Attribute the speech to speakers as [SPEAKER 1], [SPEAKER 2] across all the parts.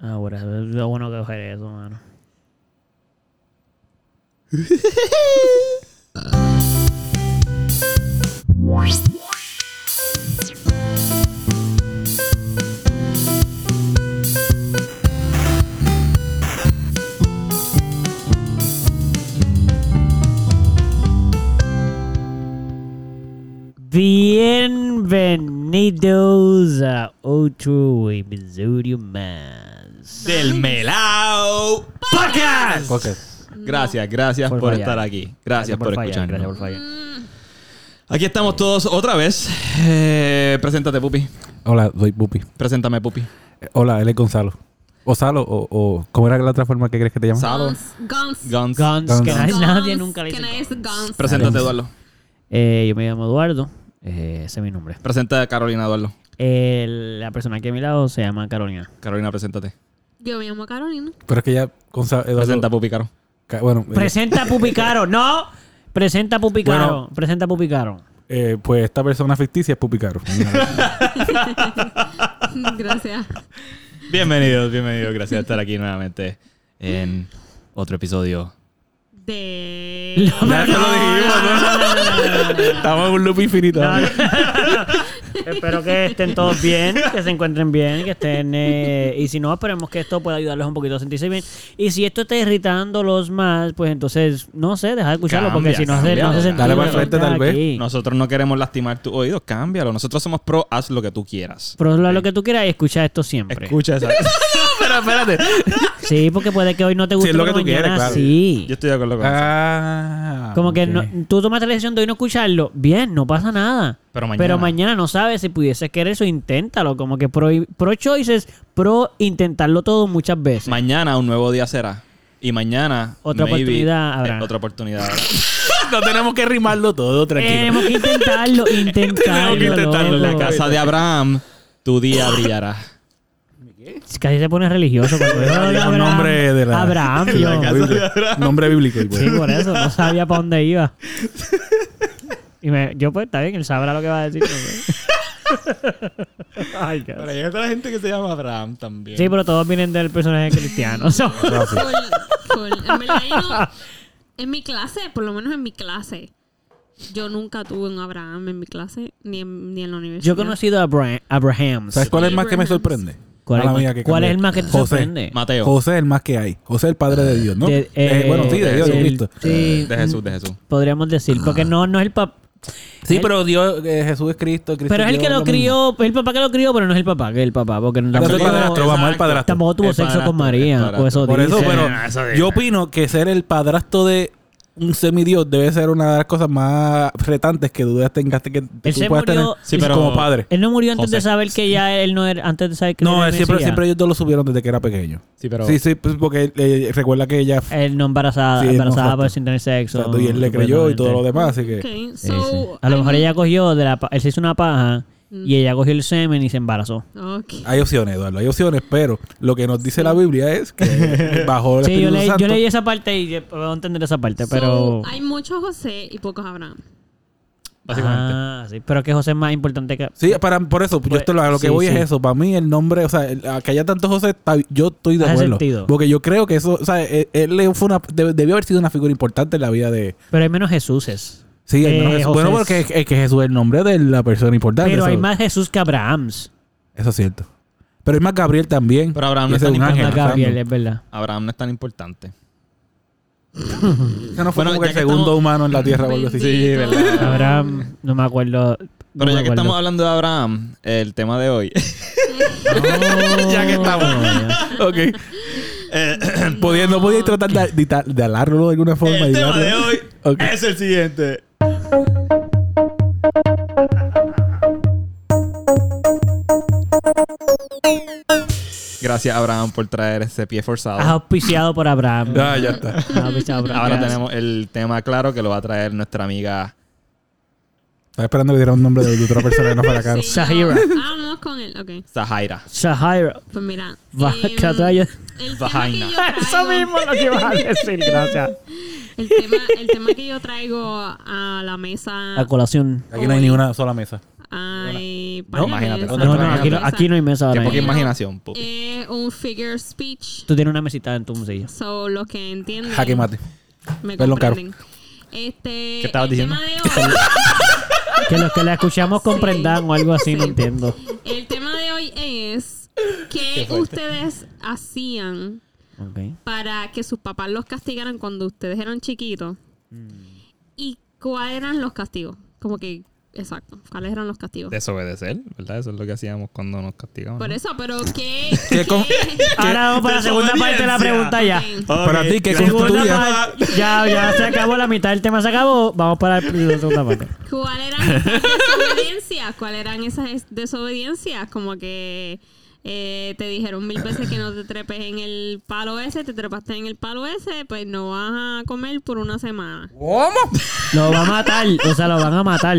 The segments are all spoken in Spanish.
[SPEAKER 1] Ah, por eso es lo bueno que fue eso, mano. Bienvenidos a otro episodio más.
[SPEAKER 2] del Melao Podcast. Gracias, gracias por,
[SPEAKER 1] Por fallar.
[SPEAKER 2] estar aquí. Gracias por,
[SPEAKER 1] fallar, Gracias
[SPEAKER 2] escucharnos.
[SPEAKER 1] por fallar.
[SPEAKER 2] Aquí estamos todos otra vez. Eh, preséntate, Pupi.
[SPEAKER 3] Hola, soy Pupi.
[SPEAKER 2] Preséntame, Pupi.
[SPEAKER 3] Eh, Hola, él es Gonzalo. O Salo, o, o- ¿cómo era la otra forma que crees que te llamas?
[SPEAKER 2] Sado.
[SPEAKER 4] Guns.
[SPEAKER 2] Guns.
[SPEAKER 4] Guns.
[SPEAKER 1] Guns, que nadie,
[SPEAKER 4] Guns,
[SPEAKER 1] nadie nunca le
[SPEAKER 4] que
[SPEAKER 1] dice.
[SPEAKER 4] nadie
[SPEAKER 1] Guns.
[SPEAKER 4] dice Guns.
[SPEAKER 2] Preséntate,
[SPEAKER 3] Guns.
[SPEAKER 2] Eduardo.
[SPEAKER 1] Eh, yo me llamo Eduardo. eh, ese es mi nombre.
[SPEAKER 2] Presenta a Carolina, Eduardo.
[SPEAKER 1] Eh, la persona aquí a mi lado se llama Carolina.
[SPEAKER 2] Carolina, preséntate.
[SPEAKER 4] Yo me llamo Carolina.
[SPEAKER 3] Pero es que ya Gonzalo. Eduardo-
[SPEAKER 2] Presenta a Pupi, Caro.
[SPEAKER 3] Ca- bueno, eh,
[SPEAKER 1] Presenta a Pupicaro. No. Presenta a Pupicaro.
[SPEAKER 3] Bueno.
[SPEAKER 1] Presenta a Pupicaro.
[SPEAKER 3] eh, pues esta persona ficticia es Pupi Caro.
[SPEAKER 4] Gracias.
[SPEAKER 2] Bienvenidos, bienvenidos. Gracias por estar aquí nuevamente en otro episodio.
[SPEAKER 4] De.
[SPEAKER 2] Ya te lo dijimos, ¿no?
[SPEAKER 3] Estamos en un loop infinito.
[SPEAKER 1] No, no, no, no. Espero que estén todos bien, que se encuentren bien, que estén... eh, y si no, esperemos que esto pueda ayudarles un poquito a sentirse bien. Y si esto está irritándolos más, pues entonces, no sé, deja de escucharlo, porque si
[SPEAKER 2] Cambia,
[SPEAKER 1] no, se-
[SPEAKER 2] cambia.
[SPEAKER 1] no se sentirá
[SPEAKER 3] Dale para frente, tal vez.
[SPEAKER 2] Nosotros no queremos lastimar tu oído. Cámbialo. Nosotros somos pro. Haz lo que tú quieras.
[SPEAKER 1] Pero haz lo que tú quieras y escucha esto siempre.
[SPEAKER 2] Escucha esa. Pero espérate.
[SPEAKER 1] Sí, porque puede que hoy no te guste
[SPEAKER 3] es lo
[SPEAKER 1] pero
[SPEAKER 3] que tú quieres,
[SPEAKER 1] mañana
[SPEAKER 3] claro.
[SPEAKER 1] Sí.
[SPEAKER 2] Yo estoy de acuerdo con eso.
[SPEAKER 3] Ah,
[SPEAKER 1] Como que
[SPEAKER 3] ok.
[SPEAKER 1] no- tú tomaste la decisión de hoy no escucharlo. Bien, no pasa nada.
[SPEAKER 2] Pero mañana.
[SPEAKER 1] Pero mañana no sabes si pudieses querer eso, inténtalo. Como que pro, pro choice es pro intentarlo todo muchas veces.
[SPEAKER 2] Mañana un nuevo día será. Y mañana.
[SPEAKER 1] Otra oportunidad habrá.
[SPEAKER 2] eh, otra oportunidad habrá.
[SPEAKER 3] No tenemos que rimarlo todo, tranquilo.
[SPEAKER 1] Tenemos que intentarlo, intentarlo.
[SPEAKER 3] Tenemos que intentarlo,
[SPEAKER 2] En
[SPEAKER 1] loco.
[SPEAKER 2] la casa de Abraham, tu día brillará.
[SPEAKER 1] Casi se pone religioso. cuando digo,
[SPEAKER 3] Dijo
[SPEAKER 1] Abraham,
[SPEAKER 3] nombre de la-
[SPEAKER 1] Abraham.
[SPEAKER 3] Sí,
[SPEAKER 1] yo-
[SPEAKER 3] bíblico. Nombre bíblico. el güey.
[SPEAKER 1] Sí, por eso. No sabía para dónde iba. Y me- yo, pues, está bien, él sabrá lo que va a decir. pero- Ay, qué-
[SPEAKER 2] Pero ahí está la gente que se llama Abraham también.
[SPEAKER 1] Sí, pero todos vienen del personaje cristiano. so-
[SPEAKER 3] Rafi.
[SPEAKER 4] Full, full. En verdad, yo no- En mi clase, por lo menos en mi clase, yo nunca tuve un Abraham en mi clase, ni en, ni en la universidad.
[SPEAKER 1] Yo he conocido a Abra- Abrahams.
[SPEAKER 3] ¿Sabes cuál es el más que me
[SPEAKER 4] Abrahams.
[SPEAKER 3] sorprende?
[SPEAKER 1] ¿Cuál es
[SPEAKER 3] Mala
[SPEAKER 1] el más-
[SPEAKER 3] mía, que
[SPEAKER 1] cuál es
[SPEAKER 3] cambié.
[SPEAKER 1] el más que te
[SPEAKER 3] José.
[SPEAKER 1] sorprende?
[SPEAKER 2] Mateo.
[SPEAKER 3] José es el más que hay. José es el padre de Dios, ¿no?
[SPEAKER 1] De-
[SPEAKER 3] Eh,
[SPEAKER 1] eh,
[SPEAKER 3] bueno, sí, de Dios, de
[SPEAKER 1] del-
[SPEAKER 3] Cristo.
[SPEAKER 1] sí,
[SPEAKER 2] Eh, De Jesús, de Jesús.
[SPEAKER 1] podríamos decir.
[SPEAKER 3] Ah.
[SPEAKER 1] Porque no, no es el papá.
[SPEAKER 3] Sí, pero Dios, eh, Jesús es Cristo, Cristo
[SPEAKER 1] Pero es el
[SPEAKER 3] Dios,
[SPEAKER 1] que lo
[SPEAKER 3] mismo.
[SPEAKER 1] crió, es el papá que lo crió, pero no es el papá, que es el papá. Porque no-
[SPEAKER 3] Pero
[SPEAKER 1] tampoco,
[SPEAKER 3] el padrastro, vamos, el padrastro.
[SPEAKER 1] tampoco tuvo
[SPEAKER 2] El
[SPEAKER 1] sexo
[SPEAKER 2] padrastro,
[SPEAKER 1] con
[SPEAKER 2] el
[SPEAKER 1] María.
[SPEAKER 2] padrastro.
[SPEAKER 1] O eso
[SPEAKER 3] Por eso,
[SPEAKER 1] dice. Ah,
[SPEAKER 3] pero
[SPEAKER 2] no, eso dice.
[SPEAKER 3] yo opino que ser el padrastro de un semidios debe ser una de las cosas más retantes que dudas tengas que que
[SPEAKER 1] Él se
[SPEAKER 3] tú puedas tener
[SPEAKER 1] murió-
[SPEAKER 2] Sí, pero-
[SPEAKER 3] como padre.
[SPEAKER 1] Él no murió antes
[SPEAKER 2] José.
[SPEAKER 1] de saber que ya él no era. Antes de saber que
[SPEAKER 3] No,
[SPEAKER 1] era
[SPEAKER 3] él
[SPEAKER 1] el
[SPEAKER 3] siempre,
[SPEAKER 1] Mesías.
[SPEAKER 3] siempre ellos dos lo subieron desde que era pequeño.
[SPEAKER 2] Sí, pero.
[SPEAKER 3] Sí, sí, pues, porque eh, recuerda que ella...
[SPEAKER 1] Él no embarazada,
[SPEAKER 3] Sí, él no,
[SPEAKER 1] embarazada
[SPEAKER 3] exacto.
[SPEAKER 1] por sin tener sexo.
[SPEAKER 3] exacto, y él le creyó y todo lo
[SPEAKER 1] supuestamente.
[SPEAKER 3] demás, así que...
[SPEAKER 4] Ok,
[SPEAKER 1] Sí,
[SPEAKER 4] so,
[SPEAKER 1] sí. A lo mejor
[SPEAKER 4] hay- Mm.
[SPEAKER 1] ella cogió de la pa- él se hizo una paja y ella cogió el semen y se embarazó.
[SPEAKER 4] Ok.
[SPEAKER 1] Este,
[SPEAKER 3] Hay opciones, Eduardo, hay opciones, pero lo que nos dice la Biblia es que bajo el
[SPEAKER 1] Sí, yo,
[SPEAKER 3] Espíritu
[SPEAKER 1] leí- yo
[SPEAKER 3] Santo...
[SPEAKER 1] leí esa parte y eh, puedo entender esa parte,
[SPEAKER 4] So,
[SPEAKER 1] pero
[SPEAKER 4] hay muchos José y pocos Abraham.
[SPEAKER 2] Básicamente.
[SPEAKER 1] Ah, sí, pero que José es más importante que
[SPEAKER 3] Sí, para, por eso, yo
[SPEAKER 1] Pues,
[SPEAKER 3] esto, lo, lo que
[SPEAKER 1] sí,
[SPEAKER 3] voy
[SPEAKER 1] sí.
[SPEAKER 3] es eso. Para mí, el nombre, o sea, el- a que haya tantos José, está- yo estoy de
[SPEAKER 1] Hace
[SPEAKER 3] acuerdo.
[SPEAKER 1] sentido.
[SPEAKER 3] Porque yo creo que eso, o sea, él, él fue una, de- debió haber sido una figura importante en la vida de.
[SPEAKER 1] Pero hay menos Jesuses.
[SPEAKER 3] Sí, el
[SPEAKER 1] Eh,
[SPEAKER 3] nombre de Jesús.
[SPEAKER 1] José
[SPEAKER 3] Bueno,
[SPEAKER 1] es-
[SPEAKER 3] porque es, es que Jesús es el nombre de la persona importante.
[SPEAKER 1] Pero hay
[SPEAKER 3] eso-
[SPEAKER 1] más Jesús que Abrahams.
[SPEAKER 3] Eso es cierto. Pero hay más Gabriel también.
[SPEAKER 2] Pero Abraham
[SPEAKER 3] Y
[SPEAKER 2] no
[SPEAKER 3] ese
[SPEAKER 2] es tan
[SPEAKER 3] un ángel,
[SPEAKER 1] Más Gabriel, eh,
[SPEAKER 3] santo.
[SPEAKER 1] es verdad.
[SPEAKER 2] Abraham no es tan importante.
[SPEAKER 3] Ese no fue
[SPEAKER 2] Bueno,
[SPEAKER 3] como que
[SPEAKER 2] ya
[SPEAKER 3] el
[SPEAKER 2] que
[SPEAKER 3] segundo
[SPEAKER 2] estamos-
[SPEAKER 3] humano en la tierra o algo así.
[SPEAKER 4] Bendito.
[SPEAKER 2] Sí, verdad.
[SPEAKER 1] Abraham, no me acuerdo. no
[SPEAKER 2] Pero
[SPEAKER 1] me
[SPEAKER 2] ya que
[SPEAKER 1] acuerdo.
[SPEAKER 2] estamos hablando de Abraham, el tema de hoy.
[SPEAKER 1] ya que estamos.
[SPEAKER 3] ok.
[SPEAKER 2] Eh,
[SPEAKER 3] Podía, no podía tratar de, de, de alargarlo de alguna forma.
[SPEAKER 2] el tema
[SPEAKER 3] ayudarlo.
[SPEAKER 2] de hoy
[SPEAKER 3] Ok.
[SPEAKER 2] es el siguiente. Gracias, Abraham, por traer ese pie forzado.
[SPEAKER 1] auspiciado por Abraham.
[SPEAKER 3] Ah, ya está.
[SPEAKER 1] Auspiciado por
[SPEAKER 2] Ahora
[SPEAKER 1] Abraham.
[SPEAKER 2] tenemos el tema claro que lo va a traer nuestra amiga.
[SPEAKER 3] Estaba esperando que diera un nombre de, de otra persona que no fuera caro.
[SPEAKER 4] Sí,
[SPEAKER 1] Shahira.
[SPEAKER 4] no. Ah, vamos con él. Ok.
[SPEAKER 2] Zahaira.
[SPEAKER 1] Shahira.
[SPEAKER 4] Pues mira.
[SPEAKER 1] Va,
[SPEAKER 4] em,
[SPEAKER 1] que atrás yo-
[SPEAKER 4] el tema que
[SPEAKER 2] Vagina.
[SPEAKER 4] yo traigo-
[SPEAKER 1] lo que ibas a decir, gracias.
[SPEAKER 4] El tema, el tema que yo traigo a la mesa
[SPEAKER 1] La colación.
[SPEAKER 3] Aquí no hay ni una sola mesa.
[SPEAKER 4] Ay,
[SPEAKER 2] No,
[SPEAKER 4] para
[SPEAKER 2] imagínate.
[SPEAKER 4] mesa,
[SPEAKER 1] No, no,
[SPEAKER 4] para
[SPEAKER 1] aquí no,
[SPEAKER 4] mesa.
[SPEAKER 1] aquí no hay mesa ahora.
[SPEAKER 2] Qué poca
[SPEAKER 1] mismo.
[SPEAKER 2] imaginación, pupi.
[SPEAKER 4] Eh, un figure speech.
[SPEAKER 1] Tú tienes una mesita en tu museo.
[SPEAKER 4] So, los que entienden.
[SPEAKER 3] Jaque mate.
[SPEAKER 4] Me
[SPEAKER 3] Perdón, Caro.
[SPEAKER 4] comprenden. Este,
[SPEAKER 2] ¿Qué estabas
[SPEAKER 4] el
[SPEAKER 2] diciendo?
[SPEAKER 4] Tema de hoy,
[SPEAKER 1] Que los que la escuchamos comprendan o algo así, no entiendo.
[SPEAKER 4] el tema de hoy es ¿Qué, ustedes hacían
[SPEAKER 1] Ok.
[SPEAKER 4] para que sus papás los castigaran cuando ustedes eran chiquitos?
[SPEAKER 2] Mm.
[SPEAKER 4] ¿Y cuáles eran los castigos? Como que, exacto, ¿cuáles eran los castigos?
[SPEAKER 2] Desobedecer, ¿verdad? Eso es lo que hacíamos cuando nos castigaban.
[SPEAKER 4] Por
[SPEAKER 2] ¿no?
[SPEAKER 4] eso, pero ¿qué?
[SPEAKER 3] ¿Qué con-
[SPEAKER 1] Ahora vamos para la segunda parte de la pregunta Ah, ya.
[SPEAKER 4] Ok.
[SPEAKER 3] Para ti, ¿qué
[SPEAKER 1] Segunda
[SPEAKER 3] constituye?
[SPEAKER 1] parte. Ya, ya se acabó la mitad del tema, se acabó. Vamos para la segunda parte.
[SPEAKER 4] ¿Cuáles eran esas desobediencias? ¿Cuáles eran esas es- desobediencias? Como que eh, te dijeron mil veces que no te trepes en el palo ese, te trepaste en el palo ese, pues no vas a comer por una semana.
[SPEAKER 3] ¿Cómo?
[SPEAKER 1] Lo va a matar, o sea, lo van a matar.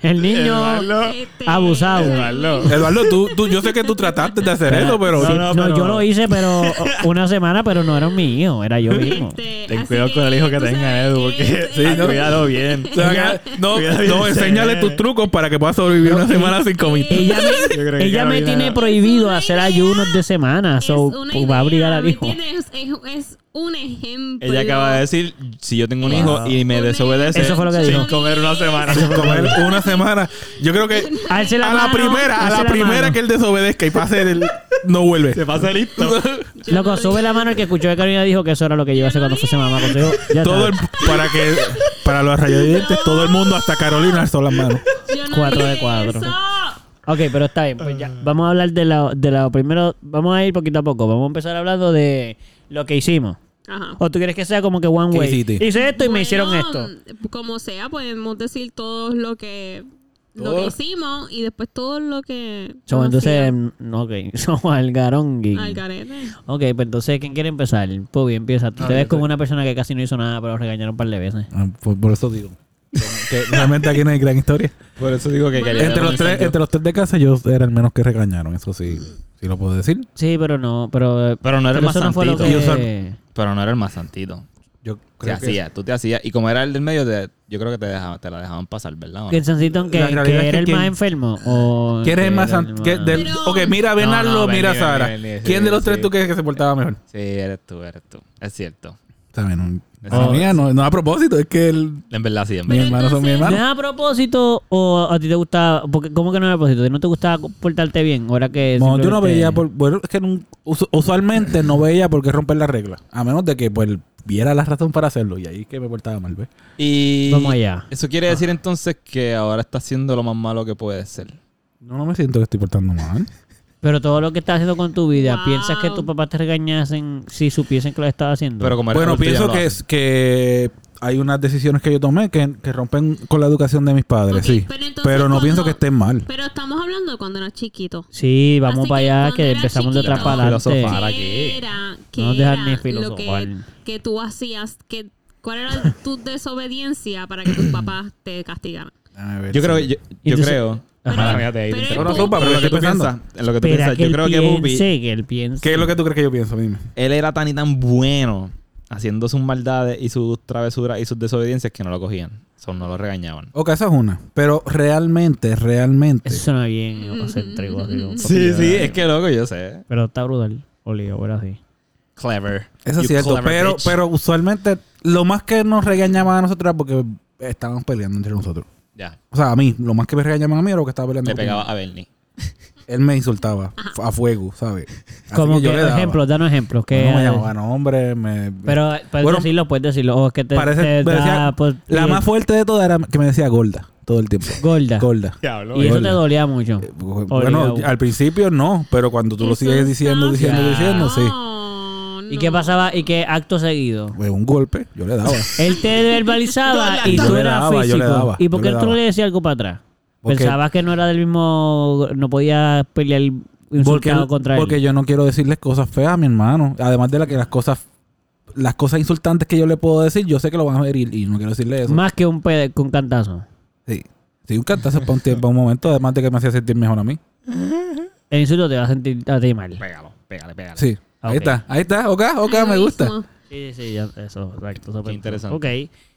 [SPEAKER 1] El niño.
[SPEAKER 2] Eduardo.
[SPEAKER 4] Este,
[SPEAKER 1] Abusado.
[SPEAKER 2] Eduardo.
[SPEAKER 3] Eduardo, tú, tú, yo sé que tú trataste de hacer eso, pero.
[SPEAKER 1] Sí, no,
[SPEAKER 2] No, no, pero-
[SPEAKER 1] yo lo hice, pero una semana, pero no era mi hijo, era yo mismo.
[SPEAKER 4] este,
[SPEAKER 2] Ten
[SPEAKER 4] así
[SPEAKER 2] cuidado
[SPEAKER 4] que,
[SPEAKER 2] con el hijo que
[SPEAKER 4] tú
[SPEAKER 2] tenga,
[SPEAKER 4] sabes
[SPEAKER 2] Edu,
[SPEAKER 4] que-
[SPEAKER 2] porque
[SPEAKER 4] eh,
[SPEAKER 3] Sí, no.
[SPEAKER 2] cuidado bien.
[SPEAKER 3] O sea, que- no,
[SPEAKER 2] Cuidado,
[SPEAKER 3] no,
[SPEAKER 2] bien,
[SPEAKER 3] enséñale
[SPEAKER 2] sí.
[SPEAKER 3] tus trucos para que pueda sobrevivir una semana sin comida.
[SPEAKER 1] Ella
[SPEAKER 2] Yo creo
[SPEAKER 1] me,
[SPEAKER 2] que
[SPEAKER 1] ella me
[SPEAKER 2] Carolina-
[SPEAKER 1] tiene prohibido
[SPEAKER 4] una
[SPEAKER 1] hacer
[SPEAKER 4] idea,
[SPEAKER 1] ayunos de semana,
[SPEAKER 4] es
[SPEAKER 1] so
[SPEAKER 4] una
[SPEAKER 1] pues, va a
[SPEAKER 4] idea,
[SPEAKER 1] obligar al
[SPEAKER 4] ¿me
[SPEAKER 1] hijo.
[SPEAKER 4] entiendes? Es, es un ejemplo.
[SPEAKER 2] Ella acaba de decir, si yo tengo un
[SPEAKER 4] Es
[SPEAKER 2] hijo y me
[SPEAKER 4] un
[SPEAKER 2] desobedece,
[SPEAKER 1] Eso fue lo que
[SPEAKER 2] sin
[SPEAKER 1] dijo.
[SPEAKER 2] comer una semana.
[SPEAKER 3] Comer una semana. Yo creo que.
[SPEAKER 1] Alce la
[SPEAKER 3] A la
[SPEAKER 1] mano,
[SPEAKER 3] primera, a
[SPEAKER 1] alce
[SPEAKER 3] la primera
[SPEAKER 1] mano.
[SPEAKER 3] que él desobedezca y pase el. No vuelve.
[SPEAKER 2] Se pasa listo.
[SPEAKER 4] Yo
[SPEAKER 1] Loco,
[SPEAKER 4] no
[SPEAKER 1] sube
[SPEAKER 4] dije-
[SPEAKER 1] la mano el que escuchó que Carolina dijo que eso era lo que yo iba a hacer cuando fuese mamá. consejo, ya
[SPEAKER 3] todo el,
[SPEAKER 1] está.
[SPEAKER 3] para que para los radiodientes todo el mundo hasta Carolina alzó las manos
[SPEAKER 4] yo no
[SPEAKER 1] Cuatro de
[SPEAKER 4] dije
[SPEAKER 1] cuatro.
[SPEAKER 4] eso.
[SPEAKER 1] Ok, pero está bien, pues
[SPEAKER 2] Ah.
[SPEAKER 1] ya. Vamos a hablar de la, de la primero. Vamos a ir poquito a poco. Vamos a empezar hablando de lo que hicimos.
[SPEAKER 4] Ajá.
[SPEAKER 1] ¿O tú quieres que sea como que one
[SPEAKER 3] ¿Qué
[SPEAKER 1] way?
[SPEAKER 3] hiciste?
[SPEAKER 1] Hice esto y me
[SPEAKER 4] Bueno,
[SPEAKER 1] hicieron esto.
[SPEAKER 4] Como sea, podemos decir todo lo que, lo
[SPEAKER 3] Todo.
[SPEAKER 4] que hicimos y después todo lo que.
[SPEAKER 1] So,
[SPEAKER 4] nos
[SPEAKER 1] entonces,
[SPEAKER 4] hacían
[SPEAKER 1] mm, ok. So, al garón. gui.
[SPEAKER 4] Al garete.
[SPEAKER 1] Ok, pues entonces, ¿quién quiere empezar? Pubi, empieza. Tú te ves como una persona que casi no hizo nada, pero regañaron un par de veces.
[SPEAKER 3] Ah, por, por eso digo que realmente aquí no hay gran historia
[SPEAKER 2] Por eso digo que quería.
[SPEAKER 3] entre los tres entre los tres de casa yo era el menos que regañaron eso sí sí lo puedo decir
[SPEAKER 1] Sí, pero no. Pero,
[SPEAKER 2] Pero no era el más
[SPEAKER 1] eso no fue lo
[SPEAKER 2] santito.
[SPEAKER 1] que...
[SPEAKER 3] Y usar-
[SPEAKER 2] Pero no era el más santito.
[SPEAKER 3] yo
[SPEAKER 2] Te
[SPEAKER 3] creo que
[SPEAKER 2] hacías, tú te hacías. Y como era el del medio, te- yo creo que te, dejaba- te la dejaban pasar, ¿verdad? o no?
[SPEAKER 1] ¿Quién Sansito, que,
[SPEAKER 3] La
[SPEAKER 1] que
[SPEAKER 3] realidad es que
[SPEAKER 1] era el más
[SPEAKER 3] quién-
[SPEAKER 1] enfermo? ¿O
[SPEAKER 3] ¿Quién es el
[SPEAKER 1] que
[SPEAKER 3] más
[SPEAKER 1] era
[SPEAKER 3] san- que del-
[SPEAKER 4] Pero-
[SPEAKER 3] ok mira a Bernardo
[SPEAKER 2] no,
[SPEAKER 3] mira a
[SPEAKER 2] Benny,
[SPEAKER 3] Sara
[SPEAKER 2] Benny, Benny, sí,
[SPEAKER 3] ¿quién de los
[SPEAKER 2] sí.
[SPEAKER 3] tres tú crees que se portaba mejor?
[SPEAKER 2] Sí, eres tú, eres tú. Es cierto.
[SPEAKER 3] Está bien, no,
[SPEAKER 2] Oh.
[SPEAKER 3] mía, no, no a propósito es que él
[SPEAKER 2] En verdad, sí, en
[SPEAKER 3] mi
[SPEAKER 2] verdad.
[SPEAKER 3] hermano son mi
[SPEAKER 1] ¿No
[SPEAKER 3] hermano
[SPEAKER 1] es a propósito o a ti te gustaba? Porque, ¿Cómo que no era a propósito? ¿No te gustaba portarte bien? Ahora que
[SPEAKER 3] No, yo no
[SPEAKER 1] simplemente-
[SPEAKER 3] veía por, bueno, es que nun- usu- usualmente no veía por qué romper la regla, a menos de que pues viera la razón para hacerlo y ahí es que me portaba mal, ¿ves?
[SPEAKER 2] Y
[SPEAKER 1] Vamos allá.
[SPEAKER 2] Eso
[SPEAKER 3] Ah.
[SPEAKER 2] quiere decir entonces que ahora estás siendo lo más malo que puedes ser.
[SPEAKER 3] No, no me siento que estoy portando mal.
[SPEAKER 1] Pero todo lo que estás haciendo con tu vida,
[SPEAKER 4] Wow.
[SPEAKER 1] ¿piensas que tus papás te regañasen si supiesen que lo estabas haciendo?
[SPEAKER 2] Pero como eres
[SPEAKER 3] Bueno,
[SPEAKER 2] adulto, ya
[SPEAKER 3] pienso
[SPEAKER 2] no
[SPEAKER 3] que,
[SPEAKER 2] lo
[SPEAKER 3] es, que hay unas decisiones que yo tomé que, que rompen con la educación de mis padres,
[SPEAKER 4] Ok,
[SPEAKER 3] sí. Pero, no
[SPEAKER 4] entonces cuando-
[SPEAKER 3] pienso que estén mal.
[SPEAKER 4] Pero estamos hablando de cuando era chiquito.
[SPEAKER 1] Sí, vamos
[SPEAKER 4] Así
[SPEAKER 1] para
[SPEAKER 4] que
[SPEAKER 1] allá,
[SPEAKER 4] cuando
[SPEAKER 1] que
[SPEAKER 4] eras
[SPEAKER 1] empezamos de atrás
[SPEAKER 4] chiquito,
[SPEAKER 1] para adelante.
[SPEAKER 2] filosofar. ¿Para
[SPEAKER 4] ¿Qué
[SPEAKER 2] qué?
[SPEAKER 4] era? ¿Qué
[SPEAKER 1] No nos
[SPEAKER 4] era
[SPEAKER 1] dejan ni
[SPEAKER 4] lo que,
[SPEAKER 1] filosofar.
[SPEAKER 4] que tú hacías? Que, ¿Cuál era tu desobediencia para que tus papás te castigaran?
[SPEAKER 2] Yo creo, yo, yo
[SPEAKER 1] Entonces-
[SPEAKER 2] creo.
[SPEAKER 1] Ajá.
[SPEAKER 2] Mala mía, te-
[SPEAKER 4] Pero-
[SPEAKER 2] te-
[SPEAKER 4] pero-
[SPEAKER 2] no,
[SPEAKER 3] sopa,
[SPEAKER 2] pero
[SPEAKER 3] pero
[SPEAKER 2] lo que tú
[SPEAKER 3] estoy pensando.
[SPEAKER 2] piensas, en lo que tú
[SPEAKER 1] Espera
[SPEAKER 2] piensas,
[SPEAKER 1] que
[SPEAKER 2] yo
[SPEAKER 1] él
[SPEAKER 2] creo que Bubi,
[SPEAKER 1] piense, que él piense.
[SPEAKER 3] ¿Qué es lo que tú crees que yo pienso? Dime.
[SPEAKER 2] él era tan y tan bueno haciendo sus maldades y sus travesuras y sus desobediencias que no lo cogían. Son no lo regañaban.
[SPEAKER 3] Ok, esa es una. Pero realmente, realmente.
[SPEAKER 1] Eso suena bien egocéntrico. así, un
[SPEAKER 2] Sí,
[SPEAKER 1] poquillo,
[SPEAKER 2] sí,
[SPEAKER 1] ¿verdad?
[SPEAKER 2] es que loco, yo sé.
[SPEAKER 1] Pero está brutal. Olivo, era así.
[SPEAKER 2] Clever.
[SPEAKER 3] Eso es
[SPEAKER 2] You
[SPEAKER 3] cierto.
[SPEAKER 2] clever
[SPEAKER 3] Pero,
[SPEAKER 2] bitch.
[SPEAKER 3] pero usualmente lo más que nos regañaban a nosotros era porque estábamos peleando entre nosotros.
[SPEAKER 2] Ya,
[SPEAKER 3] O sea, a mí, lo más que me regañaban a mí era lo que estaba peleando.
[SPEAKER 2] le
[SPEAKER 3] con-
[SPEAKER 2] pegaba a Bernie.
[SPEAKER 3] Él me insultaba f- a fuego, ¿sabes? Así
[SPEAKER 1] Como que,
[SPEAKER 3] yo le daba.
[SPEAKER 1] ejemplos, danos ejemplos. Que,
[SPEAKER 3] no me llamaba nombre, me...
[SPEAKER 1] Pero eh, puedes
[SPEAKER 3] Bueno,
[SPEAKER 1] decirlo, puedes decirlo. O es que te,
[SPEAKER 3] Parece-
[SPEAKER 1] te
[SPEAKER 3] me
[SPEAKER 1] da,
[SPEAKER 3] decía-
[SPEAKER 1] pues,
[SPEAKER 3] la
[SPEAKER 1] bien.
[SPEAKER 3] más fuerte de todas era que me decía gorda todo el tiempo.
[SPEAKER 1] Gorda.
[SPEAKER 3] Gorda.
[SPEAKER 1] Y eso te
[SPEAKER 3] Gorda.
[SPEAKER 1] dolía mucho.
[SPEAKER 3] Eh, Bueno,
[SPEAKER 1] Obligado.
[SPEAKER 3] al principio no, pero cuando tú lo
[SPEAKER 4] Eso
[SPEAKER 3] sigues
[SPEAKER 4] está
[SPEAKER 3] diciendo, diciendo,
[SPEAKER 4] feo.
[SPEAKER 3] diciendo, sí.
[SPEAKER 4] No,
[SPEAKER 1] ¿Y qué
[SPEAKER 4] no.
[SPEAKER 1] pasaba? ¿Y qué acto seguido?
[SPEAKER 3] Pues, un golpe, yo le daba.
[SPEAKER 1] Él te verbalizaba y
[SPEAKER 3] Yo
[SPEAKER 1] tú
[SPEAKER 3] le
[SPEAKER 1] eras
[SPEAKER 3] daba, yo le
[SPEAKER 1] físico.
[SPEAKER 3] daba,
[SPEAKER 1] ¿Y
[SPEAKER 3] yo
[SPEAKER 1] por qué
[SPEAKER 3] le
[SPEAKER 1] tú no
[SPEAKER 3] daba.
[SPEAKER 1] le decías algo para atrás?
[SPEAKER 3] Porque-
[SPEAKER 1] Pensabas que no era del mismo... No podías pelear
[SPEAKER 3] porque,
[SPEAKER 1] insultado contra él.
[SPEAKER 3] porque yo no quiero decirles cosas feas a mi hermano. Además de la que las cosas las cosas insultantes que yo le puedo decir, yo sé que lo van a ver y, y no quiero decirle eso.
[SPEAKER 1] Más que un pede con cantazo.
[SPEAKER 3] Sí. Sí, un cantazo para un tiempo, un momento, además de que me hacía sentir mejor a mí.
[SPEAKER 1] El insulto te va a sentir a ti mal.
[SPEAKER 2] Pégalo, pégale, pégale.
[SPEAKER 3] Sí.
[SPEAKER 1] Ah,
[SPEAKER 3] Ahí
[SPEAKER 1] ok.
[SPEAKER 3] está, ahí está, ok, ok, me gusta.
[SPEAKER 4] Egoísmo.
[SPEAKER 1] Sí, sí, ya, eso, exacto. eso pensé.
[SPEAKER 2] interesante.
[SPEAKER 1] Ok.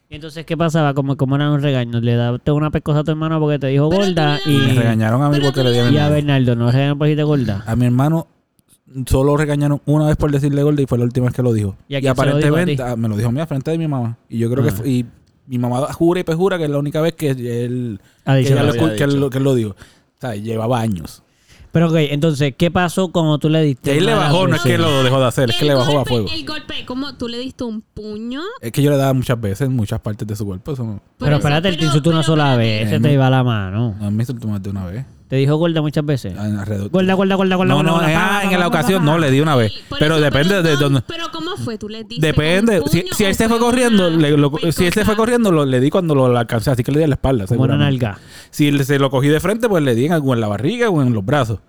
[SPEAKER 1] Y entonces, ¿qué pasaba? Como, como eran un regaño. Le daste una pescosa a tu hermano porque te dijo
[SPEAKER 4] Pero tú
[SPEAKER 1] gorda
[SPEAKER 4] le
[SPEAKER 1] y,
[SPEAKER 3] Me regañaron a mí
[SPEAKER 4] Pero
[SPEAKER 3] porque
[SPEAKER 4] tú
[SPEAKER 3] le di a mi
[SPEAKER 1] y a
[SPEAKER 3] hermano.
[SPEAKER 1] Bernardo. No regañaron porque te gorda.
[SPEAKER 3] A mi hermano solo regañaron una vez por decirle gordo y fue la última vez que lo dijo.
[SPEAKER 1] ¿Y
[SPEAKER 3] Y,
[SPEAKER 1] a quién se lo dijo a
[SPEAKER 3] aparentemente
[SPEAKER 1] ti?
[SPEAKER 3] ah, me lo dijo a mí a frente de mi mamá. Y yo creo
[SPEAKER 1] Ah.
[SPEAKER 3] que fue- y mi mamá jura y pejura que es la única vez que él,
[SPEAKER 1] Ha
[SPEAKER 3] que
[SPEAKER 1] dicho
[SPEAKER 3] ella
[SPEAKER 1] que
[SPEAKER 3] lo,
[SPEAKER 2] lo
[SPEAKER 3] escu-
[SPEAKER 2] había
[SPEAKER 3] que él
[SPEAKER 2] dicho.
[SPEAKER 3] lo- que él lo dijo. O sea, llevaba años.
[SPEAKER 1] Pero ok, entonces, ¿qué pasó cuando tú le diste?
[SPEAKER 3] Que él le
[SPEAKER 1] una
[SPEAKER 3] bajó, no es que
[SPEAKER 1] presión?
[SPEAKER 3] lo dejó de hacer, es que
[SPEAKER 4] El
[SPEAKER 3] le bajó a
[SPEAKER 4] golpe-
[SPEAKER 3] fuego.
[SPEAKER 4] El golpe, como tú le diste un puño.
[SPEAKER 3] Es que yo le daba muchas veces, en muchas partes de su cuerpo. Eso no,
[SPEAKER 1] Pero espérate, él te insultó una sola vez. Se
[SPEAKER 3] Eh,
[SPEAKER 1] te
[SPEAKER 3] no.
[SPEAKER 1] iba la mano.
[SPEAKER 3] no me insultó más de una vez.
[SPEAKER 1] Te dijo gorda muchas veces.
[SPEAKER 3] Ah, en alrededor-
[SPEAKER 1] Gorda, gorda, gorda, gorda.
[SPEAKER 3] No,
[SPEAKER 1] gorda,
[SPEAKER 3] no,
[SPEAKER 1] gorda,
[SPEAKER 3] eh,
[SPEAKER 1] pa,
[SPEAKER 3] ah,
[SPEAKER 1] pa,
[SPEAKER 3] en
[SPEAKER 1] pa,
[SPEAKER 3] la
[SPEAKER 1] pa,
[SPEAKER 3] ocasión
[SPEAKER 1] pa.
[SPEAKER 3] no le di una vez.
[SPEAKER 4] Sí, por
[SPEAKER 3] Pero
[SPEAKER 4] eso,
[SPEAKER 3] depende de
[SPEAKER 4] no,
[SPEAKER 3] dónde.
[SPEAKER 4] Pero ¿cómo fue? ¿Tú le diste
[SPEAKER 3] Depende.
[SPEAKER 4] con un
[SPEAKER 3] Si,
[SPEAKER 4] puño
[SPEAKER 3] si él
[SPEAKER 4] o
[SPEAKER 3] se fue
[SPEAKER 4] con
[SPEAKER 3] corriendo,
[SPEAKER 4] una
[SPEAKER 3] le- lo- si él se
[SPEAKER 4] pescosa?
[SPEAKER 3] fue corriendo, lo- le di cuando lo, lo alcancé. Así que le di a la espalda.
[SPEAKER 1] Como una
[SPEAKER 3] seguramente.
[SPEAKER 1] nalga.
[SPEAKER 3] Si él se lo cogí de frente, pues le di en, algo en la barriga o en los brazos.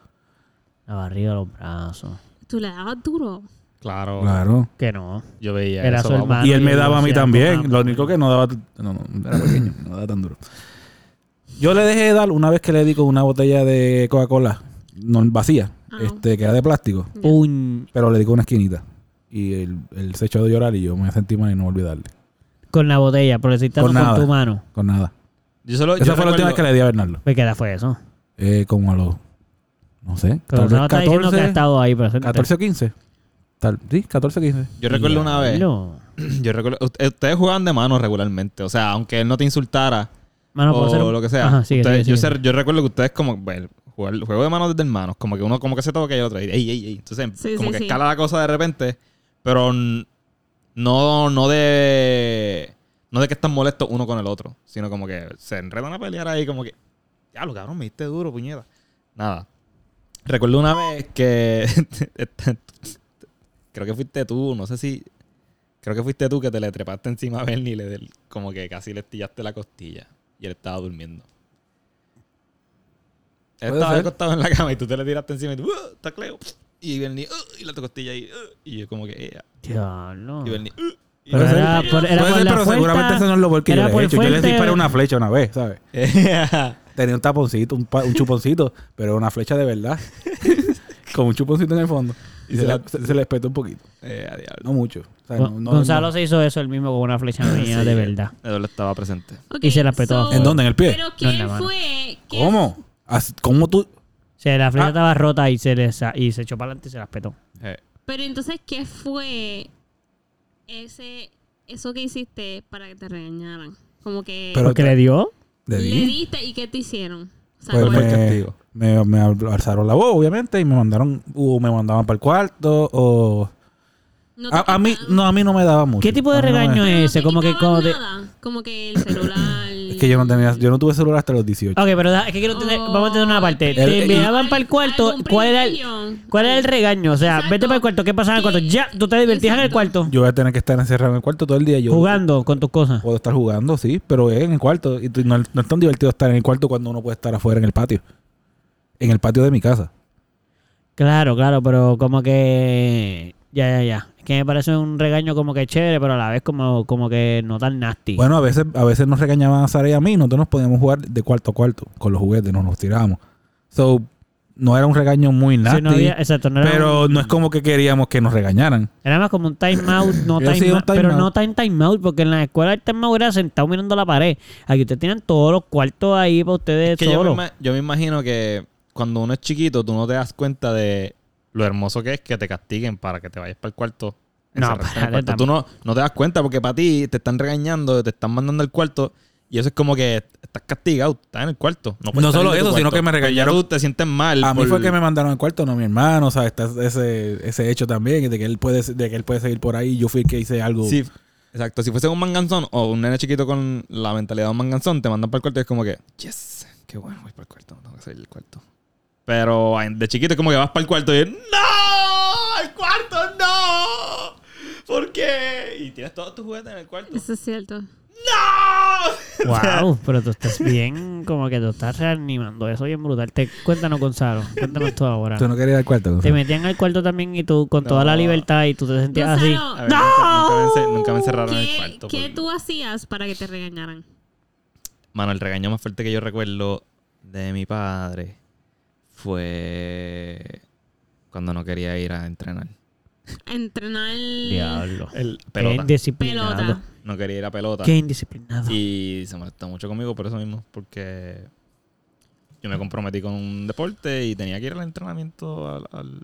[SPEAKER 1] La barriga, los brazos.
[SPEAKER 4] Tú le dabas duro.
[SPEAKER 2] Claro.
[SPEAKER 3] Claro.
[SPEAKER 1] Que no.
[SPEAKER 2] Yo veía
[SPEAKER 1] Era
[SPEAKER 2] eso.
[SPEAKER 1] su
[SPEAKER 2] vamos.
[SPEAKER 1] hermano.
[SPEAKER 3] y él me
[SPEAKER 1] yo
[SPEAKER 3] daba a mí
[SPEAKER 1] decía,
[SPEAKER 3] también.
[SPEAKER 1] "Puta
[SPEAKER 3] Lo único
[SPEAKER 1] madre".
[SPEAKER 3] que no daba. No, no, era pequeño. no daba tan duro. Yo le dejé dar una vez que le di con una botella de Coca-Cola no, vacía,
[SPEAKER 4] Ah.
[SPEAKER 3] este, que era de plástico.
[SPEAKER 1] Un-
[SPEAKER 3] Pero le di con una esquinita. Y él, él se echó de llorar y yo me sentí mal y no volví a darle.
[SPEAKER 1] Con la botella, por necesitarlo
[SPEAKER 3] Con
[SPEAKER 1] con,
[SPEAKER 3] nada.
[SPEAKER 1] tu mano.
[SPEAKER 3] Con nada.
[SPEAKER 2] Yo solo,
[SPEAKER 3] Esa
[SPEAKER 2] yo
[SPEAKER 3] fue la última vez que
[SPEAKER 2] recuerdo-
[SPEAKER 3] le di a Bernardo.
[SPEAKER 1] ¿Qué edad fue eso?
[SPEAKER 3] Eh, como a los. No sé.
[SPEAKER 1] Pero
[SPEAKER 3] Tal
[SPEAKER 1] no
[SPEAKER 3] vez
[SPEAKER 1] está diciendo que ha
[SPEAKER 3] 14,
[SPEAKER 1] estado ahí presente.
[SPEAKER 3] 14 o 15. Tal, sí, 14 o 15.
[SPEAKER 2] Yo recuerdo una vez.
[SPEAKER 1] No.
[SPEAKER 2] Yo recuerdo. ust- Ustedes jugaban de mano regularmente. O sea, aunque él no te insultara
[SPEAKER 1] Mano,
[SPEAKER 2] o
[SPEAKER 1] ¿puedo hacer un-
[SPEAKER 2] lo que sea.
[SPEAKER 1] Ajá, sigue,
[SPEAKER 2] ustedes-
[SPEAKER 1] sigue,
[SPEAKER 2] yo,
[SPEAKER 1] sigue.
[SPEAKER 2] sé- yo recuerdo que ustedes como bueno, jugar el juego de manos desde hermanos. Como que uno como que se toca y el otro. y, ey, ey, ey. Entonces,
[SPEAKER 4] Sí,
[SPEAKER 2] como
[SPEAKER 4] sí,
[SPEAKER 2] que
[SPEAKER 4] sí.
[SPEAKER 2] escala la cosa de repente. Pero mm, no, no de. No de que están molestos uno con el otro. Sino como que se enredan a pelear ahí, como que. Ya lo cabrón, me diste duro, puñeta. Nada. Recuerdo una vez que. creo que fuiste tú, no sé si. Creo que fuiste tú que te le trepaste encima a Bernie y le del- como que casi le estillaste la costilla. Y él estaba durmiendo. Él
[SPEAKER 3] Puede
[SPEAKER 2] estaba
[SPEAKER 3] ser.
[SPEAKER 2] acostado en la cama y tú te le tiraste encima y tú, ¡Uh! ¡Tacleo! Y Bernie, ¡Uh! Y la otra costilla ahí, ¡Uh! Y yo como que, ella.
[SPEAKER 1] Diablo.
[SPEAKER 2] Y
[SPEAKER 3] Ah.
[SPEAKER 2] Bernie, ¡Uh! Y
[SPEAKER 1] Pero
[SPEAKER 2] yo,
[SPEAKER 1] era por, era por
[SPEAKER 3] Puede ser,
[SPEAKER 1] la
[SPEAKER 3] pero
[SPEAKER 1] fuerza-
[SPEAKER 3] seguramente eso no es lo peor que
[SPEAKER 1] era
[SPEAKER 3] yo
[SPEAKER 1] por
[SPEAKER 3] le he hecho. Yo les
[SPEAKER 1] fuerte-
[SPEAKER 3] disparé una flecha una vez, ¿sabes?
[SPEAKER 2] ¡Ea!
[SPEAKER 3] Tenía un taponcito, un, pa- un chuponcito, pero una flecha de verdad. con un chuponcito en el fondo. Y se, la- se- se le espetó un poquito.
[SPEAKER 2] ¡Ea, Eh, diablo!
[SPEAKER 3] No mucho. O sea, no-
[SPEAKER 1] Gon-
[SPEAKER 3] no-
[SPEAKER 1] Gonzalo
[SPEAKER 3] no. Ah,
[SPEAKER 1] se hizo eso él mismo con una flecha mía, de verdad.
[SPEAKER 2] Él estaba presente.
[SPEAKER 4] Ok,
[SPEAKER 1] Y se la petó a fuego.
[SPEAKER 3] ¿En dónde? ¿En el pie?
[SPEAKER 4] Pero
[SPEAKER 1] No, en
[SPEAKER 4] ¿quién
[SPEAKER 1] la mano.
[SPEAKER 4] fue? que-
[SPEAKER 3] ¿Cómo? As- ¿Cómo tú?
[SPEAKER 1] O sea, la flecha
[SPEAKER 3] Ah.
[SPEAKER 1] estaba rota y se, le sa- y se echó para adelante y se las petó.
[SPEAKER 2] Eh,
[SPEAKER 4] Pero entonces, ¿qué fue ese, eso que hiciste para que te regañaran? Como que
[SPEAKER 3] Pero
[SPEAKER 1] ¿Porque
[SPEAKER 3] te-
[SPEAKER 1] le dio?
[SPEAKER 3] ¿Le
[SPEAKER 4] le
[SPEAKER 3] di?
[SPEAKER 4] diste y ¿qué te hicieron? O sea,
[SPEAKER 3] Pues
[SPEAKER 4] ¿cuál-
[SPEAKER 2] fue el
[SPEAKER 3] me,
[SPEAKER 2] castigo.
[SPEAKER 3] me, me alzaron la voz, obviamente, y me mandaron, o me mandaban para el cuarto, o...
[SPEAKER 4] no te
[SPEAKER 3] A, a mí,
[SPEAKER 4] quitaron-
[SPEAKER 3] no, a mí no me daba mucho.
[SPEAKER 1] ¿Qué tipo de
[SPEAKER 3] A mí no me-
[SPEAKER 1] regaño
[SPEAKER 4] pero no
[SPEAKER 1] es ese?
[SPEAKER 4] te
[SPEAKER 1] Como que
[SPEAKER 4] quitaban
[SPEAKER 1] cuando te-
[SPEAKER 4] nada. Como que el celular.
[SPEAKER 3] Es que yo no tenía, yo no tuve celular hasta los 18.
[SPEAKER 1] Ok, pero da- es que quiero tener,
[SPEAKER 4] Oh,
[SPEAKER 1] vamos a tener una parte.
[SPEAKER 3] el-
[SPEAKER 1] Te
[SPEAKER 3] el-
[SPEAKER 1] enviaban para el cuarto.
[SPEAKER 4] algún
[SPEAKER 1] ¿Cuál era el,
[SPEAKER 4] privilegio.
[SPEAKER 1] cuál era el regaño? O sea,
[SPEAKER 4] Exacto.
[SPEAKER 1] vete para el cuarto. ¿Qué pasaba en el cuarto?
[SPEAKER 4] Sí,
[SPEAKER 1] Ya, tú te divertías en el
[SPEAKER 4] exacto.
[SPEAKER 1] cuarto.
[SPEAKER 3] Yo voy a tener que estar encerrado en el cuarto todo el día. Yo
[SPEAKER 1] jugando con tus cosas.
[SPEAKER 3] Puedo estar jugando, sí, pero es en el cuarto. Y tú- no, no es tan divertido estar en el cuarto cuando uno puede estar afuera en el patio. En el patio de mi casa.
[SPEAKER 1] Claro, claro, pero como que. Ya, ya, ya. Es que me parece un regaño como que chévere, pero a la vez como, como que no tan nasty.
[SPEAKER 3] Bueno, a veces, a veces nos regañaban a Sara y a mí. Nosotros nos podíamos jugar de cuarto a cuarto con los juguetes, no nos tirábamos. So, no era un regaño muy
[SPEAKER 1] Sí,
[SPEAKER 3] nasty.
[SPEAKER 1] no había- exacto, no era
[SPEAKER 3] pero
[SPEAKER 1] un-
[SPEAKER 3] no es como que queríamos que nos regañaran.
[SPEAKER 1] Era más como un timeout, no
[SPEAKER 3] Hubiera sido
[SPEAKER 1] timeout,
[SPEAKER 3] un time
[SPEAKER 1] pero
[SPEAKER 3] out.
[SPEAKER 1] no tan timeout, porque en la escuela el timeout era sentado mirando la pared. Aquí ustedes tienen todos los cuartos ahí para ustedes
[SPEAKER 2] Es que yo me,
[SPEAKER 1] solos.
[SPEAKER 2] ima- yo me imagino que cuando uno es chiquito, tú no te das cuenta de lo hermoso que es que te castiguen para que te vayas para el cuarto.
[SPEAKER 1] No,
[SPEAKER 2] encerrarte en el
[SPEAKER 1] espérate,
[SPEAKER 2] cuarto. Tú no, no te das cuenta porque para ti te están regañando, te están mandando al cuarto. Y eso es como que estás castigado, estás en el cuarto. No, puedes
[SPEAKER 3] No
[SPEAKER 2] salir
[SPEAKER 3] solo
[SPEAKER 2] de tu
[SPEAKER 3] eso, sino
[SPEAKER 2] cuarto.
[SPEAKER 3] que me
[SPEAKER 2] Pero ya
[SPEAKER 3] regañaron.
[SPEAKER 2] tú te sientes mal.
[SPEAKER 3] A mí
[SPEAKER 2] por-
[SPEAKER 3] fue que me mandaron al cuarto, no mi hermano. O sea, está ese, ese hecho también de que él puede, de que él puede seguir por ahí. Yo fui el que hice algo.
[SPEAKER 2] Sí, exacto. Si fuese un manganzón o un nene chiquito con la mentalidad de un manganzón, te mandan para el cuarto y es como que, yes, qué bueno, voy para el cuarto, no tengo que salir del cuarto. Pero ay, de chiquito es como que vas para el cuarto y ¡No! ¡El cuarto no! ¿Por qué? Y tienes todos tus juguetes en el cuarto.
[SPEAKER 4] Eso es cierto.
[SPEAKER 2] ¡No!
[SPEAKER 1] Wow, pero tú estás bien, como que tú estás reanimando eso bien brutal. Te, cuéntanos, Gonzalo, cuéntanos tú ahora.
[SPEAKER 3] Tú no querías ir al cuarto.
[SPEAKER 1] Te metían al cuarto también y tú con toda la
[SPEAKER 2] No.
[SPEAKER 1] libertad y tú te sentías así.
[SPEAKER 4] Gonzalo,
[SPEAKER 2] A ver, nunca, nunca me ence- nunca me encerraron en el
[SPEAKER 4] ¿Qué,
[SPEAKER 2] cuarto. pues.
[SPEAKER 4] qué
[SPEAKER 2] por-
[SPEAKER 4] tú hacías para que te regañaran?
[SPEAKER 2] Mano, el regaño más fuerte que yo recuerdo de mi padre fue cuando no quería ir a entrenar.
[SPEAKER 4] Entrenar.
[SPEAKER 1] Diablo.
[SPEAKER 2] El
[SPEAKER 1] Qué
[SPEAKER 2] pelota.
[SPEAKER 1] indisciplinado.
[SPEAKER 4] Pelota.
[SPEAKER 2] No quería ir a pelota.
[SPEAKER 1] Qué indisciplinado.
[SPEAKER 2] Y se molestó mucho conmigo por eso mismo, porque yo me comprometí con un deporte y tenía que ir al entrenamiento, al- al-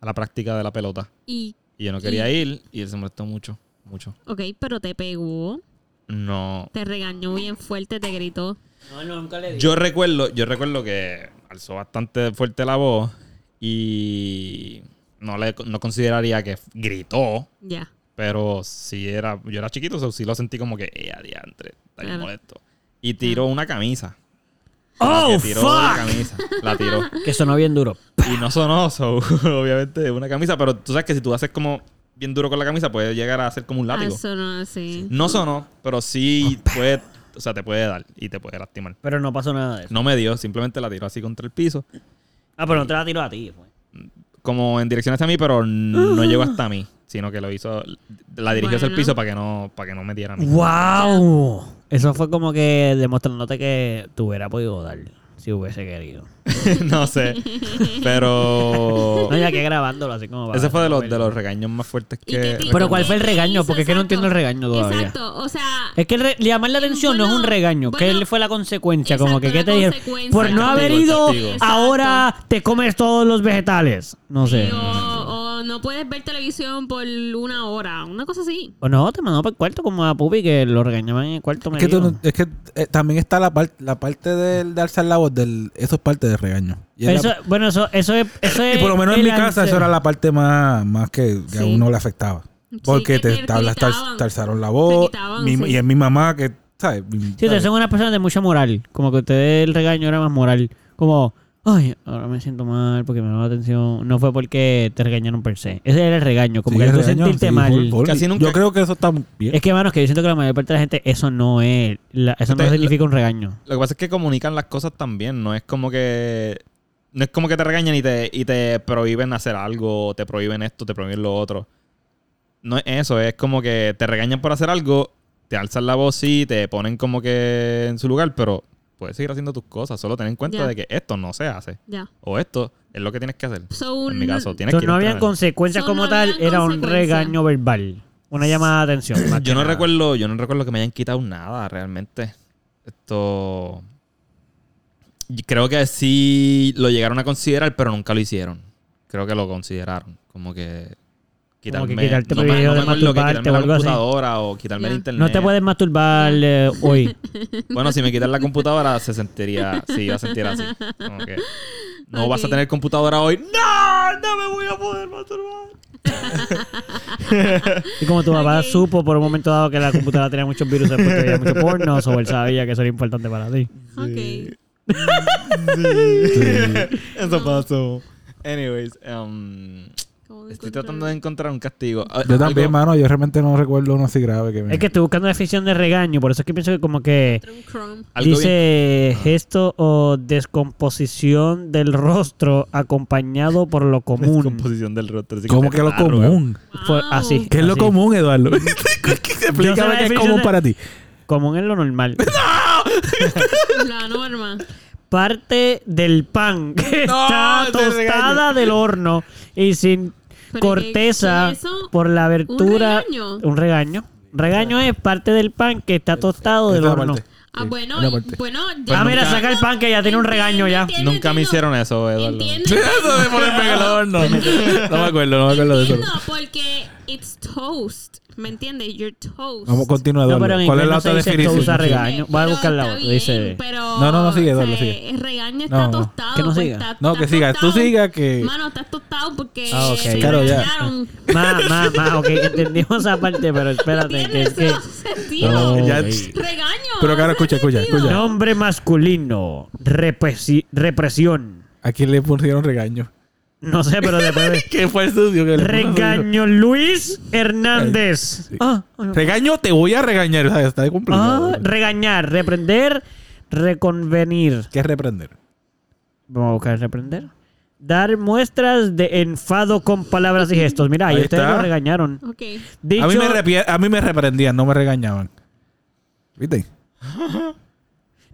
[SPEAKER 2] a la práctica de la pelota.
[SPEAKER 4] Y,
[SPEAKER 2] Y yo no quería ir y él se molestó mucho, mucho.
[SPEAKER 4] ok, pero te pegó,
[SPEAKER 2] No.
[SPEAKER 4] te regañó bien fuerte, te gritó.
[SPEAKER 1] No, no, nunca le dije.
[SPEAKER 2] Yo recuerdo, yo recuerdo que alzó bastante fuerte la voz y no, le, no consideraría que gritó,
[SPEAKER 4] Ya.
[SPEAKER 2] Pero si era, yo era chiquito, o sea, sí lo sentí como que, eh, adiantre, está bien
[SPEAKER 4] Claro.
[SPEAKER 2] molesto. Y tiró una camisa.
[SPEAKER 1] ¡Oh,
[SPEAKER 2] La que tiró la
[SPEAKER 1] fuck!
[SPEAKER 2] camisa. La tiró.
[SPEAKER 1] Que sonó bien duro.
[SPEAKER 2] Y no sonó, so, obviamente, una camisa. Pero tú sabes que si tú haces como bien duro con la camisa, puede llegar a ser como un
[SPEAKER 4] Ah,
[SPEAKER 2] látigo.
[SPEAKER 4] Eso no así.
[SPEAKER 2] No sonó, pero sí puede, o sea, te puede dar y te puede lastimar.
[SPEAKER 1] Pero no pasó nada de eso.
[SPEAKER 2] No me dio, simplemente la tiró así contra el piso.
[SPEAKER 1] Ah, pero no te la tiró a ti, pues.
[SPEAKER 2] Como en dirección hacia mí, pero n- no llegó hasta mí. Sino que lo hizo, la dirigió hacia el
[SPEAKER 4] Bueno.
[SPEAKER 2] piso para que no, para que no me diera a mí.
[SPEAKER 1] ¡Wow! Eso fue como que demostrándote que te hubiera podido dar si hubiese querido.
[SPEAKER 2] no sé. Pero.
[SPEAKER 1] No, ya que grabándolo así como para-
[SPEAKER 2] Ese fue de los, de los regaños más fuertes
[SPEAKER 4] ¿Y qué
[SPEAKER 2] que.
[SPEAKER 4] te-
[SPEAKER 1] Pero
[SPEAKER 4] ¿qué
[SPEAKER 1] ¿cuál fue el
[SPEAKER 4] te
[SPEAKER 1] regaño?
[SPEAKER 4] hizo?
[SPEAKER 1] Porque es que no
[SPEAKER 4] Exacto.
[SPEAKER 1] entiendo el regaño todavía.
[SPEAKER 4] Exacto, o sea,
[SPEAKER 1] Es que el re- llamar la atención no es un
[SPEAKER 4] Bueno,
[SPEAKER 1] regaño. ¿Qué
[SPEAKER 4] bueno,
[SPEAKER 1] fue la consecuencia?
[SPEAKER 4] exacto,
[SPEAKER 1] como que, ¿qué
[SPEAKER 4] la
[SPEAKER 1] te dijeron?
[SPEAKER 4] consecuencia.
[SPEAKER 1] Por no
[SPEAKER 2] Exacto,
[SPEAKER 1] haber
[SPEAKER 2] el
[SPEAKER 1] ido,
[SPEAKER 2] castigo.
[SPEAKER 1] ahora te comes todos los vegetales. No sé.
[SPEAKER 4] o, o no puedes ver televisión por una hora, una cosa así.
[SPEAKER 1] O no, te mandó para el cuarto como a Pupi que lo regañaban en el cuarto.
[SPEAKER 3] Es
[SPEAKER 1] me
[SPEAKER 3] que, tú
[SPEAKER 1] dijo.
[SPEAKER 3] no- es que eh, también está la, par- la parte del, de alzar la voz, del, eso es parte del regaño. Y, es
[SPEAKER 1] Pero eso,
[SPEAKER 3] la-
[SPEAKER 1] bueno, eso, eso es. eso
[SPEAKER 3] y
[SPEAKER 1] es
[SPEAKER 3] por lo menos en
[SPEAKER 1] el
[SPEAKER 3] mi casa
[SPEAKER 1] antes-
[SPEAKER 3] eso era la parte más, más que, que a
[SPEAKER 4] Sí.
[SPEAKER 3] uno le afectaba.
[SPEAKER 4] Sí,
[SPEAKER 3] Porque
[SPEAKER 4] que
[SPEAKER 3] te,
[SPEAKER 4] te-
[SPEAKER 3] te hablas- te al-
[SPEAKER 4] gritaban.
[SPEAKER 3] te alzaron la voz.
[SPEAKER 4] Te gritaban,
[SPEAKER 3] mi-
[SPEAKER 4] sí.
[SPEAKER 3] Y es mi mamá que, ¿sabes? Mi-
[SPEAKER 1] Sí, ustedes
[SPEAKER 3] ¿sabes?
[SPEAKER 1] son unas personas de mucha moral. Como que ustedes el regaño era más moral. Como, ay, ahora me siento mal porque me daba atención. No fue porque te regañaron per se. Ese era el regaño. Como
[SPEAKER 3] Sí,
[SPEAKER 1] que
[SPEAKER 3] el
[SPEAKER 1] tú
[SPEAKER 3] regaño,
[SPEAKER 1] sentirte
[SPEAKER 3] sí,
[SPEAKER 1] mal.
[SPEAKER 3] full, full.
[SPEAKER 2] Casi nunca-
[SPEAKER 3] Yo creo que eso está bien.
[SPEAKER 1] Es que, hermanos, que yo siento que la mayor parte de la gente, eso no es. la- eso no
[SPEAKER 2] Este-
[SPEAKER 1] significa un regaño.
[SPEAKER 2] Lo que pasa es que comunican las cosas también. No es como que. No es como que te regañan y te, y te prohíben hacer algo, te prohíben esto, te prohíben lo otro. No es eso, es como que te regañan por hacer algo, te alzan la voz, sí, te ponen como que en su lugar, pero puedes seguir haciendo tus cosas. Solo ten en cuenta
[SPEAKER 4] Ya.
[SPEAKER 2] de que esto no se hace.
[SPEAKER 4] Ya.
[SPEAKER 2] O esto es lo que tienes que hacer.
[SPEAKER 4] So,
[SPEAKER 2] En mi caso, tienes que
[SPEAKER 1] Entonces,
[SPEAKER 2] ir
[SPEAKER 1] no
[SPEAKER 2] a
[SPEAKER 1] habían
[SPEAKER 2] entrenar.
[SPEAKER 1] consecuencias
[SPEAKER 4] So,
[SPEAKER 1] como
[SPEAKER 4] no
[SPEAKER 1] tal,
[SPEAKER 4] habían
[SPEAKER 1] era un
[SPEAKER 4] consecuencias.
[SPEAKER 1] regaño verbal. Una llamada de atención. más que
[SPEAKER 2] Yo no
[SPEAKER 1] nada.
[SPEAKER 2] recuerdo, yo no recuerdo que me hayan quitado nada realmente. Esto y creo que sí lo llegaron a considerar, pero nunca lo hicieron. Creo que lo consideraron, como que quitarme,
[SPEAKER 1] quitarte
[SPEAKER 2] no me-
[SPEAKER 1] prohibido
[SPEAKER 2] no
[SPEAKER 1] de
[SPEAKER 2] me acuerdo que
[SPEAKER 1] masturbarte
[SPEAKER 2] quitarme
[SPEAKER 1] o
[SPEAKER 2] la
[SPEAKER 1] algo así.
[SPEAKER 2] computadora o quitarme el
[SPEAKER 4] Ya.
[SPEAKER 2] internet.
[SPEAKER 1] No te puedes masturbar eh, hoy.
[SPEAKER 2] Bueno, si me quitan la computadora se sentiría, sí, iba a sentir así. Como que, no vas a
[SPEAKER 4] Ok.
[SPEAKER 2] tener computadora hoy. No, no me voy a poder masturbar.
[SPEAKER 1] Y como tu papá
[SPEAKER 4] Ok.
[SPEAKER 1] supo por un momento dado que la computadora tenía muchos virus porque había mucho porno, o él sabía que eso era importante para ti.
[SPEAKER 4] Ok.
[SPEAKER 2] Eso pasó. Anyways, um,
[SPEAKER 4] ¿Cómo
[SPEAKER 2] Estoy
[SPEAKER 4] encontrar-
[SPEAKER 2] tratando de encontrar un castigo. Ah,
[SPEAKER 3] Yo también,
[SPEAKER 2] algo-
[SPEAKER 3] mano, yo realmente no recuerdo uno así grave que me...
[SPEAKER 1] Es que estoy buscando una ficción de regaño, por eso es que pienso que como que
[SPEAKER 4] encontrar un Chrome.
[SPEAKER 2] algo bien-
[SPEAKER 1] dice gesto o descomposición del rostro acompañado por lo común.
[SPEAKER 2] Descomposición del rostro. así
[SPEAKER 3] como
[SPEAKER 2] te
[SPEAKER 3] que lo
[SPEAKER 2] raro, weón.
[SPEAKER 3] común.
[SPEAKER 1] Fue
[SPEAKER 4] Wow.
[SPEAKER 1] así.
[SPEAKER 3] ¿Qué es lo
[SPEAKER 1] así.
[SPEAKER 3] común, Eduardo?
[SPEAKER 1] Yo sé la
[SPEAKER 3] Explícame qué es
[SPEAKER 1] definición
[SPEAKER 3] común
[SPEAKER 1] de-
[SPEAKER 3] para ti.
[SPEAKER 1] Común es lo normal.
[SPEAKER 4] La norma.
[SPEAKER 1] Parte del pan que
[SPEAKER 2] No,
[SPEAKER 1] está
[SPEAKER 2] ese regaño.
[SPEAKER 1] tostada del horno y sin
[SPEAKER 4] Pero
[SPEAKER 1] corteza
[SPEAKER 4] ¿qué- qué es eso?
[SPEAKER 1] por la abertura.
[SPEAKER 4] regaño?
[SPEAKER 1] Un regaño. Regaño es parte del pan que está tostado del
[SPEAKER 3] Esa
[SPEAKER 1] horno.
[SPEAKER 3] parte.
[SPEAKER 4] Ah,
[SPEAKER 3] Sí,
[SPEAKER 4] bueno,
[SPEAKER 3] esa parte.
[SPEAKER 4] bueno, ya-
[SPEAKER 1] Ah, mira,
[SPEAKER 2] nunca-
[SPEAKER 1] saca el pan que ya tiene un regaño ya.
[SPEAKER 4] Entiendo,
[SPEAKER 2] Nunca me
[SPEAKER 4] entiendo.
[SPEAKER 2] hicieron eso, Eduardo.
[SPEAKER 4] Entiendo,
[SPEAKER 3] Eso de ponerme en el horno. No me acuerdo, no me acuerdo de eso.
[SPEAKER 4] entiendo, porque it's toast. ¿me entiendes? You're toast. Eh,
[SPEAKER 3] Vamos, continúa,
[SPEAKER 1] No,
[SPEAKER 3] Eduardo.
[SPEAKER 1] pero en
[SPEAKER 3] ¿Cuál es
[SPEAKER 1] inglés
[SPEAKER 3] la
[SPEAKER 1] no
[SPEAKER 3] otra
[SPEAKER 1] se dice esto, usa
[SPEAKER 3] definición?
[SPEAKER 1] regaño. Voy a
[SPEAKER 4] Pero
[SPEAKER 1] buscar la
[SPEAKER 4] está
[SPEAKER 1] otra.
[SPEAKER 4] bien,
[SPEAKER 1] Dice.
[SPEAKER 4] pero,
[SPEAKER 3] No, no, no, sigue, Eduardo,
[SPEAKER 4] o sea,
[SPEAKER 3] sigue.
[SPEAKER 4] El regaño está
[SPEAKER 3] No, no.
[SPEAKER 4] tostado.
[SPEAKER 1] Que no
[SPEAKER 4] pues,
[SPEAKER 1] siga.
[SPEAKER 4] está-
[SPEAKER 3] No,
[SPEAKER 4] está
[SPEAKER 3] que siga. Tú
[SPEAKER 4] tostado.
[SPEAKER 3] siga que...
[SPEAKER 4] Mano, estás tostado porque
[SPEAKER 1] Ah, ok.
[SPEAKER 4] te
[SPEAKER 3] Claro, ya.
[SPEAKER 4] regañaron.
[SPEAKER 1] Ma, ma, ma, ok, entendimos esa parte, pero espérate, que
[SPEAKER 4] Tiene
[SPEAKER 1] es que.
[SPEAKER 4] cero sentido.
[SPEAKER 3] Ya-
[SPEAKER 4] Regaño.
[SPEAKER 3] Pero, claro,
[SPEAKER 4] hace
[SPEAKER 3] escucha, escucha,
[SPEAKER 4] sentido.
[SPEAKER 3] escucha.
[SPEAKER 1] Nombre masculino. represi- represión.
[SPEAKER 3] ¿A quién le pusieron regaño?
[SPEAKER 1] No sé, pero después. de-
[SPEAKER 3] ¿Qué fue el sucio que le pusieron
[SPEAKER 1] Regaño Luis Hernández. Ah, ah,
[SPEAKER 3] Regaño te voy a regañar. O sea, está de
[SPEAKER 1] ah,
[SPEAKER 3] cumpleaños.
[SPEAKER 1] regañar, reprender, reconvenir.
[SPEAKER 3] ¿Qué es reprender?
[SPEAKER 1] Vamos a buscar reprender. Dar muestras de enfado con palabras y gestos. Mira, ahí
[SPEAKER 3] Ahí
[SPEAKER 1] ustedes
[SPEAKER 3] está.
[SPEAKER 1] lo regañaron.
[SPEAKER 4] Ok.
[SPEAKER 1] Dicho,
[SPEAKER 3] A mí, me repie- a mí me reprendían, no me regañaban. ¿Viste?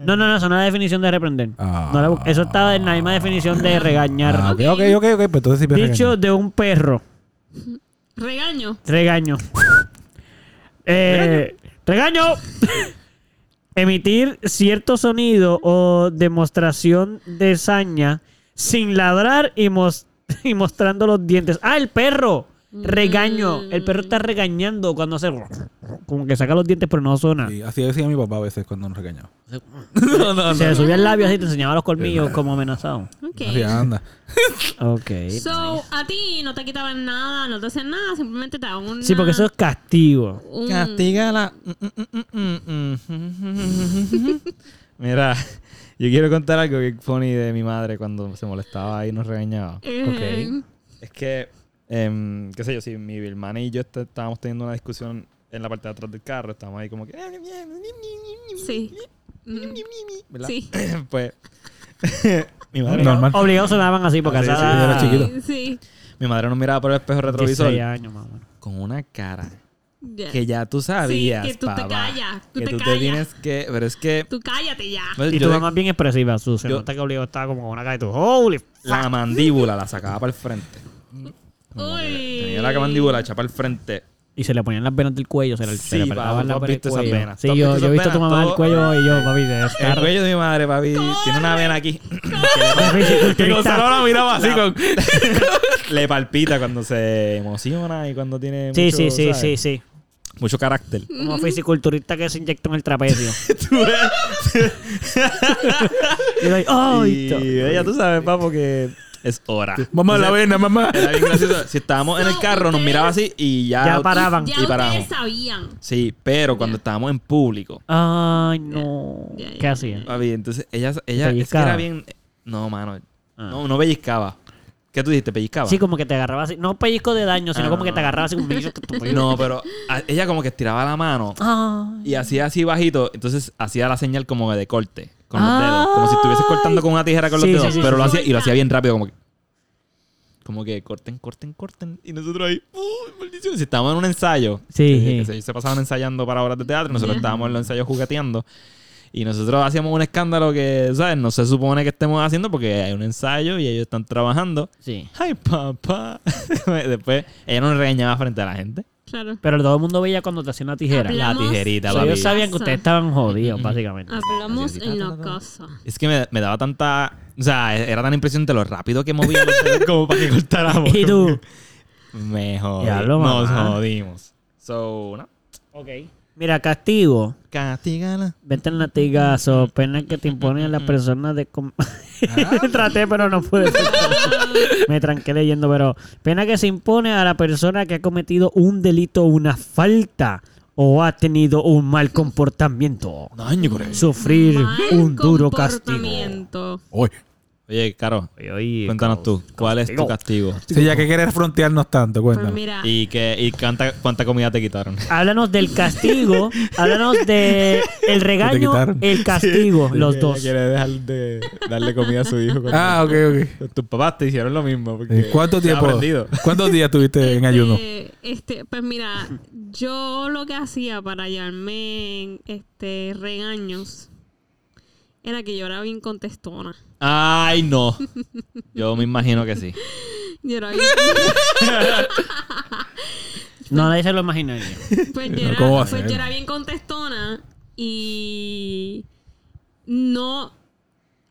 [SPEAKER 1] No, no, no, eso no es la definición de reprender.
[SPEAKER 3] Ah.
[SPEAKER 1] No la bu- eso estaba en la misma definición de regañar.
[SPEAKER 3] Ah, ok, ok, ok, ok. Pues entonces sí me
[SPEAKER 1] Dicho
[SPEAKER 3] regañaban.
[SPEAKER 1] de un perro.
[SPEAKER 4] Regaño.
[SPEAKER 1] Regaño. Eh, regaño. Emitir cierto sonido o demostración de saña sin ladrar y, mos- y mostrando los dientes. Ah, el perro. Regaño. El perro está regañando cuando hace... Como que saca los dientes pero no suena.
[SPEAKER 3] Sí, así decía mi papá a veces cuando nos regañaba.
[SPEAKER 2] No, no,
[SPEAKER 1] Se le
[SPEAKER 2] no.
[SPEAKER 1] subía el labio así y te enseñaba los colmillos como amenazado.
[SPEAKER 4] Ok.
[SPEAKER 3] Así ah. anda.
[SPEAKER 1] Ok.
[SPEAKER 4] So, a ti no te quitaban nada, no te hacían nada, simplemente te daban un.
[SPEAKER 1] Sí, porque eso es castigo.
[SPEAKER 4] Un...
[SPEAKER 2] Castígala. Mira, yo quiero contar algo que funny de mi madre cuando se molestaba y nos regañaba.
[SPEAKER 4] Ujú.
[SPEAKER 2] Es que, em, qué sé yo, si mi hermana y yo est- estábamos teniendo una discusión en la parte de atrás del carro, estábamos ahí como que... "Ah,
[SPEAKER 4] Sí. Mm,
[SPEAKER 2] ¿Verdad?
[SPEAKER 4] Sí.
[SPEAKER 2] pues... mi, madre,
[SPEAKER 3] Normal.
[SPEAKER 1] Obligados sonaban así porque
[SPEAKER 2] Ah, sí,
[SPEAKER 1] así
[SPEAKER 2] sí,
[SPEAKER 1] era-
[SPEAKER 3] yo era chiquito.
[SPEAKER 4] Sí.
[SPEAKER 2] mi madre nos miraba por el espejo retrovisor
[SPEAKER 1] 16 años, más o menos.
[SPEAKER 2] con una cara
[SPEAKER 4] Ya.
[SPEAKER 2] que ya tú sabías,
[SPEAKER 4] Eh, que tú te
[SPEAKER 2] papá,
[SPEAKER 4] callas, tú
[SPEAKER 2] que
[SPEAKER 4] te
[SPEAKER 2] tú
[SPEAKER 4] callas.
[SPEAKER 2] te tienes que... Pero es que...
[SPEAKER 4] Tú cállate ya.
[SPEAKER 2] pues,
[SPEAKER 1] Y
[SPEAKER 2] yo
[SPEAKER 1] tu
[SPEAKER 2] te-
[SPEAKER 1] mamá bien expresiva, su se
[SPEAKER 2] yo-
[SPEAKER 1] nota que obligado estaba como con una cara de tu holy f-
[SPEAKER 2] la mandíbula la sacaba para el frente. Como que
[SPEAKER 4] Uy.
[SPEAKER 2] Tenía la mandíbula echada para el frente.
[SPEAKER 1] y se le ponían las venas del cuello, se le, se le
[SPEAKER 2] Sí,
[SPEAKER 1] apretaban
[SPEAKER 2] papi,
[SPEAKER 1] las
[SPEAKER 2] tú
[SPEAKER 1] venas del
[SPEAKER 2] has visto esas
[SPEAKER 1] cuello.
[SPEAKER 2] venas,
[SPEAKER 1] Sí,
[SPEAKER 2] tú has
[SPEAKER 1] yo,
[SPEAKER 2] visto
[SPEAKER 1] yo he
[SPEAKER 2] esas
[SPEAKER 1] visto a tu
[SPEAKER 2] venas,
[SPEAKER 1] mamá
[SPEAKER 2] todo-
[SPEAKER 1] el cuello y yo, papi, de
[SPEAKER 2] El
[SPEAKER 1] estar
[SPEAKER 2] cuello de mi madre, papi, tiene una vena aquí. que Gonzalo
[SPEAKER 1] dificultista.
[SPEAKER 2] la miraba así con... Le palpita cuando se emociona y cuando tiene
[SPEAKER 1] Sí,
[SPEAKER 2] mucho,
[SPEAKER 1] sí, sí,
[SPEAKER 2] ¿sabes?
[SPEAKER 1] sí, sí.
[SPEAKER 2] mucho carácter.
[SPEAKER 1] Como fisiculturista que se inyectó en el trapecio. y yo, ¡ay!
[SPEAKER 2] y
[SPEAKER 1] to-
[SPEAKER 2] ella, tú sabes, papo, que es hora.
[SPEAKER 3] Mamá, la
[SPEAKER 2] Entonces,
[SPEAKER 3] vena, mamá.
[SPEAKER 2] Era bien gracioso. Si estábamos en el carro, nos miraba así y ya...
[SPEAKER 1] Ya paraban.
[SPEAKER 4] Ya
[SPEAKER 2] Y
[SPEAKER 4] ustedes
[SPEAKER 2] paramos.
[SPEAKER 4] sabían.
[SPEAKER 2] Sí, pero cuando estábamos en público,
[SPEAKER 1] Ay, no.
[SPEAKER 4] Ya, ya,
[SPEAKER 1] ¿Qué hacía?
[SPEAKER 2] Papi, entonces ella, ella es que
[SPEAKER 1] Pellizcaba.
[SPEAKER 2] era bien. No, mano.
[SPEAKER 1] Ah.
[SPEAKER 2] No, no pellizcaba. ¿Qué tú dijiste? ¿Pellizcaba?
[SPEAKER 1] Sí, como que te agarraba así. No pellizco de daño, sino
[SPEAKER 2] Ah.
[SPEAKER 1] como que te agarraba así. como que-
[SPEAKER 2] No, pero a- ella como que estiraba la mano
[SPEAKER 1] Ay.
[SPEAKER 2] y hacía así bajito. Entonces hacía la señal como de corte con los dedos.
[SPEAKER 1] Ay.
[SPEAKER 2] Como si estuvieses cortando con una tijera con
[SPEAKER 1] Sí, sí,
[SPEAKER 2] los dedos.
[SPEAKER 1] sí,
[SPEAKER 2] pero
[SPEAKER 4] sí,
[SPEAKER 2] lo
[SPEAKER 4] sí.
[SPEAKER 2] hacía y lo hacía bien rápido, como que. Como que corten, corten, corten. Y nosotros ahí, ¡uy, maldición! Si estábamos en un ensayo,
[SPEAKER 1] Sí,
[SPEAKER 2] que-
[SPEAKER 1] sí.
[SPEAKER 2] que se, se pasaban ensayando para obras de teatro, nosotros
[SPEAKER 4] Ajá.
[SPEAKER 2] estábamos en los ensayos jugueteando. Y nosotros hacíamos un escándalo que, ¿sabes? No se supone que estemos haciendo porque hay un ensayo y ellos están trabajando.
[SPEAKER 1] Sí.
[SPEAKER 2] ¡Ay, papá! Después, ella nos regañaba frente a la gente.
[SPEAKER 4] Claro.
[SPEAKER 1] Pero todo el mundo veía cuando te hacía una tijera.
[SPEAKER 4] Habla-
[SPEAKER 2] La
[SPEAKER 4] Hablamos-
[SPEAKER 2] tijerita,
[SPEAKER 1] O sea,
[SPEAKER 2] papi.
[SPEAKER 1] ellos sabían que ustedes estaban jodidos,
[SPEAKER 2] Ujú.
[SPEAKER 1] básicamente.
[SPEAKER 4] Hablamos en la
[SPEAKER 2] Así,
[SPEAKER 4] cosa.
[SPEAKER 2] Es que me, me daba tanta... O sea, era tan impresionante lo rápido que movía los dedos como para que cortáramos.
[SPEAKER 1] Y tú.
[SPEAKER 2] Me jodí.
[SPEAKER 1] Ya lo,
[SPEAKER 2] Nos
[SPEAKER 1] mamá.
[SPEAKER 2] jodimos. So, no.
[SPEAKER 1] Ok. Mira, castigo.
[SPEAKER 2] Castígala.
[SPEAKER 1] Vete en latigazo, pena que te imponen las personas de... com-
[SPEAKER 2] Ah.
[SPEAKER 1] Traté, pero no pude. Me tranqué leyendo, pero... Pena que se impone a la persona que ha cometido un delito o una falta o ha tenido un mal comportamiento.
[SPEAKER 2] Daño, corre.
[SPEAKER 1] Sufrir
[SPEAKER 4] Mal
[SPEAKER 1] un duro castigo.
[SPEAKER 4] comportamiento.
[SPEAKER 3] Oye.
[SPEAKER 2] Oye, Caro,
[SPEAKER 1] Oye, oye,
[SPEAKER 2] cuéntanos tú. ¿Cuál es tu castigo?
[SPEAKER 3] Sí, ya que quieres frontearnos tanto,
[SPEAKER 4] Pues
[SPEAKER 3] cuéntanos.
[SPEAKER 4] mira,
[SPEAKER 2] ¿Y, qué, y cuánta, cuánta comida te quitaron?
[SPEAKER 1] Háblanos del castigo, háblanos de el regaño,
[SPEAKER 3] quitaron.
[SPEAKER 1] el castigo, los dos.
[SPEAKER 2] Quiere dejar de darle comida a su hijo.
[SPEAKER 3] Ah, ok, ok.
[SPEAKER 2] Tus papás te hicieron lo mismo.
[SPEAKER 3] Eh, ¿Cuánto tiempo? ¿Cuántos días tuviste eh, en ayuno?
[SPEAKER 4] Este, este, pues mira, yo lo que hacía para hallarme en este regaños era que yo era bien contestona.
[SPEAKER 2] Ay, no. Yo me imagino que sí.
[SPEAKER 4] Yo era bien,
[SPEAKER 1] No, nadie se lo imagina.
[SPEAKER 4] pues yo era-
[SPEAKER 3] ¿Cómo va a
[SPEAKER 4] pues
[SPEAKER 3] ser?
[SPEAKER 4] yo era bien contestona y no,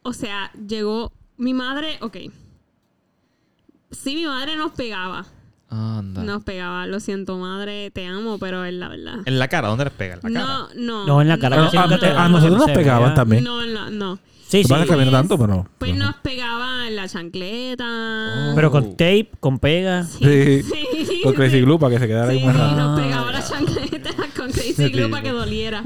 [SPEAKER 4] o sea, llegó mi madre, ok. Sí, mi madre nos pegaba.
[SPEAKER 2] Anda.
[SPEAKER 4] Nos pegaba, lo siento madre, te amo, pero es la verdad.
[SPEAKER 2] ¿En la cara? ¿Dónde les pega? ¿En la cara?
[SPEAKER 4] No, no.
[SPEAKER 1] No, en la cara.
[SPEAKER 3] A,
[SPEAKER 1] casi nunca te
[SPEAKER 3] a- a
[SPEAKER 1] ganan,
[SPEAKER 3] nosotros
[SPEAKER 1] no
[SPEAKER 3] nos
[SPEAKER 1] se
[SPEAKER 3] pegaban
[SPEAKER 1] veía.
[SPEAKER 3] también.
[SPEAKER 4] No, no, no.
[SPEAKER 1] Sí, sí.
[SPEAKER 3] Lo que pasa es que a mí no tanto, pero.
[SPEAKER 4] Pues nos pegaba en la chancleta.
[SPEAKER 1] Pero con tape, con pega.
[SPEAKER 3] Oh. Sí.
[SPEAKER 4] Sí,
[SPEAKER 3] Con Crazy
[SPEAKER 4] sí.
[SPEAKER 3] Glue para que se quedara
[SPEAKER 4] Sí,
[SPEAKER 3] ahí Ah, más
[SPEAKER 4] sí,
[SPEAKER 3] rato.
[SPEAKER 4] nos pegaba la chancleta con Crazy Glue para que doliera.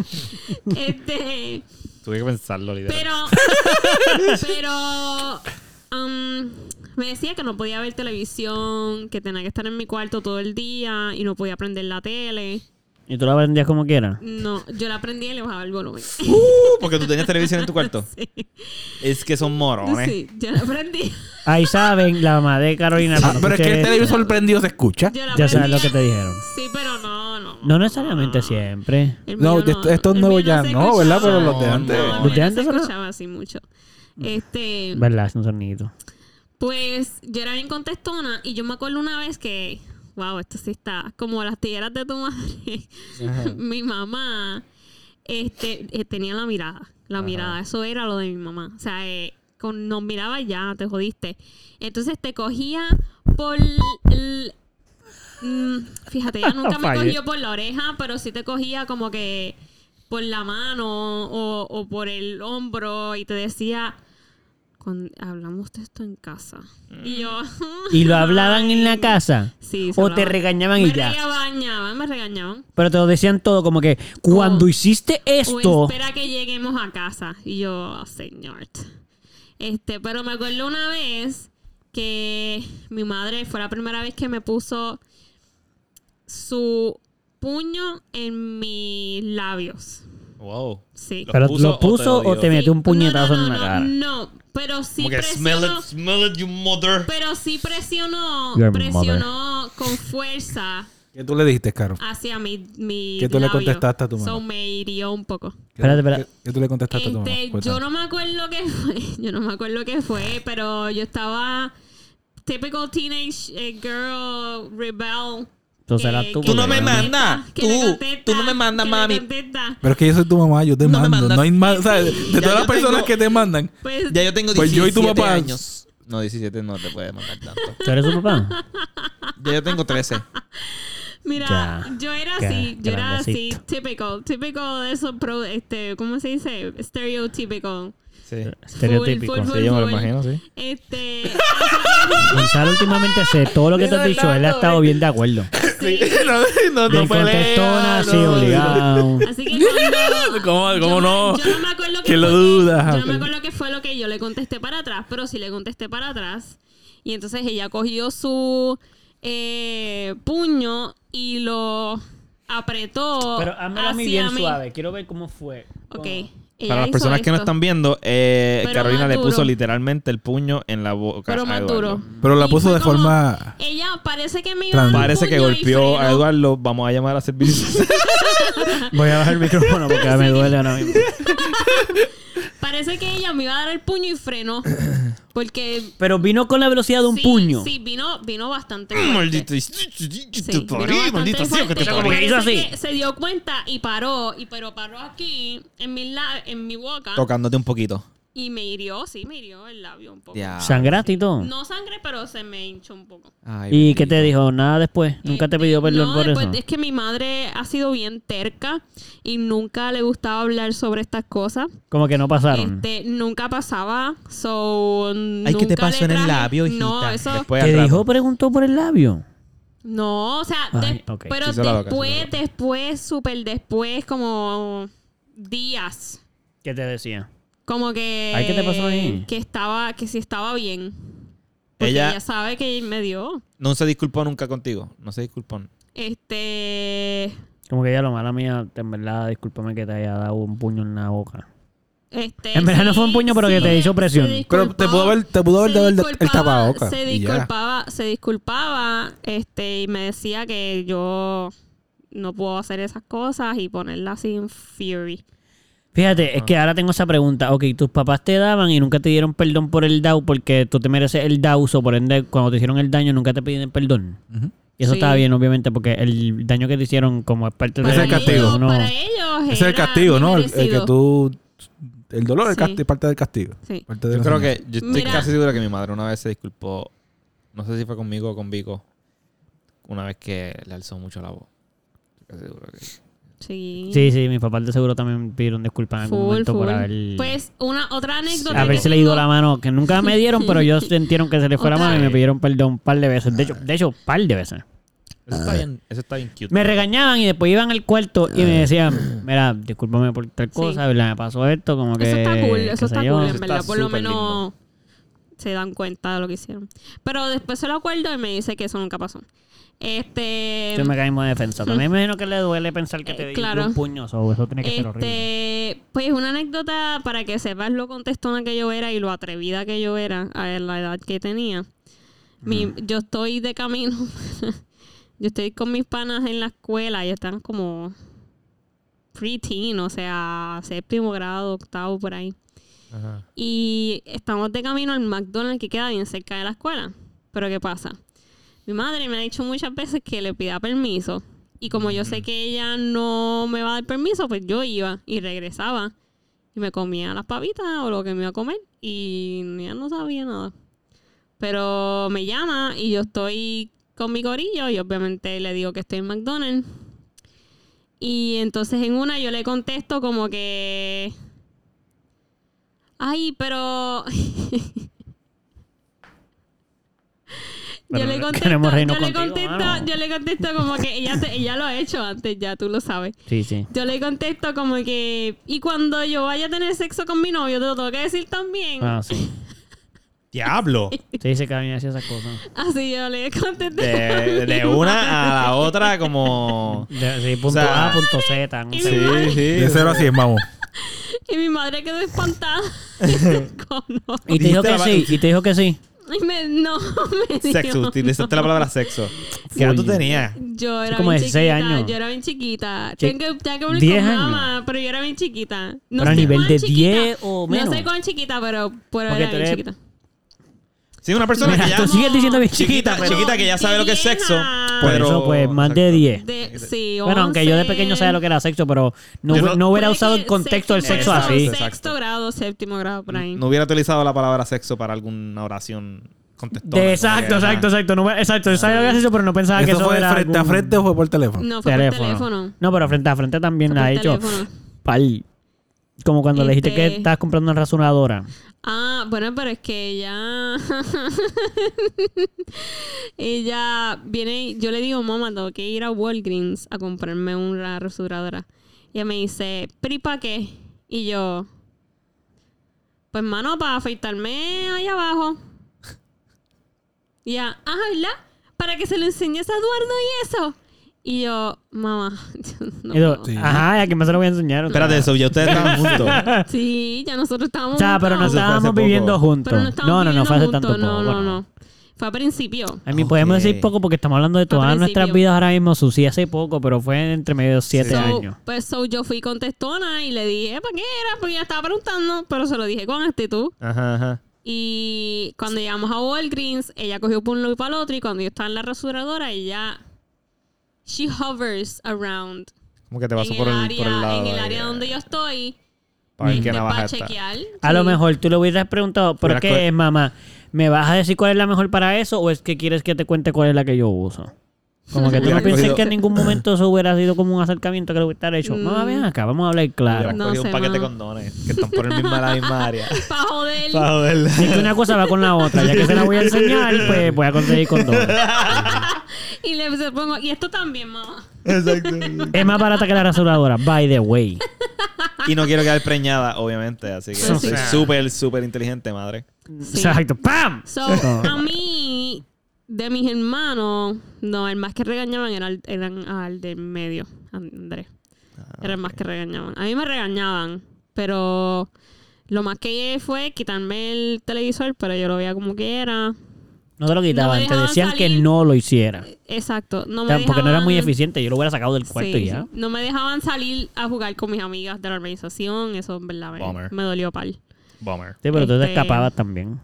[SPEAKER 4] Este,
[SPEAKER 2] Tuve que pensarlo, literal.
[SPEAKER 4] pero, pero, um, me decía que no podía ver televisión, que tenía que estar en mi cuarto todo el día y no podía prender la tele.
[SPEAKER 1] Y tú la vendías como quieras.
[SPEAKER 4] No, yo la prendía y le bajaba el volumen.
[SPEAKER 2] Uh, porque tú tenías televisión en tu cuarto. Es que son morones.
[SPEAKER 4] Sí, yo la prendía.
[SPEAKER 1] Ahí saben, la madre de Carolina.
[SPEAKER 3] Ah,
[SPEAKER 1] cuando
[SPEAKER 3] pero es que el
[SPEAKER 1] escuche esto,
[SPEAKER 3] televisor prendido se escucha.
[SPEAKER 4] Yo la
[SPEAKER 1] Ya sabes
[SPEAKER 4] prendía.
[SPEAKER 1] lo que te dijeron.
[SPEAKER 4] Sí, pero no, no.
[SPEAKER 1] No necesariamente siempre.
[SPEAKER 4] El
[SPEAKER 3] No,
[SPEAKER 4] mío
[SPEAKER 3] esto- estos
[SPEAKER 4] el
[SPEAKER 3] nuevos
[SPEAKER 4] mío
[SPEAKER 3] ya
[SPEAKER 4] se
[SPEAKER 3] no, ¿verdad? Pero
[SPEAKER 4] escuchaba.
[SPEAKER 3] los de antes.
[SPEAKER 4] No, el
[SPEAKER 1] Los de
[SPEAKER 4] mío
[SPEAKER 1] antes
[SPEAKER 4] no
[SPEAKER 1] son-
[SPEAKER 4] se escuchaba así mucho. Este,
[SPEAKER 1] ¿Verdad? Es un sonido.
[SPEAKER 4] pues yo era bien contestona y yo me acuerdo una vez que wow, esto sí está como las tijeras de tu madre. mi mamá este, eh, tenía la mirada. La mirada, eso era lo de mi mamá. O sea, eh, con, nos miraba ya, te jodiste. Entonces te cogía por... l- mm, fíjate, ella nunca me
[SPEAKER 1] Fallé.
[SPEAKER 4] cogió por la oreja, pero sí te cogía como que por la mano o, o por el hombro y te decía... "Cuan- hablamos de esto en casa. Y yo...
[SPEAKER 1] ¿Y lo hablaban en la casa?
[SPEAKER 4] Sí, se
[SPEAKER 1] ¿O
[SPEAKER 4] hablaba.
[SPEAKER 1] te regañaban y ya?
[SPEAKER 4] Me regañaban, me regañaban.
[SPEAKER 1] Pero te lo decían todo, como que cuando
[SPEAKER 4] Oh.
[SPEAKER 1] hiciste
[SPEAKER 4] O
[SPEAKER 1] esto.
[SPEAKER 4] espera que lleguemos a casa. Y yo, "Oh, señor. Este, pero me acuerdo una vez que mi madre fue la primera vez que me puso su puño en mis labios.
[SPEAKER 2] Wow.
[SPEAKER 4] Sí.
[SPEAKER 1] Pero lo puso o
[SPEAKER 2] dio?
[SPEAKER 1] te metió
[SPEAKER 4] Sí.
[SPEAKER 1] un puñetazo
[SPEAKER 4] No, no,
[SPEAKER 1] en la
[SPEAKER 4] no,
[SPEAKER 1] cara.
[SPEAKER 4] No, pero sí
[SPEAKER 2] Como que smell
[SPEAKER 4] presionó.
[SPEAKER 2] it, smell it, you mother.
[SPEAKER 4] Pero sí presionó,
[SPEAKER 1] Your
[SPEAKER 4] presionó con fuerza
[SPEAKER 3] ¿Qué tú le dijiste, Caro?
[SPEAKER 4] hacia mi, mi
[SPEAKER 3] ¿Qué tú le
[SPEAKER 4] labio.
[SPEAKER 3] contestaste a tu mamá?
[SPEAKER 4] So, me hirió un poco.
[SPEAKER 3] ¿Qué,
[SPEAKER 1] Espérate, espérate.
[SPEAKER 3] qué- qué tú le contestaste a tu mamá?
[SPEAKER 4] Este,
[SPEAKER 3] Cuéntame.
[SPEAKER 4] yo no me acuerdo qué fue, yo no me acuerdo qué fue, pero yo estaba typical teenage eh, girl rebel.
[SPEAKER 1] Entonces
[SPEAKER 4] eh,
[SPEAKER 1] era tú,
[SPEAKER 4] que
[SPEAKER 2] Tú no me
[SPEAKER 4] le
[SPEAKER 1] ¿verdad?
[SPEAKER 4] contesta,
[SPEAKER 2] mandas,
[SPEAKER 4] que le
[SPEAKER 2] tú,
[SPEAKER 4] contesta,
[SPEAKER 2] tú no me mandas,
[SPEAKER 4] que le
[SPEAKER 2] mami.
[SPEAKER 4] contesta.
[SPEAKER 3] Pero es que yo soy tu mamá, yo te
[SPEAKER 2] No me
[SPEAKER 3] mando.
[SPEAKER 2] mandas.
[SPEAKER 3] No hay más, ¿sabes? De todas
[SPEAKER 2] yo
[SPEAKER 3] las personas
[SPEAKER 2] tengo-
[SPEAKER 3] que te mandan.
[SPEAKER 4] Pues
[SPEAKER 2] Ya yo tengo 17
[SPEAKER 3] Pues yo y tu papá-
[SPEAKER 2] años. No, 17 no te puede mandar tanto.
[SPEAKER 1] ¿Tú eres su papá?
[SPEAKER 2] Ya yo tengo 13.
[SPEAKER 4] mira,
[SPEAKER 1] Ya,
[SPEAKER 4] yo era
[SPEAKER 1] ya,
[SPEAKER 4] así, yo era así,
[SPEAKER 1] grandecito.
[SPEAKER 4] typical, typical de esos pro, este, ¿cómo se dice? Stereotypical.
[SPEAKER 2] Sí.
[SPEAKER 1] Estereotípico.
[SPEAKER 4] Full, full,
[SPEAKER 2] Sí, yo me lo
[SPEAKER 4] full.
[SPEAKER 2] imagino, sí.
[SPEAKER 4] Este,
[SPEAKER 1] Gonzalo últimamente sé todo lo que te has dicho. Él ha
[SPEAKER 4] eh.
[SPEAKER 1] estado bien de acuerdo.
[SPEAKER 2] Sí, no, no,
[SPEAKER 1] Bien
[SPEAKER 2] no pelea,
[SPEAKER 1] contestona,
[SPEAKER 2] no.
[SPEAKER 1] sí, obligado.
[SPEAKER 4] así que cuando-
[SPEAKER 3] ¿Cómo,
[SPEAKER 4] yo
[SPEAKER 3] cómo no?
[SPEAKER 4] Yo no me acuerdo
[SPEAKER 3] Que lo
[SPEAKER 4] fue-
[SPEAKER 3] dudas.
[SPEAKER 4] Yo no me acuerdo qué fue lo que yo le contesté para atrás, pero sí le contesté para atrás. Y entonces ella cogió su eh, puño y lo apretó.
[SPEAKER 1] Pero házmelo a mí
[SPEAKER 4] hacia
[SPEAKER 1] bien
[SPEAKER 4] mí.
[SPEAKER 1] suave. Quiero ver cómo fue.
[SPEAKER 4] Ok.
[SPEAKER 2] Para las personas que no están viendo, eh,
[SPEAKER 4] Pero
[SPEAKER 2] Carolina
[SPEAKER 4] más
[SPEAKER 2] le
[SPEAKER 4] duro.
[SPEAKER 2] puso literalmente el puño en la boca.
[SPEAKER 4] Pero
[SPEAKER 2] a
[SPEAKER 4] más
[SPEAKER 2] Eduardo.
[SPEAKER 4] duro.
[SPEAKER 3] Pero la
[SPEAKER 4] Y
[SPEAKER 3] puso
[SPEAKER 4] fue
[SPEAKER 3] de
[SPEAKER 4] como-
[SPEAKER 3] forma.
[SPEAKER 4] Ella parece que me iba a dar un
[SPEAKER 2] Parece que
[SPEAKER 4] puño y
[SPEAKER 2] golpeó a
[SPEAKER 4] frenó.
[SPEAKER 2] Eduardo. Vamos a llamar a servicios.
[SPEAKER 1] Voy a bajar el micrófono porque me duele ahora mismo.
[SPEAKER 4] Parece que ella me iba a dar el puño y frenó. Porque.
[SPEAKER 1] Pero vino con la velocidad de un
[SPEAKER 4] sí,
[SPEAKER 1] puño.
[SPEAKER 4] Sí, vino, vino bastante. fuerte.
[SPEAKER 2] maldito.
[SPEAKER 4] Sí,
[SPEAKER 2] Te
[SPEAKER 4] vino
[SPEAKER 2] parí,
[SPEAKER 4] bastante
[SPEAKER 2] maldito sea que te
[SPEAKER 4] fuerte.
[SPEAKER 1] como
[SPEAKER 2] parí.
[SPEAKER 1] que hizo
[SPEAKER 4] Parece
[SPEAKER 1] así.
[SPEAKER 4] que Se dio cuenta y paró, y pero paró aquí en mi la- en mi boca
[SPEAKER 2] Tocándote un poquito.
[SPEAKER 4] y me hirió, sí, me hirió el labio un poco.
[SPEAKER 1] Ah,
[SPEAKER 2] Ya.
[SPEAKER 1] Sangraste y todo.
[SPEAKER 4] No sangre, pero se me hinchó un poco. Eh,
[SPEAKER 2] Ay,
[SPEAKER 1] ¿Y
[SPEAKER 2] bendito.
[SPEAKER 1] qué te dijo? Nada después. Nunca te pidió perdón
[SPEAKER 4] Este, No,
[SPEAKER 1] por
[SPEAKER 4] después-
[SPEAKER 1] eso.
[SPEAKER 4] Es que mi madre ha sido bien terca y nunca le gustaba hablar sobre estas cosas.
[SPEAKER 1] Como que no pasaron.
[SPEAKER 4] Este, nunca pasaba. So,
[SPEAKER 2] Ay, ¿qué te
[SPEAKER 4] nunca
[SPEAKER 2] pasó en
[SPEAKER 4] le
[SPEAKER 2] el
[SPEAKER 4] traje-
[SPEAKER 2] labio,
[SPEAKER 4] No,
[SPEAKER 2] hijita?
[SPEAKER 4] eso,
[SPEAKER 2] Después al
[SPEAKER 1] ¿Te
[SPEAKER 2] rato.
[SPEAKER 1] dijo? Preguntó por el labio.
[SPEAKER 4] No, o sea,
[SPEAKER 1] Ay,
[SPEAKER 4] des-
[SPEAKER 1] ok.
[SPEAKER 4] pero
[SPEAKER 2] Sí, se la toca,
[SPEAKER 4] después,
[SPEAKER 2] se la toca.
[SPEAKER 4] después, súper después, como días.
[SPEAKER 1] ¿Qué te decía?
[SPEAKER 4] Como que.
[SPEAKER 1] Ay, ¿qué te pasó ahí?
[SPEAKER 4] Que estaba, que sí estaba bien. Porque
[SPEAKER 2] Ella-
[SPEAKER 4] ella, sabe que me dio.
[SPEAKER 2] No se disculpó nunca contigo. No se disculpó.
[SPEAKER 4] Este.
[SPEAKER 1] Como que ya lo mala mía, en verdad, discúlpame que te haya dado un puño en la boca.
[SPEAKER 4] Este,
[SPEAKER 1] En verdad no fue un puño, pero que te hizo presión.
[SPEAKER 4] se
[SPEAKER 3] Pero te pudo haber- te pudo haber
[SPEAKER 4] se
[SPEAKER 3] dado el- el
[SPEAKER 4] disculpaba-
[SPEAKER 3] tapabocas,
[SPEAKER 4] Se
[SPEAKER 3] y ya.
[SPEAKER 4] disculpaba, se disculpaba, este, y me decía que yo no puedo hacer esas cosas y ponerla así en fury.
[SPEAKER 1] Fíjate, es que ahora tengo esa pregunta. Ok, tus papás te daban y nunca te dieron perdón por el DAO porque tú te mereces el DAO, so, por ende, cuando te hicieron el daño nunca te piden perdón.
[SPEAKER 3] Ujú.
[SPEAKER 1] Y eso
[SPEAKER 4] Sí.
[SPEAKER 1] estaba bien, obviamente, porque el daño que te hicieron como es parte
[SPEAKER 3] Ese
[SPEAKER 1] de...
[SPEAKER 3] es el castigo.
[SPEAKER 4] Ellos,
[SPEAKER 1] uno-
[SPEAKER 4] Para ellos
[SPEAKER 3] Ese es el
[SPEAKER 4] era
[SPEAKER 3] castigo, ¿no? El, el que
[SPEAKER 4] merecido.
[SPEAKER 3] tú. El dolor es
[SPEAKER 4] Sí.
[SPEAKER 3] casti- parte del castigo.
[SPEAKER 4] Sí.
[SPEAKER 3] Parte de
[SPEAKER 2] Yo
[SPEAKER 3] la
[SPEAKER 2] creo
[SPEAKER 3] enseñanza.
[SPEAKER 2] que. Yo estoy
[SPEAKER 4] Mira.
[SPEAKER 2] casi seguro que mi madre una vez se disculpó. No sé si fue conmigo o con Vico. Una vez que le alzó mucho la voz. Estoy casi seguro que.
[SPEAKER 4] Sí.
[SPEAKER 1] Sí, sí, mis papás de seguro también pidieron disculpas en algún
[SPEAKER 4] Full,
[SPEAKER 1] momento por
[SPEAKER 4] full.
[SPEAKER 1] haber...
[SPEAKER 4] Pues una otra anécdota. que
[SPEAKER 1] haberse leído
[SPEAKER 4] tengo-
[SPEAKER 1] la mano, que nunca me dieron, pero ellos sintieron que se les fue la
[SPEAKER 4] Otra
[SPEAKER 1] mano y
[SPEAKER 4] vez.
[SPEAKER 1] me pidieron perdón un par de veces. De hecho, de hecho, un par de veces.
[SPEAKER 2] Eso está bien. Eso está bien cute.
[SPEAKER 1] Me regañaban y después iban al cuarto y me decían, mira, discúlpame por tal cosa, ¿verdad? Me pasó esto, como que...
[SPEAKER 4] Eso está cool,
[SPEAKER 1] qué sé
[SPEAKER 4] eso está
[SPEAKER 1] yo.
[SPEAKER 4] cool,
[SPEAKER 2] Eso
[SPEAKER 4] en verdad.
[SPEAKER 2] está
[SPEAKER 4] Por lo
[SPEAKER 2] súper
[SPEAKER 4] menos
[SPEAKER 2] lindo.
[SPEAKER 4] se dan cuenta de lo que hicieron. Pero después se lo acuerdo y me dice que eso nunca pasó. Este.
[SPEAKER 1] Yo me caí en modo defensa. También me imagino que le duele pensar que
[SPEAKER 4] Eh,
[SPEAKER 1] te di
[SPEAKER 4] claro.
[SPEAKER 1] un puño. so, eso tiene que ser horrible.
[SPEAKER 4] Este, pues una anécdota para que sepas lo contestona que yo era y lo atrevida que yo era a la edad que tenía. Mi- Yo estoy de camino, yo estoy con mis panas en la escuela y están como preteen, o sea, séptimo grado, octavo por ahí.
[SPEAKER 2] Ajá.
[SPEAKER 4] Y estamos de camino al McDonald's que queda bien cerca de la escuela. Pero ¿qué pasa? Mi madre me ha dicho muchas veces que le pida permiso. Y como yo sé que ella no me va a dar permiso, pues yo iba y regresaba. Y me comía las pavitas o lo que me iba a comer. Y ya no sabía nada. Pero me llama y yo estoy con mi corillo. Y obviamente le digo que estoy en McDonald's. Y entonces en una yo le contesto como que... Ay, pero... yo
[SPEAKER 1] Pero
[SPEAKER 4] le contesto,
[SPEAKER 1] queremos reírnos
[SPEAKER 4] yo le
[SPEAKER 1] contigo,
[SPEAKER 4] contesto,
[SPEAKER 1] mano.
[SPEAKER 4] yo le contesto como que ella, te- ella lo ha hecho antes, ya tú lo sabes.
[SPEAKER 1] Sí, sí.
[SPEAKER 4] Yo le contesto como que... Y cuando yo vaya a tener sexo con mi novio, te lo tengo que decir también.
[SPEAKER 1] Ah, sí.
[SPEAKER 2] ¡Diablo!
[SPEAKER 1] Sí, se caen hacia esas cosas.
[SPEAKER 4] Así yo le contesté.
[SPEAKER 2] De, de una a la otra, como.
[SPEAKER 1] De- sí, punto
[SPEAKER 2] sea,
[SPEAKER 1] A, punto Z. no
[SPEAKER 4] y
[SPEAKER 1] sé.
[SPEAKER 4] mi
[SPEAKER 2] Sí, sí.
[SPEAKER 3] De 0 a 100, vamos.
[SPEAKER 4] Y mi madre quedó espantada. Cono.
[SPEAKER 1] Y te dijo
[SPEAKER 2] Dijiste
[SPEAKER 1] que
[SPEAKER 2] la-
[SPEAKER 1] sí, y te dijo que sí.
[SPEAKER 4] y me, no, me dijo,
[SPEAKER 2] Sexo, utilizaste la palabra sexo. ¿Qué edad tú
[SPEAKER 1] Uy.
[SPEAKER 2] tenías?
[SPEAKER 4] Yo era
[SPEAKER 1] como
[SPEAKER 4] bien
[SPEAKER 1] 16
[SPEAKER 4] chiquita.
[SPEAKER 1] años.
[SPEAKER 4] Yo era bien chiquita.
[SPEAKER 1] Che-
[SPEAKER 4] Tengo que, tengo que hablar
[SPEAKER 1] 10
[SPEAKER 4] con
[SPEAKER 1] años.
[SPEAKER 4] mamá, pero yo era bien chiquita. No
[SPEAKER 1] Pero a
[SPEAKER 4] sé
[SPEAKER 1] nivel
[SPEAKER 4] cuán
[SPEAKER 1] de
[SPEAKER 4] chiquita.
[SPEAKER 1] 10 o menos.
[SPEAKER 4] No sé cuán chiquita, pero, pero
[SPEAKER 1] Porque
[SPEAKER 4] era
[SPEAKER 1] tú
[SPEAKER 4] bien
[SPEAKER 1] eres
[SPEAKER 4] chiquita.
[SPEAKER 2] Sí, una persona
[SPEAKER 1] Mira,
[SPEAKER 2] que ya.
[SPEAKER 1] tú sigues diciendo bien chiquita,
[SPEAKER 2] Chiquita,
[SPEAKER 1] pero...
[SPEAKER 2] chiquita que ya sabe lo que es sexo.
[SPEAKER 4] Vieja.
[SPEAKER 1] Por
[SPEAKER 2] pero-
[SPEAKER 1] eso, pues, más de
[SPEAKER 2] Exacto.
[SPEAKER 1] 10.
[SPEAKER 4] De, sí,
[SPEAKER 1] Bueno, aunque yo de pequeño sabía lo que era sexo, pero no,
[SPEAKER 2] Yo
[SPEAKER 1] hu-
[SPEAKER 2] no-
[SPEAKER 1] no hubiera
[SPEAKER 4] Puede
[SPEAKER 1] usado el
[SPEAKER 4] que
[SPEAKER 1] contexto del sexo
[SPEAKER 4] séptimo-
[SPEAKER 2] Exacto,
[SPEAKER 1] así.
[SPEAKER 4] Sexto
[SPEAKER 2] exacto.
[SPEAKER 4] grado, séptimo grado, por ahí.
[SPEAKER 2] No hubiera utilizado la palabra sexo para alguna oración contextual.
[SPEAKER 1] De- exacto, exacto, exacto. No, hubiera- exacto, yo sabía lo que era sexo, pero no pensaba que
[SPEAKER 3] ¿Eso
[SPEAKER 1] eso
[SPEAKER 3] fue
[SPEAKER 1] era
[SPEAKER 3] frente a
[SPEAKER 1] algún
[SPEAKER 3] frente o fue por teléfono?
[SPEAKER 4] No, fue
[SPEAKER 1] teléfono.
[SPEAKER 4] por teléfono.
[SPEAKER 1] No, pero frente a frente también
[SPEAKER 4] Fue
[SPEAKER 1] la
[SPEAKER 4] por
[SPEAKER 1] he hecho.
[SPEAKER 4] teléfono.
[SPEAKER 1] Pal. Como cuando le dijiste que
[SPEAKER 4] Este-
[SPEAKER 1] estabas comprando una razonadora.
[SPEAKER 4] Ah, bueno, pero es que ella. ella viene. y- Yo le digo, mamá, tengo que ir a Walgreens a comprarme una rasuradora. Y ella me dice, ¿pero y pa' qué? Y yo, pues, mano, para afeitarme ahí abajo. Y ella, ajá, ¿verdad? Para que se lo enseñes a Eduardo y eso. Y yo, mamá, yo no
[SPEAKER 1] Y yo,
[SPEAKER 4] puedo".
[SPEAKER 3] Sí.
[SPEAKER 1] Ajá, ya que más se lo voy a enseñar.
[SPEAKER 2] Espérate, eso ya ustedes estaban juntos.
[SPEAKER 4] Sí, ya nosotros estábamos.
[SPEAKER 1] O sea, pero no
[SPEAKER 2] Eso
[SPEAKER 4] juntos.
[SPEAKER 2] fue hace
[SPEAKER 1] estábamos
[SPEAKER 2] poco.
[SPEAKER 1] viviendo juntos.
[SPEAKER 4] Pero no estamos
[SPEAKER 1] No, no, no, fue hace
[SPEAKER 4] viviendo
[SPEAKER 1] tanto
[SPEAKER 4] juntos,
[SPEAKER 1] poco.
[SPEAKER 4] No, no,
[SPEAKER 1] bueno.
[SPEAKER 4] no. Fue a principio.
[SPEAKER 1] I mean,
[SPEAKER 2] Ok.
[SPEAKER 1] podemos decir poco porque estamos hablando de todas
[SPEAKER 4] Al
[SPEAKER 1] nuestras
[SPEAKER 4] principio.
[SPEAKER 1] vidas ahora mismo. Susi hace poco, pero fue entre medio de siete
[SPEAKER 4] So,
[SPEAKER 1] años.
[SPEAKER 4] Pues so, yo fui contestona y le dije, ¿para qué era? Porque ella estaba preguntando, pero se lo dije con actitud.
[SPEAKER 2] Ajá, ajá.
[SPEAKER 4] Y cuando llegamos a Walgreens, ella cogió por un lado y para el otro. Y cuando yo estaba en la rasuradora, ella. She hovers around.
[SPEAKER 2] Como que te pasó
[SPEAKER 4] En
[SPEAKER 2] por
[SPEAKER 4] el,
[SPEAKER 2] el,
[SPEAKER 4] área,
[SPEAKER 2] por el lado.
[SPEAKER 4] en el
[SPEAKER 2] de-
[SPEAKER 4] área donde yo estoy.
[SPEAKER 2] Para ver
[SPEAKER 4] este,
[SPEAKER 2] qué navaja
[SPEAKER 4] para
[SPEAKER 2] está.
[SPEAKER 4] chequear.
[SPEAKER 1] A lo
[SPEAKER 4] Sí.
[SPEAKER 1] mejor tú le hubieras preguntado, ¿por
[SPEAKER 2] Hubieras co-
[SPEAKER 1] qué es, mamá? ¿Me vas a decir cuál es la mejor para eso o es que quieres que te cuente cuál es la que yo uso? Como que tú no
[SPEAKER 2] Hubieras
[SPEAKER 1] pienses
[SPEAKER 2] cogido-
[SPEAKER 1] que en ningún momento eso hubiera sido como un acercamiento que le hubiera hecho.
[SPEAKER 4] Mm.
[SPEAKER 1] Mamá, ven acá, vamos a hablar claro.
[SPEAKER 2] Hubieras
[SPEAKER 4] No
[SPEAKER 2] cogido
[SPEAKER 4] sé,
[SPEAKER 2] un paquete de
[SPEAKER 4] mano.
[SPEAKER 2] condones que están por el misma, la misma área.
[SPEAKER 4] Pa' joder.
[SPEAKER 2] Para joderla.
[SPEAKER 1] Si es que una cosa va con la otra, ya que se la voy a enseñar, pues voy a conseguir condones.
[SPEAKER 4] Y le se pongo. Y esto también, mamá.
[SPEAKER 2] Exacto.
[SPEAKER 1] Es más barata que la rasuradora, by the way.
[SPEAKER 2] Y no quiero quedar preñada, obviamente. Así que
[SPEAKER 1] Sí.
[SPEAKER 2] soy súper, súper inteligente, madre.
[SPEAKER 4] Sí.
[SPEAKER 1] Exacto, ¡pam!
[SPEAKER 4] So, a mí, de mis hermanos, no, el más que regañaban era el, eran al del medio, Andrés.
[SPEAKER 1] Ah,
[SPEAKER 4] Era el más que regañaban. A mí me regañaban, pero lo más que llegué fue quitarme el televisor, pero yo lo veía como que era.
[SPEAKER 1] No te lo quitaban,
[SPEAKER 4] No me
[SPEAKER 1] te
[SPEAKER 4] dejaban
[SPEAKER 1] decían que
[SPEAKER 4] salir.
[SPEAKER 1] no lo hiciera.
[SPEAKER 4] Exacto. No
[SPEAKER 1] O
[SPEAKER 4] me
[SPEAKER 1] sea, porque no era muy
[SPEAKER 4] dejaban-
[SPEAKER 1] eficiente, yo lo hubiera sacado del cuarto
[SPEAKER 4] Sí,
[SPEAKER 1] y ya.
[SPEAKER 4] sí. No me dejaban salir a jugar con mis amigas de la organización. Eso, en verdad, me,
[SPEAKER 2] Bummer.
[SPEAKER 4] me dolió pal.
[SPEAKER 2] Bummer.
[SPEAKER 1] Sí, pero tú te
[SPEAKER 4] Este-
[SPEAKER 1] escapabas también.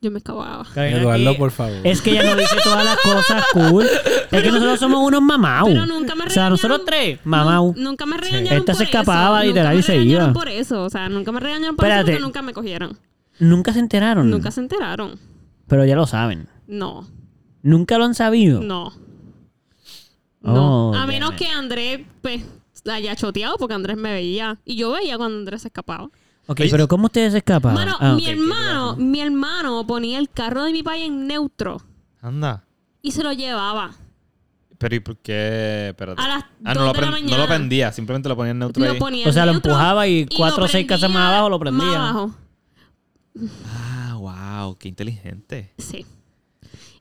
[SPEAKER 4] Yo me escapaba.
[SPEAKER 3] Eduardo, por favor.
[SPEAKER 1] Es que ella no dice todas las cosas cool. Es que nosotros somos unos mamau.
[SPEAKER 4] Pero nunca me
[SPEAKER 1] O sea, nosotros
[SPEAKER 4] regañaron.
[SPEAKER 1] tres, mamau.
[SPEAKER 4] Nun- Nunca me regañaron
[SPEAKER 1] uh. Esta
[SPEAKER 4] por
[SPEAKER 1] se escapaba,
[SPEAKER 4] eso.
[SPEAKER 1] literal,
[SPEAKER 4] nunca
[SPEAKER 1] y se
[SPEAKER 4] me regañaron
[SPEAKER 1] iba.
[SPEAKER 4] por eso. O sea, nunca me regañaron por
[SPEAKER 1] Espérate. Mm.
[SPEAKER 4] eso porque nunca me cogieron.
[SPEAKER 1] Nunca se enteraron.
[SPEAKER 4] Nunca se enteraron.
[SPEAKER 1] Pero ya lo saben.
[SPEAKER 4] No,
[SPEAKER 1] Nunca lo han sabido.
[SPEAKER 4] no, no.
[SPEAKER 1] Oh,
[SPEAKER 4] A menos
[SPEAKER 1] damn it.
[SPEAKER 4] que Andrés, pues, la haya choteado porque Andrés me veía. Y yo veía cuando Andrés se escapaba.
[SPEAKER 1] Ok, pero ¿cómo ustedes se escapaban?
[SPEAKER 4] Mano,
[SPEAKER 1] Ah,
[SPEAKER 4] mi
[SPEAKER 1] ok.
[SPEAKER 4] hermano, mi hermano ponía el carro de mi país en neutro
[SPEAKER 2] Anda.
[SPEAKER 4] y se lo llevaba.
[SPEAKER 2] Pero ¿y por qué? Espérate.
[SPEAKER 4] A las
[SPEAKER 2] Ah, no
[SPEAKER 4] dos
[SPEAKER 2] lo
[SPEAKER 4] de la
[SPEAKER 2] prend-
[SPEAKER 4] mañana.
[SPEAKER 2] No lo prendía, simplemente lo ponía en neutro
[SPEAKER 4] Lo
[SPEAKER 2] ahí.
[SPEAKER 4] ponía
[SPEAKER 1] O sea,
[SPEAKER 4] en
[SPEAKER 1] lo
[SPEAKER 4] neutro
[SPEAKER 1] empujaba y
[SPEAKER 4] lo
[SPEAKER 1] cuatro o seis casas más
[SPEAKER 4] prendía
[SPEAKER 1] abajo lo prendía.
[SPEAKER 4] más abajo.
[SPEAKER 2] Ah, wow, qué inteligente.
[SPEAKER 4] Sí.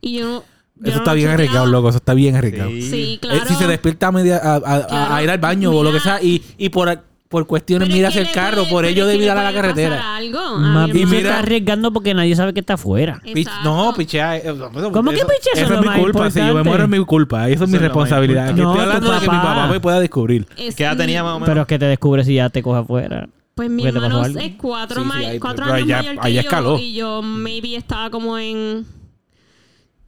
[SPEAKER 4] Y yo no. yo
[SPEAKER 3] Eso
[SPEAKER 4] no
[SPEAKER 3] está
[SPEAKER 4] lo
[SPEAKER 3] bien
[SPEAKER 4] choteaba.
[SPEAKER 3] arriesgado, loco. Eso está bien arriesgado.
[SPEAKER 2] Sí.
[SPEAKER 4] Sí,
[SPEAKER 3] Eh,
[SPEAKER 4] claro.
[SPEAKER 3] si se despierta a, media- a, a- a-
[SPEAKER 4] Claro.
[SPEAKER 3] a ir al baño o lo que sea y, y por, por cuestiones
[SPEAKER 4] Pero
[SPEAKER 3] mira
[SPEAKER 4] es que
[SPEAKER 3] hacia el
[SPEAKER 4] le
[SPEAKER 3] carro,
[SPEAKER 4] puede-
[SPEAKER 3] por
[SPEAKER 4] pero
[SPEAKER 3] ello
[SPEAKER 4] es que
[SPEAKER 3] de
[SPEAKER 4] le
[SPEAKER 3] mirar a la
[SPEAKER 4] puede
[SPEAKER 3] carretera.
[SPEAKER 4] pasar algo a
[SPEAKER 1] Más
[SPEAKER 4] mi
[SPEAKER 1] bien se
[SPEAKER 3] mira-
[SPEAKER 4] hermano.
[SPEAKER 1] está arriesgando porque nadie sabe que está afuera.
[SPEAKER 3] Pich- no,
[SPEAKER 4] Exacto.
[SPEAKER 3] pichea. eh,
[SPEAKER 1] ¿Cómo que pichea? Eso es
[SPEAKER 3] Eso
[SPEAKER 1] lo
[SPEAKER 3] es mi
[SPEAKER 1] más
[SPEAKER 3] culpa. Si yo me
[SPEAKER 1] importante.
[SPEAKER 3] muero es mi culpa. Eso es
[SPEAKER 2] Eso es lo
[SPEAKER 3] mi
[SPEAKER 2] más
[SPEAKER 3] responsabilidad.
[SPEAKER 2] importante.
[SPEAKER 3] Yo
[SPEAKER 1] No,
[SPEAKER 3] estoy
[SPEAKER 1] tu
[SPEAKER 3] hablando de que mi
[SPEAKER 1] papá.
[SPEAKER 3] papá me pueda descubrir.
[SPEAKER 4] Es-
[SPEAKER 2] ¿Qué edad tenía más o menos?
[SPEAKER 1] Pero es que te descubres si ya te coge afuera.
[SPEAKER 4] Pues mi
[SPEAKER 1] ¿Qué te pasó
[SPEAKER 4] hermano
[SPEAKER 1] algo?
[SPEAKER 4] es cuatro,
[SPEAKER 3] Sí, sí,
[SPEAKER 4] ma-
[SPEAKER 3] ahí-
[SPEAKER 4] cuatro
[SPEAKER 3] pero
[SPEAKER 4] años
[SPEAKER 3] allá-
[SPEAKER 4] mayor que
[SPEAKER 3] allá
[SPEAKER 4] yo.
[SPEAKER 3] escaló.
[SPEAKER 4] Y yo maybe estaba como en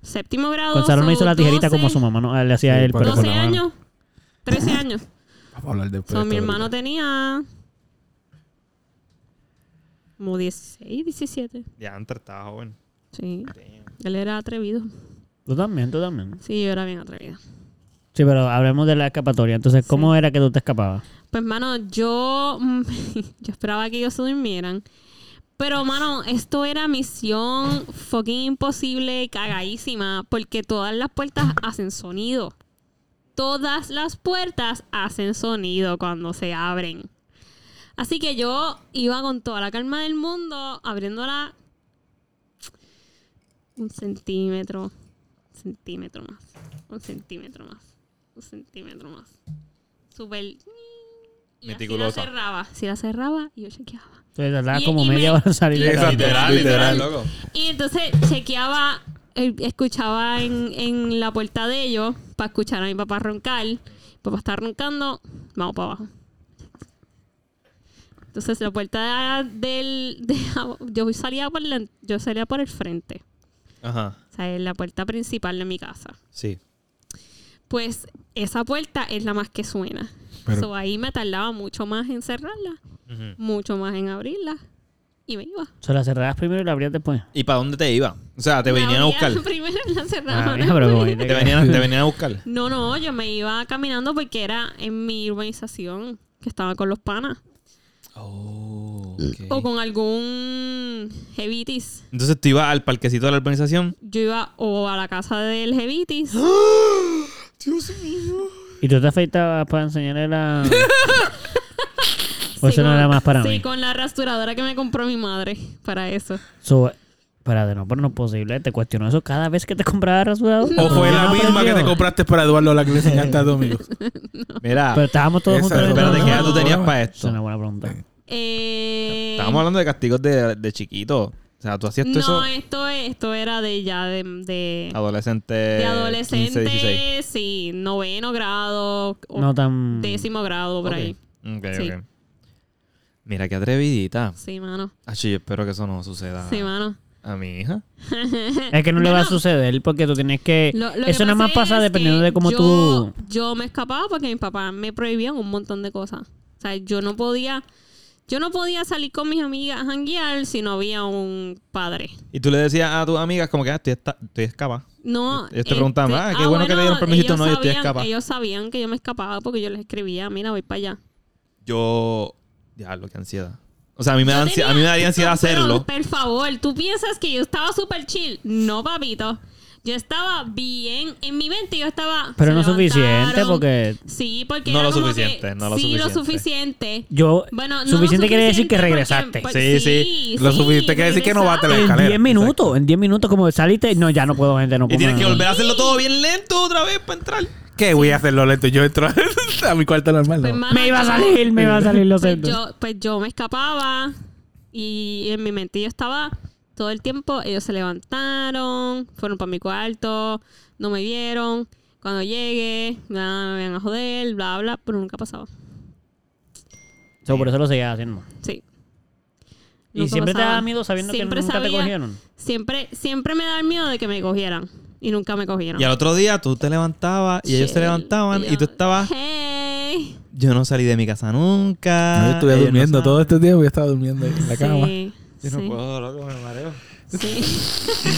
[SPEAKER 4] séptimo grado.
[SPEAKER 1] Gonzalo no
[SPEAKER 4] so,
[SPEAKER 1] hizo la tijerita
[SPEAKER 4] 12,
[SPEAKER 1] como su mamá, ¿no? Ah, Le hacía
[SPEAKER 3] Sí,
[SPEAKER 1] él,
[SPEAKER 3] pero
[SPEAKER 1] pero...
[SPEAKER 3] con
[SPEAKER 4] 12
[SPEAKER 3] la mano.
[SPEAKER 4] años, 13 años.
[SPEAKER 3] Vamos a hablar después.
[SPEAKER 4] So,
[SPEAKER 3] de
[SPEAKER 4] mi
[SPEAKER 3] esto
[SPEAKER 4] hermano
[SPEAKER 3] ahorita.
[SPEAKER 4] tenía como 16, 17.
[SPEAKER 2] Ya, antes estaba joven.
[SPEAKER 4] Sí,
[SPEAKER 2] Damn.
[SPEAKER 4] él era atrevido.
[SPEAKER 1] Tú también, tú también.
[SPEAKER 4] Sí, yo era bien atrevida.
[SPEAKER 1] Sí, pero hablemos de la escapatoria. Entonces, ¿cómo era que tú te escapabas?
[SPEAKER 4] Pues, mano, yo, mm, yo esperaba que ellos se durmieran. Pero, mano, esto era misión fucking imposible, cagadísima, porque todas las puertas hacen sonido. Todas las puertas hacen sonido cuando se abren. Así que yo iba con toda la calma del mundo, abriéndola un centímetro, centímetro más, un centímetro más, un centímetro más. Súper... y así
[SPEAKER 2] Meticulosa.
[SPEAKER 4] la cerraba. Si la cerraba, yo chequeaba.
[SPEAKER 1] Entonces, tardaba
[SPEAKER 4] Y-
[SPEAKER 1] como
[SPEAKER 4] y
[SPEAKER 1] media
[SPEAKER 4] me-
[SPEAKER 1] hora en salir de
[SPEAKER 2] Literal,
[SPEAKER 1] casa.
[SPEAKER 2] literal,
[SPEAKER 4] Literal.
[SPEAKER 2] loco.
[SPEAKER 4] Y entonces chequeaba, eh, escuchaba en, en la puerta de ellos para escuchar a mi papá roncar. Papá está roncando, vamos para abajo. Entonces la puerta del... de- yo, salía por la- yo salía por el frente.
[SPEAKER 2] Ajá.
[SPEAKER 4] O sea, es la puerta principal de mi casa.
[SPEAKER 2] Sí.
[SPEAKER 4] Pues esa puerta es la más que suena.
[SPEAKER 3] Pero-
[SPEAKER 4] So, ahí me tardaba mucho más en cerrarla, mucho más en abrirla. Y me iba.
[SPEAKER 1] Se la cerrabas primero y la abrías después.
[SPEAKER 2] ¿Y para dónde te iba? O sea, te
[SPEAKER 4] La
[SPEAKER 2] venían a
[SPEAKER 4] abría
[SPEAKER 2] buscar.
[SPEAKER 4] Primero y la cerraba.
[SPEAKER 1] Ah, mija, pero qué bonito
[SPEAKER 2] Te
[SPEAKER 1] que-
[SPEAKER 2] venían, te venían a buscar.
[SPEAKER 4] No, no, yo me iba caminando porque era en mi urbanización que estaba con los panas.
[SPEAKER 2] Oh,
[SPEAKER 1] Eh.
[SPEAKER 4] O con algún jevitis.
[SPEAKER 2] Entonces tú ibas al parquecito de la urbanización.
[SPEAKER 4] Yo iba o a la casa del jevitis.
[SPEAKER 2] Dios mío.
[SPEAKER 1] ¿Y tú te afeitabas para enseñarle la...?
[SPEAKER 4] Sí,
[SPEAKER 1] o eso no
[SPEAKER 4] con-
[SPEAKER 1] era más para
[SPEAKER 4] sí,
[SPEAKER 1] mí.
[SPEAKER 4] con la rasuradora que me compró mi madre para eso.
[SPEAKER 1] So, para de no, pero no es posible. ¿Te cuestionó eso cada vez que te comprabas rasurado?
[SPEAKER 3] O fue
[SPEAKER 1] No
[SPEAKER 3] la misma que
[SPEAKER 1] aprendió.
[SPEAKER 3] te compraste para Eduardo la que le enseñaste a Domingo.
[SPEAKER 2] Mira,
[SPEAKER 1] Pero estábamos todos
[SPEAKER 3] Esa-
[SPEAKER 1] juntos. en el
[SPEAKER 2] espérate,
[SPEAKER 1] mismo
[SPEAKER 2] ¿qué edad
[SPEAKER 1] momento.
[SPEAKER 2] tú tenías para
[SPEAKER 1] Esa Es una
[SPEAKER 2] esto?
[SPEAKER 1] buena pregunta.
[SPEAKER 4] Eh,
[SPEAKER 2] Estábamos hablando de castigos de, de chiquito. O sea, tú hacías todo
[SPEAKER 4] No,
[SPEAKER 2] eso Ah,
[SPEAKER 4] esto, esto era de ya de, de,
[SPEAKER 2] adolescente.
[SPEAKER 4] de
[SPEAKER 2] 15, 16.
[SPEAKER 4] adolescente, sí, noveno grado, o
[SPEAKER 1] No tan...
[SPEAKER 4] décimo grado por
[SPEAKER 2] Ok.
[SPEAKER 4] ahí.
[SPEAKER 2] Ok,
[SPEAKER 4] Sí.
[SPEAKER 2] ok. Mira, qué atrevidita.
[SPEAKER 4] Sí, mano.
[SPEAKER 2] Acho, yo espero que eso no suceda
[SPEAKER 4] Sí, mano.
[SPEAKER 2] a mi hija.
[SPEAKER 1] Es que no le va a suceder porque tú tienes que...
[SPEAKER 4] Lo- lo que
[SPEAKER 1] eso nada más pasa
[SPEAKER 4] es
[SPEAKER 1] dependiendo
[SPEAKER 4] que
[SPEAKER 1] de cómo
[SPEAKER 4] yo-
[SPEAKER 1] tú...
[SPEAKER 4] Yo me escapaba porque mis papás me prohibían un montón de cosas. O sea, yo no podía... Yo no podía salir con mis amigas a janguear si no había un padre.
[SPEAKER 2] Y tú le decías a tus amigas como que ah, estoy, esca- estoy escapada.
[SPEAKER 4] No. este,
[SPEAKER 2] Ellos te preguntaban, ah, qué bueno que te dieron permisito,
[SPEAKER 4] ellos
[SPEAKER 2] no, yo estoy
[SPEAKER 4] sabían-
[SPEAKER 2] escapada.
[SPEAKER 4] Ellos sabían que yo me escapaba porque yo les escribía, mira, voy para allá.
[SPEAKER 2] Yo... Diablo, qué ansiedad. O sea, a mí me,
[SPEAKER 4] Yo
[SPEAKER 2] da ansi-
[SPEAKER 4] tenía-
[SPEAKER 2] a mí me daría ansiedad
[SPEAKER 4] No, pero,
[SPEAKER 2] hacerlo.
[SPEAKER 4] Por favor, ¿tú piensas que yo estaba súper chill? No, papito. Yo estaba bien. En mi mente yo estaba...
[SPEAKER 1] Pero
[SPEAKER 4] se
[SPEAKER 1] no suficiente
[SPEAKER 4] levantaron.
[SPEAKER 1] porque...
[SPEAKER 4] Sí, porque...
[SPEAKER 2] No
[SPEAKER 4] era
[SPEAKER 2] lo
[SPEAKER 4] como
[SPEAKER 2] suficiente,
[SPEAKER 4] que
[SPEAKER 2] no lo
[SPEAKER 4] sí, lo
[SPEAKER 2] suficiente.
[SPEAKER 4] suficiente.
[SPEAKER 1] Yo...
[SPEAKER 4] Bueno, no
[SPEAKER 1] suficiente
[SPEAKER 4] lo
[SPEAKER 1] quiere decir que
[SPEAKER 4] suficiente porque-
[SPEAKER 1] regresaste.
[SPEAKER 4] pues,
[SPEAKER 2] Sí, sí.
[SPEAKER 3] Lo suficiente quiere decir que no bate la-
[SPEAKER 4] regresaste.
[SPEAKER 1] En
[SPEAKER 3] escalera,
[SPEAKER 1] 10 minutos, en 10 minutos como saliste, no, ya no puedo, gente, no puedo.
[SPEAKER 2] Y tienes que
[SPEAKER 1] no.
[SPEAKER 2] volver a hacerlo todo bien lento otra vez para entrar.
[SPEAKER 3] ¿Qué voy a hacerlo lento? Yo entro a mi cuarto normal.
[SPEAKER 4] Pues,
[SPEAKER 3] ¿no?
[SPEAKER 4] mano,
[SPEAKER 1] Me iba a
[SPEAKER 4] yo-
[SPEAKER 1] salir, me iba a salir, lo
[SPEAKER 4] Pues
[SPEAKER 1] siento.
[SPEAKER 4] yo, pues yo me escapaba y en mi mente yo estaba todo el tiempo. Ellos se levantaron, fueron para mi cuarto, no me vieron. Cuando llegue, nada, me van a joder, bla, bla, pero nunca pasaba.
[SPEAKER 1] So, por eso lo seguías haciendo.
[SPEAKER 4] Sí.
[SPEAKER 1] y
[SPEAKER 4] Nunca
[SPEAKER 1] siempre te
[SPEAKER 4] pasaba.
[SPEAKER 1] daba miedo sabiendo
[SPEAKER 4] Siempre
[SPEAKER 1] que nunca te
[SPEAKER 4] sabía-
[SPEAKER 1] cogieron.
[SPEAKER 4] Siempre, siempre me da el miedo de que me cogieran. Y nunca me cogieron.
[SPEAKER 2] Y al otro día tú te levantabas y ellos se
[SPEAKER 4] Shell,
[SPEAKER 2] levantaban y
[SPEAKER 4] yo-
[SPEAKER 2] tú estabas...
[SPEAKER 4] Hey.
[SPEAKER 2] Yo no salí de mi casa nunca.
[SPEAKER 3] No, yo
[SPEAKER 1] Ah,
[SPEAKER 3] estuve
[SPEAKER 2] ellos no
[SPEAKER 3] durmiendo
[SPEAKER 2] saben".
[SPEAKER 3] todo este tiempo. Yo estaba durmiendo en la
[SPEAKER 4] Sí,
[SPEAKER 3] cama.
[SPEAKER 2] Yo
[SPEAKER 4] sí,
[SPEAKER 2] no puedo, loco, me mareo.
[SPEAKER 4] sí.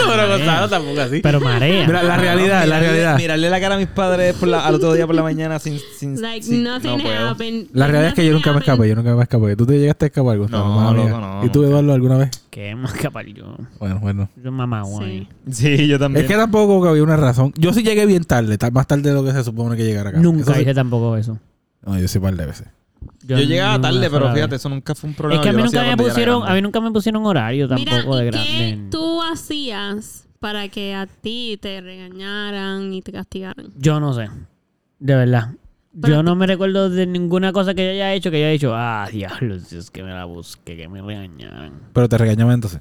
[SPEAKER 3] No, pero
[SPEAKER 1] Marea.
[SPEAKER 3] Gonzalo tampoco así.
[SPEAKER 1] Pero marea.
[SPEAKER 3] Mira, la realidad, la
[SPEAKER 2] Mirarle-
[SPEAKER 3] realidad.
[SPEAKER 2] Mirarle la cara a mis padres por la- al otro día por la mañana sin... sin,
[SPEAKER 4] Like,
[SPEAKER 2] sin-
[SPEAKER 4] nothing
[SPEAKER 2] no puedo.
[SPEAKER 4] happened.
[SPEAKER 3] La realidad es que yo nunca me
[SPEAKER 4] Nothing
[SPEAKER 3] escapé, yo nunca me escapé. ¿Tú te llegaste a escapar, Gonzalo?
[SPEAKER 2] No,
[SPEAKER 3] Mala
[SPEAKER 2] loco,
[SPEAKER 3] mía.
[SPEAKER 2] no,
[SPEAKER 3] ¿Y tú,
[SPEAKER 2] nunca.
[SPEAKER 3] Eduardo, alguna vez?
[SPEAKER 1] Qué más capaz yo.
[SPEAKER 3] Bueno, bueno.
[SPEAKER 1] Yo mamá guay.
[SPEAKER 4] Sí.
[SPEAKER 2] Sí, yo también.
[SPEAKER 3] Es que tampoco como que había una razón. Yo sí llegué bien tarde, ta- más tarde de lo que se supone que llegara acá.
[SPEAKER 1] Nunca
[SPEAKER 3] Eso sí.
[SPEAKER 1] hice tampoco eso.
[SPEAKER 3] No, yo sí un par de veces.
[SPEAKER 2] Yo llegaba
[SPEAKER 1] ni una
[SPEAKER 2] tarde, pero
[SPEAKER 1] sola
[SPEAKER 2] fíjate,
[SPEAKER 1] vez.
[SPEAKER 2] eso nunca fue un problema.
[SPEAKER 1] es que a
[SPEAKER 2] yo
[SPEAKER 1] mí
[SPEAKER 2] lo
[SPEAKER 1] nunca
[SPEAKER 2] hacía
[SPEAKER 1] me
[SPEAKER 2] cuando ya era
[SPEAKER 1] pusieron, a mí
[SPEAKER 2] grande.
[SPEAKER 1] nunca me pusieron horario tampoco
[SPEAKER 4] Mira,
[SPEAKER 1] de
[SPEAKER 4] ¿y
[SPEAKER 1] grande.
[SPEAKER 4] ¿Qué tú hacías para que a ti te regañaran y te castigaran?
[SPEAKER 1] Yo no sé. De verdad.
[SPEAKER 4] Pero
[SPEAKER 1] yo no me recuerdo de ninguna cosa que yo haya hecho que haya dicho, ah, diablo, si es que me la busqué, que me regañaron.
[SPEAKER 3] Pero te regañaban entonces.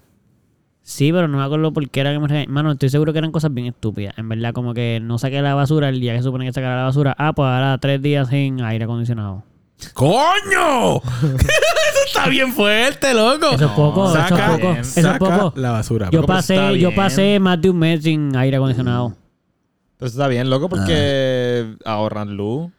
[SPEAKER 1] Sí, pero no me acuerdo por qué era que me regañaron. Mano, estoy seguro que eran cosas bien estúpidas. En verdad, como que no saqué la basura el día que se supone que sacara la basura. Ah, pues ahora tres días sin aire acondicionado.
[SPEAKER 3] ¡Coño! Eso está bien fuerte, loco.
[SPEAKER 1] Eso es poco, eso es
[SPEAKER 2] saca-
[SPEAKER 1] poco. Eso es
[SPEAKER 3] Saca
[SPEAKER 1] poco.
[SPEAKER 3] la basura.
[SPEAKER 1] Yo
[SPEAKER 3] bro.
[SPEAKER 2] pues, está
[SPEAKER 1] pasé, yo
[SPEAKER 2] bien.
[SPEAKER 1] pasé más de un mes sin aire acondicionado.
[SPEAKER 2] Pero eso está bien, loco, porque ahorran luz.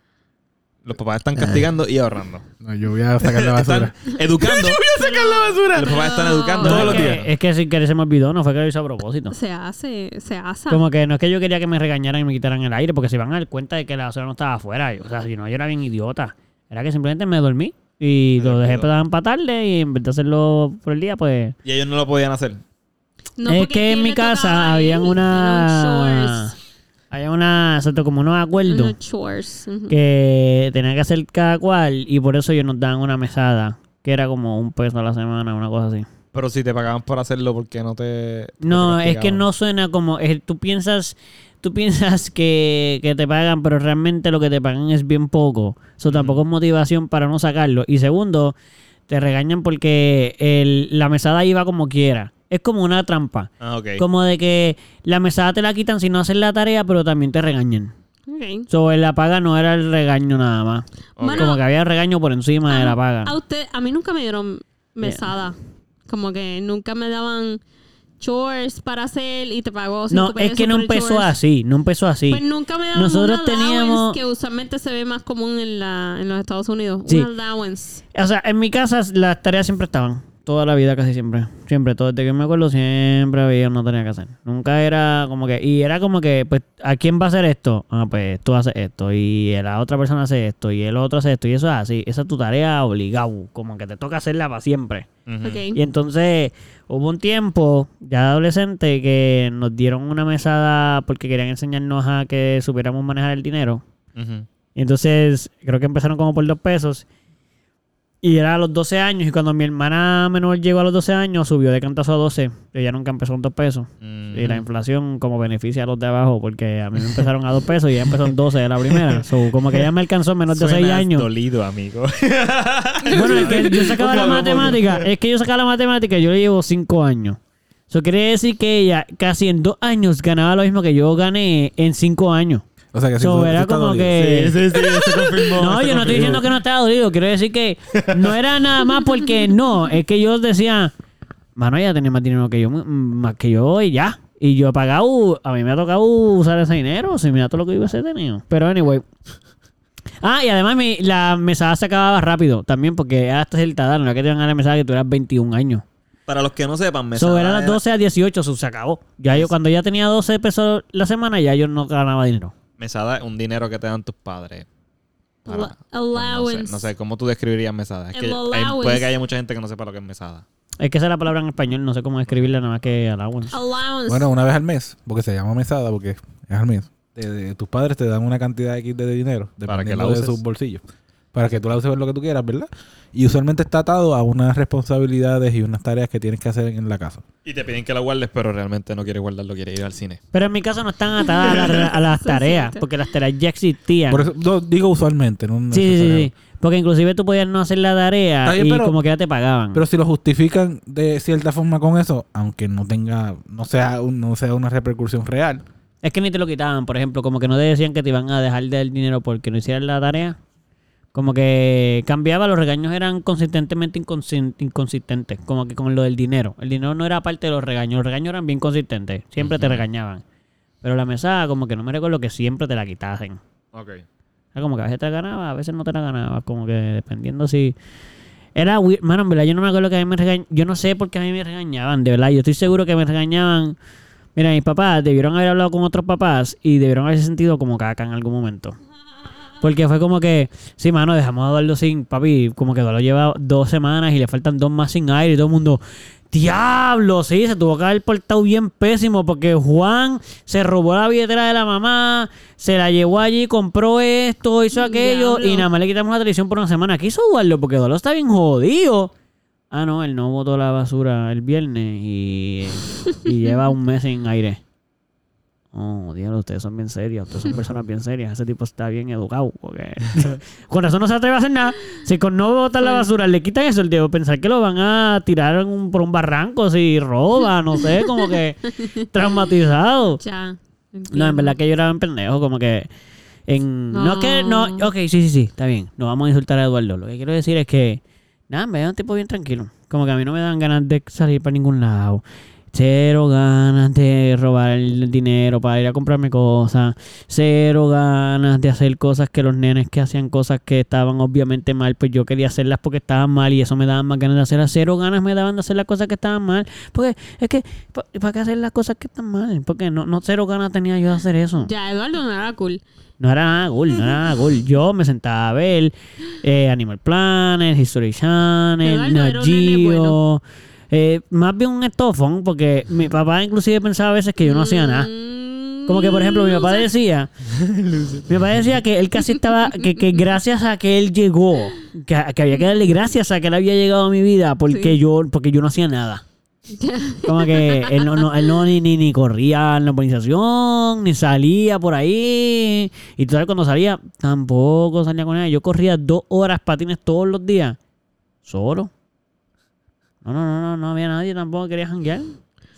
[SPEAKER 2] Los papás están castigando y ahorrando.
[SPEAKER 3] No, yo voy a sacar la
[SPEAKER 2] Están
[SPEAKER 3] basura.
[SPEAKER 2] educando.
[SPEAKER 3] sacar la basura.
[SPEAKER 2] Los papás están educando
[SPEAKER 1] No,
[SPEAKER 2] todos
[SPEAKER 1] es,
[SPEAKER 2] los
[SPEAKER 1] que,
[SPEAKER 2] días.
[SPEAKER 1] es que sin querer se me olvidó, no fue que lo hice a propósito.
[SPEAKER 4] Se hace, se asa.
[SPEAKER 1] Como que no es que yo quería que me regañaran y me quitaran el aire, porque se iban a dar cuenta de que la basura no estaba afuera. O sea, si no, yo era bien idiota. Era que simplemente me dormí y lo dejé para pa tarde y en vez de hacerlo por el día, pues.
[SPEAKER 2] Y ellos no lo podían hacer.
[SPEAKER 4] No,
[SPEAKER 1] es
[SPEAKER 4] porque
[SPEAKER 1] que en
[SPEAKER 4] quién
[SPEAKER 1] mi
[SPEAKER 4] le tocaba
[SPEAKER 1] casa
[SPEAKER 4] a
[SPEAKER 1] había
[SPEAKER 4] él, eran
[SPEAKER 1] una.
[SPEAKER 4] chores.
[SPEAKER 1] Había una. Exacto, como unos acuerdos
[SPEAKER 4] Unos chores. ujú.
[SPEAKER 1] que tenía que hacer cada cual y por eso ellos nos dan una mesada, que era como un peso a la semana, una cosa así.
[SPEAKER 2] Pero si te pagaban por hacerlo, ¿por qué no te.? por qué
[SPEAKER 1] No,
[SPEAKER 2] te
[SPEAKER 1] es que
[SPEAKER 2] castigaban?
[SPEAKER 1] no suena como. es- tú piensas, tú piensas que, que te pagan, pero realmente lo que te pagan es bien poco. Eso tampoco es motivación para no sacarlo. Y segundo, te regañan porque el- la mesada iba como quiera. Es como una trampa.
[SPEAKER 2] Ah, ok.
[SPEAKER 1] Como de que la mesada te la quitan si no haces la tarea, pero también te regañan.
[SPEAKER 4] Ok.
[SPEAKER 1] Sobre la paga no era el regaño nada más.
[SPEAKER 4] Bueno,
[SPEAKER 1] Como que había regaño por encima de la paga.
[SPEAKER 4] A usted, a mí nunca me dieron mesada. Como que nunca me daban chores para hacer y te pagó cinco
[SPEAKER 1] No, es que
[SPEAKER 4] pesos
[SPEAKER 1] no
[SPEAKER 4] por el
[SPEAKER 1] empezó
[SPEAKER 4] chores.
[SPEAKER 1] así, no empezó así.
[SPEAKER 4] Pues nunca me daban
[SPEAKER 1] Nosotros
[SPEAKER 4] una
[SPEAKER 1] teníamos-
[SPEAKER 4] allowance que usualmente se ve más común en, la, en los Estados Unidos.
[SPEAKER 1] Sí.
[SPEAKER 4] Una allowance.
[SPEAKER 1] O sea, en mi casa las tareas siempre estaban. Toda la vida, casi siempre. Siempre, todo desde que me acuerdo, siempre había una tarea que hacer. Nunca era como que. Y era como que, pues, ¿a quién va a hacer esto? Ah, pues tú haces esto. Y la otra persona hace esto. Y el otro hace esto. Y eso es así. Esa es tu tarea obligado. Como que te toca hacerla para siempre.
[SPEAKER 2] Ujú.
[SPEAKER 4] Ok.
[SPEAKER 1] Y entonces hubo un tiempo, ya de adolescente, que nos dieron una mesada porque querían enseñarnos a que supiéramos manejar el dinero.
[SPEAKER 2] Ujú.
[SPEAKER 1] Y entonces, creo que empezaron como por dos pesos. Y era a los 12 años. Y cuando mi hermana menor llegó a los 12 años, subió de cantazo a 12. Ella nunca empezó con dos pesos.
[SPEAKER 2] Ujú.
[SPEAKER 1] Y la inflación como beneficia a los de abajo, porque a mí me empezaron a dos pesos y ella empezó en 12 de la primera. So, como que ella me alcanzó en menos de
[SPEAKER 2] Suenas
[SPEAKER 1] 6 años.
[SPEAKER 2] dolido, amigo.
[SPEAKER 1] Bueno, es que yo sacaba la
[SPEAKER 2] Como-
[SPEAKER 1] matemática. Es que yo sacaba la matemática y yo le llevo 5 años. Eso quiere decir que ella casi en dos años ganaba lo mismo que yo gané en cinco años.
[SPEAKER 3] O sea que si
[SPEAKER 1] So,
[SPEAKER 3] tú- tú
[SPEAKER 1] era
[SPEAKER 3] estás
[SPEAKER 1] como
[SPEAKER 3] dolido.
[SPEAKER 1] que...
[SPEAKER 2] Sí, sí, sí, se
[SPEAKER 1] No,
[SPEAKER 2] confirmó. se
[SPEAKER 1] yo no estoy
[SPEAKER 2] confirmó.
[SPEAKER 1] diciendo que no estaba dolido. Quiero decir que no era nada más porque no. Es que yo decía, mano, ella tenía más dinero que yo, mm, más que yo y ya. Y yo he pagado, a mí me ha tocado usar ese dinero. Si mira todo lo que yo hubiese tenido. Pero anyway. Ah, y además mi- la mesada se acababa rápido también porque era hasta el edad. No era que te iban a la mesada que tú eras 21 años.
[SPEAKER 2] Para los que no sepan, me
[SPEAKER 1] Eso era las 12 a 18, so, se acabó. Ya yo cuando ya tenía 12 pesos la semana, ya yo no ganaba dinero.
[SPEAKER 2] Mesada es un dinero que te dan tus padres. para- pues,
[SPEAKER 4] Allo-
[SPEAKER 2] No sé,
[SPEAKER 4] allowance.
[SPEAKER 2] no sé, cómo tú describirías mesada. Es
[SPEAKER 1] Em,
[SPEAKER 2] que
[SPEAKER 4] El
[SPEAKER 2] hay-
[SPEAKER 4] allowance.
[SPEAKER 2] puede que haya mucha gente que no sepa lo que es mesada.
[SPEAKER 1] Es que esa es la palabra en español, no sé cómo escribirla nada más que allowance.
[SPEAKER 4] Allowance.
[SPEAKER 3] Bueno, una vez al mes, porque se llama mesada, porque es al mes. Te- de- tus padres te dan una cantidad X de dinero,
[SPEAKER 2] Para que la
[SPEAKER 3] dependiendo de
[SPEAKER 2] uses.
[SPEAKER 3] sus bolsillos. Para que tú la uses en lo que tú quieras, ¿verdad? Y usualmente está atado a unas responsabilidades y unas tareas que tienes que hacer en la casa.
[SPEAKER 2] Y te piden que la guardes, pero realmente no quieres guardarlo, quieres ir al cine.
[SPEAKER 1] Pero en mi caso no están atadas a, la- a las
[SPEAKER 4] Sí,
[SPEAKER 1] tareas,
[SPEAKER 4] sí.
[SPEAKER 1] porque las tareas ya existían.
[SPEAKER 3] Por eso no, digo usualmente, no
[SPEAKER 1] sí, sí, sí, sí.
[SPEAKER 3] necesariamente.
[SPEAKER 1] Porque inclusive tú podías no hacer la tarea
[SPEAKER 3] Está bien,
[SPEAKER 1] y
[SPEAKER 3] pero-
[SPEAKER 1] como que ya te pagaban.
[SPEAKER 3] Pero si lo justifican de cierta forma con eso, aunque no tenga, no sea, un- no sea una repercusión real,
[SPEAKER 1] es que ni te lo quitaban, por ejemplo, como que no te decían que te iban a dejar del dinero porque no hicieras la tarea. Como que cambiaba, los regaños eran consistentemente inconsci- inconsistentes, como que con lo del dinero. El dinero no era parte de los regaños, los regaños eran bien consistentes, siempre te regañaban. Pero la mesada como que no me recuerdo que siempre te la quitasen.
[SPEAKER 2] Ok.
[SPEAKER 1] Ah. Era como que a veces te la ganaba, a veces no te la ganaba. Como que dependiendo si. Era weird. Mano, en verdad, yo no me acuerdo que a mí me regañaban. Yo no sé por qué a mí me regañaban, de verdad. Yo estoy seguro que me regañaban. Mira, mis papás debieron haber hablado con otros papás y debieron haberse sentido como caca en algún momento. Porque fue como que, sí, mano, dejamos a Eduardo sin, papi, como que Eduardo lleva dos semanas y le faltan dos más sin aire y todo el mundo, diablo, sí, se tuvo que haber portado bien pésimo porque Juan se robó la billetera de la mamá, se la llevó allí, compró esto, hizo aquello
[SPEAKER 4] Diablo.
[SPEAKER 1] y nada más le quitamos la televisión por una semana. ¿Qué hizo Eduardo? Porque Eduardo está bien jodido. Ah, no, él no botó la basura el viernes y, y lleva un mes sin aire. Oh, diablo, ustedes son bien serios, ustedes son personas bien serias. Ese tipo está bien educado. Porque... con razón no se atreve a hacer nada. Si con no botar la basura le quitan eso, el debo pensar que lo van a tirar en un- por un barranco si roba, no sé, como que traumatizado.
[SPEAKER 4] Ya.
[SPEAKER 1] No, en verdad que yo era un pendejo, como que. En, no. es que no.
[SPEAKER 4] No.
[SPEAKER 1] Ok, sí, sí, sí. Está bien. No vamos a insultar a Eduardo. Lo que quiero decir es que. Nada, me da un tipo bien tranquilo. Como que a mí no me dan ganas de salir para ningún lado. Cero ganas de robar el dinero para ir a comprarme cosas. Cero ganas de hacer cosas que los nenes que hacían cosas que estaban obviamente mal, pues yo quería hacerlas porque estaban mal y eso me daba más ganas de hacerlas. Cero ganas me daban de hacer las cosas que estaban mal. Porque es que, ¿pa- ¿para qué hacer las cosas que están mal? Porque no, no cero ganas tenía yo de hacer eso.
[SPEAKER 4] Ya, Eduardo no era cool.
[SPEAKER 1] No era nada cool, no era nada cool. Yo me sentaba a ver eh, Animal Planet, History Channel,
[SPEAKER 4] Eduardo era
[SPEAKER 1] Nat
[SPEAKER 4] un nene
[SPEAKER 1] Geo.
[SPEAKER 4] bueno.
[SPEAKER 1] Eh, más bien un estofón, porque mi papá inclusive pensaba a veces que yo no hacía nada.
[SPEAKER 4] Mm,
[SPEAKER 1] Como que, por ejemplo, mi papá
[SPEAKER 4] no sé.
[SPEAKER 1] decía, mi papá decía que él casi estaba, que, que gracias a que él llegó, que, que había que darle gracias a que él había llegado a mi vida, porque
[SPEAKER 4] Sí.
[SPEAKER 1] yo, porque yo no hacía nada. Como que él no, no- él no ni, ni, ni corría en la urbanización, ni salía por ahí. Y tú sabes, cuando salía, tampoco salía con nadie. Yo corría dos horas patines todos los días, solo. No, no, no, no, no había nadie tampoco, quería janguear.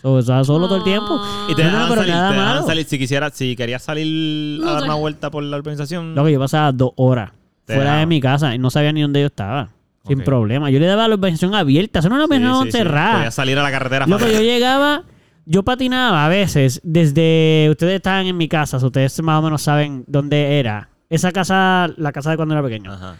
[SPEAKER 1] So, estaba solo todo el tiempo.
[SPEAKER 2] Y te
[SPEAKER 1] No, no,
[SPEAKER 2] dejaban
[SPEAKER 1] pero
[SPEAKER 2] salir,
[SPEAKER 1] nada
[SPEAKER 2] te dejaban
[SPEAKER 1] malo.
[SPEAKER 2] salir. Si quisieras, si querías salir
[SPEAKER 4] No,
[SPEAKER 2] a dar
[SPEAKER 4] no.
[SPEAKER 2] una vuelta por la urbanización.
[SPEAKER 1] Lo que yo pasaba dos horas
[SPEAKER 2] Te
[SPEAKER 1] fuera de
[SPEAKER 2] daba.
[SPEAKER 1] mi casa y no sabía ni dónde yo estaba. Sin
[SPEAKER 2] Ok.
[SPEAKER 1] problema. Yo le daba la urbanización abierta. Eso no era una
[SPEAKER 2] Sí,
[SPEAKER 1] urbanización
[SPEAKER 2] sí, sí.
[SPEAKER 1] cerrada.
[SPEAKER 2] Podías salir a la carretera.
[SPEAKER 1] Loco,
[SPEAKER 2] fácil.
[SPEAKER 1] yo llegaba, yo patinaba a veces desde. Ustedes estaban en mi casa, so ustedes más o menos saben dónde era. Esa casa, la casa de cuando era pequeño.
[SPEAKER 2] Ajá.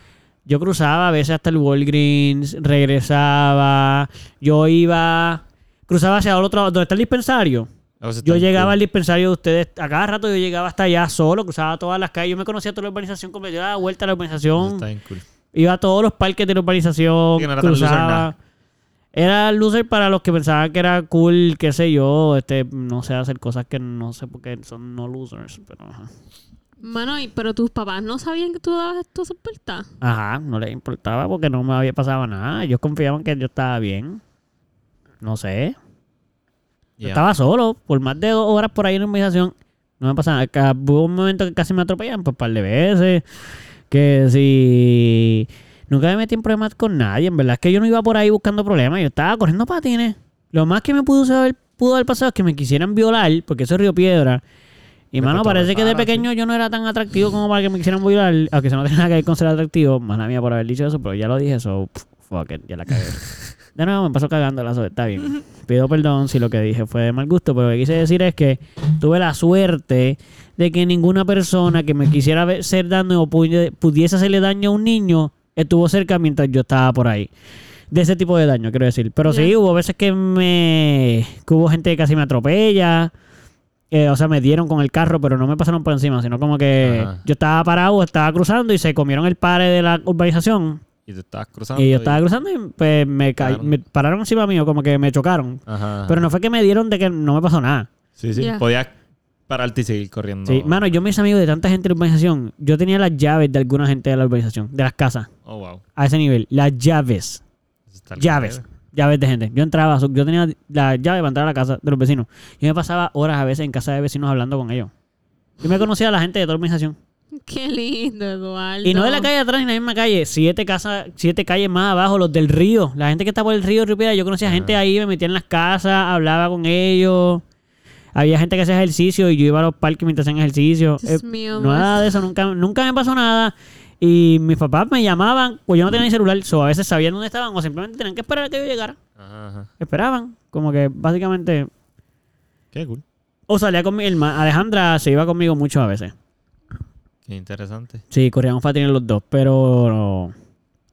[SPEAKER 1] Yo cruzaba a veces hasta el Walgreens, regresaba, yo iba, cruzaba hacia el otro lado, donde está el dispensario.
[SPEAKER 2] Eso está
[SPEAKER 1] Yo
[SPEAKER 2] bien
[SPEAKER 1] llegaba
[SPEAKER 2] cool.
[SPEAKER 1] al dispensario de ustedes, a cada rato yo llegaba hasta allá solo, cruzaba todas las calles, yo me conocía toda la urbanización completa, yo daba vuelta a la
[SPEAKER 2] Eso
[SPEAKER 1] urbanización,
[SPEAKER 2] Está bien cool.
[SPEAKER 1] iba a todos los parques de la urbanización,
[SPEAKER 2] Sí, que no era tan loser
[SPEAKER 1] cruzaba.
[SPEAKER 2] nada.
[SPEAKER 1] Era loser para los que pensaban que era cool, qué sé yo, este, no sé, hacer cosas que no sé por qué son no losers, pero ajá.
[SPEAKER 4] Mano, y- pero tus papás no sabían que tú dabas todas esas puertas.
[SPEAKER 1] Ajá, no les importaba porque no me había pasado nada. Ellos confiaban que yo estaba bien. No sé. Yo
[SPEAKER 2] Ya.
[SPEAKER 1] estaba solo. Por más de dos horas por ahí en la urbanización. No me pasaba nada. Ca- Hubo un momento que casi me atropellaban por un par de veces. Que si... Nunca me metí en problemas con nadie. En verdad es que yo no iba por ahí buscando problemas. Yo estaba corriendo patines. Lo más que me pudo saber, pudo haber pasado es que me quisieran violar, porque eso es Río Piedra. Y
[SPEAKER 2] Pero
[SPEAKER 1] mano,
[SPEAKER 2] tú
[SPEAKER 1] parece que de
[SPEAKER 2] estabas,
[SPEAKER 1] pequeño yo no era tan atractivo como para que me quisieran violar, aunque eso no tenía nada que ver con ser atractivo, mala mía por haber dicho eso, pero ya lo dije, eso, fuck it, ya la cagué. De nuevo me pasó cagando la sobre, está bien. Pido perdón si lo que dije fue de mal gusto, pero lo que quise decir es que tuve la suerte de que ninguna persona que me quisiera ver- hacer daño o pudi- pudiese hacerle daño a un niño estuvo cerca mientras yo estaba por ahí. De ese tipo de daño, quiero decir. Pero sí,
[SPEAKER 4] Ya.
[SPEAKER 1] hubo veces que me... que hubo gente que casi me atropella. Eh, o sea, me dieron con el carro, pero no me pasaron por encima, sino como que
[SPEAKER 2] Ajá.
[SPEAKER 1] yo estaba parado, estaba cruzando y se comieron el pare de la urbanización.
[SPEAKER 2] Y tú estabas cruzando.
[SPEAKER 1] y yo estaba cruzando y pues, me, ca-
[SPEAKER 2] Claro.
[SPEAKER 1] me pararon encima mío, como que me chocaron.
[SPEAKER 2] Ajá. ajá.
[SPEAKER 1] Pero no fue que me dieron de que no me pasó nada.
[SPEAKER 2] Sí, sí.
[SPEAKER 4] Ya.
[SPEAKER 2] Podías pararte y seguir corriendo.
[SPEAKER 1] Sí, mano, yo mis amigos de tanta gente de la urbanización, yo tenía las llaves de alguna gente de la urbanización, de las casas,
[SPEAKER 2] Oh, wow.
[SPEAKER 1] a ese nivel. Las llaves.
[SPEAKER 2] Eso está bien.
[SPEAKER 1] Llaves. Llaves de gente. Yo entraba, so- yo tenía la llave para entrar a la casa de los vecinos. Yo me pasaba horas a veces en casa de vecinos hablando con ellos. Yo me conocía a la gente de toda la urbanización.
[SPEAKER 4] Qué lindo, Eduardo.
[SPEAKER 1] Y no de la calle atrás, ni la misma calle. Siete, casas, siete calles más abajo, los del río. La gente que está por el río Río Piedra, Yo conocía gente ahí, me metía en las casas, hablaba con ellos. Había gente que hacía ejercicio y yo iba a los parques mientras hacían ejercicio.
[SPEAKER 4] Dios
[SPEAKER 1] Eh,
[SPEAKER 4] mío,
[SPEAKER 1] nada de eso, nunca, nunca me pasó nada. Y mis papás me llamaban, pues yo no tenía ni celular, so a veces sabían dónde estaban o simplemente tenían que esperar a que yo llegara.
[SPEAKER 2] Ajá, ajá.
[SPEAKER 1] Esperaban, como que básicamente...
[SPEAKER 2] Qué cool.
[SPEAKER 1] O salía con mi hermana, Alejandra se iba conmigo mucho a veces.
[SPEAKER 2] Qué interesante.
[SPEAKER 1] Sí, corríamos patines los dos, pero...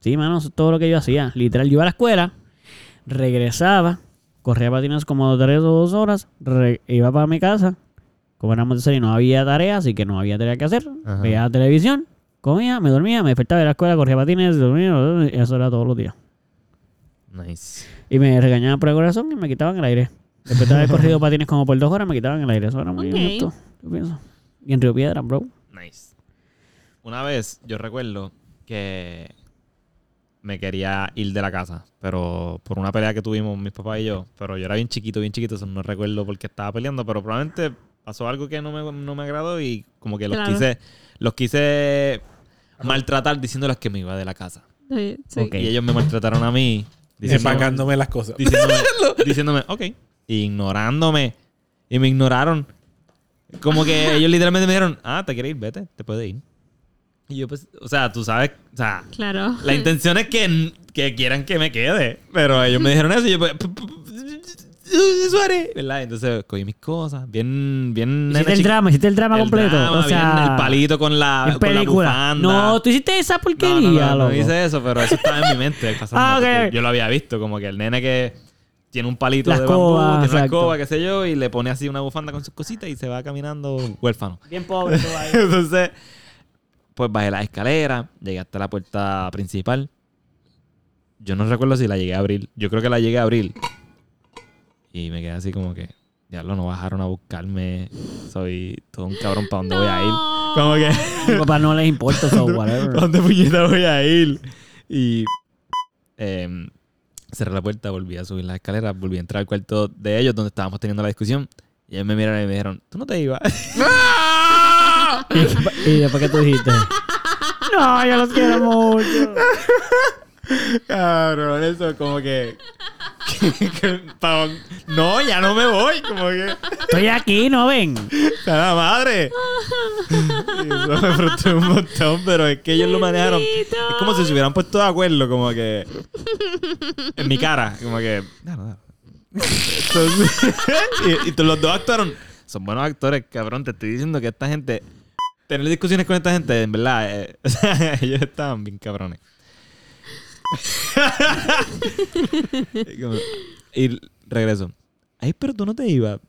[SPEAKER 1] Sí, mano, eso es todo lo que yo hacía. Literal, yo iba a la escuela, regresaba, corría patines como tres o dos horas, re- iba para mi casa, como éramos de serie, no había tarea, así que no había tarea que hacer,
[SPEAKER 2] Ajá.
[SPEAKER 1] veía la televisión, comía, me dormía, me despertaba de la escuela, corría patines, dormía, y eso era todos los días.
[SPEAKER 2] Nice.
[SPEAKER 1] Y me regañaban por el corazón y me quitaban el aire. Después de haber corrido patines como por dos horas, me quitaban el aire. Eso era muy
[SPEAKER 4] Ok.
[SPEAKER 1] injusto, yo pienso. Y en Río Piedra, bro.
[SPEAKER 2] Nice. Una vez yo recuerdo que me quería ir de la casa, pero por una pelea que tuvimos mis papás y yo, pero yo era bien chiquito, bien chiquito, eso no recuerdo por qué estaba peleando, pero probablemente pasó algo que no me, no me agradó y como que los
[SPEAKER 4] Claro.
[SPEAKER 2] quise los quise maltratar diciéndoles que me iba de la casa.
[SPEAKER 4] Sí, sí.
[SPEAKER 1] Ok.
[SPEAKER 2] Y ellos me maltrataron a mí. diciéndome-
[SPEAKER 3] Empacándome las cosas.
[SPEAKER 2] diciéndome, diciéndome, ok, ignorándome. Y me ignoraron. Como que ellos literalmente me dijeron, ah, te quieres ir, vete, te puedes ir. Y yo, pues, o sea, tú sabes, o sea,
[SPEAKER 4] Claro.
[SPEAKER 2] la intención es que, que quieran que me quede. Pero ellos me dijeron eso y yo, pues, p- p- p- eso haré, ¿verdad? Entonces cogí mis cosas, bien, bien.
[SPEAKER 1] Hiciste
[SPEAKER 2] nena
[SPEAKER 1] el
[SPEAKER 2] chiqui-
[SPEAKER 1] drama, hiciste el drama completo.
[SPEAKER 2] drama,
[SPEAKER 1] o
[SPEAKER 2] bien
[SPEAKER 1] sea,
[SPEAKER 2] el palito con la,
[SPEAKER 1] en
[SPEAKER 2] Ah, con la
[SPEAKER 1] película.
[SPEAKER 2] bufanda.
[SPEAKER 1] no, tú hiciste esa
[SPEAKER 2] No, no,
[SPEAKER 1] porquería,
[SPEAKER 2] no, no,
[SPEAKER 1] loco.
[SPEAKER 2] hice eso, pero eso estaba en mi mente. pasando,
[SPEAKER 1] Ah, ok,
[SPEAKER 2] porque
[SPEAKER 1] ok.
[SPEAKER 2] Yo lo había visto, como que el nene que tiene un palito
[SPEAKER 1] La
[SPEAKER 2] de bambú,
[SPEAKER 1] escoba,
[SPEAKER 2] tiene una
[SPEAKER 1] exacto.
[SPEAKER 2] escoba, qué sé yo, y le pone así una bufanda con sus cositas y se va caminando huérfano.
[SPEAKER 1] Bien pobre tú ahí.
[SPEAKER 2] Entonces, pues bajé la escalera, llegué hasta la puerta principal. Yo no recuerdo si la llegué a abrir. Yo creo que la llegué a abrir. Y me quedé así como que, diablo, no bajaron a buscarme. Soy todo un cabrón, ¿para dónde voy a ir?
[SPEAKER 4] No.
[SPEAKER 2] Como que...
[SPEAKER 1] A mi papá no les importa eso,
[SPEAKER 2] ¿Para
[SPEAKER 1] whatever.
[SPEAKER 2] ¿Dónde puñeta voy a ir? Y em, cerré la puerta, volví a subir las escaleras, volví a entrar al cuarto de ellos donde estábamos teniendo la discusión. Y ellos me miraron y me dijeron, tú no te ibas.
[SPEAKER 1] ¿Y después qué tú dijiste? No, yo los quiero mucho.
[SPEAKER 2] Cabrón, eso como que... que- pa- no, ya no me voy. Como que...
[SPEAKER 1] Estoy aquí, ¿no ven?
[SPEAKER 2] ¡A la madre! Y eso me frustró un montón, pero es que ellos lo manejaron.
[SPEAKER 4] Bendito.
[SPEAKER 2] Es como si se hubieran puesto de acuerdo, como que. En mi cara, como que. "Dale, dale". Entonces, y, y los dos actuaron. Son buenos actores, cabrón. Te estoy diciendo que esta gente. Tener discusiones con esta gente, en verdad. eh, o sea, ellos estaban bien cabrones. Y como- y regreso. Ay, pero tú no te ibas.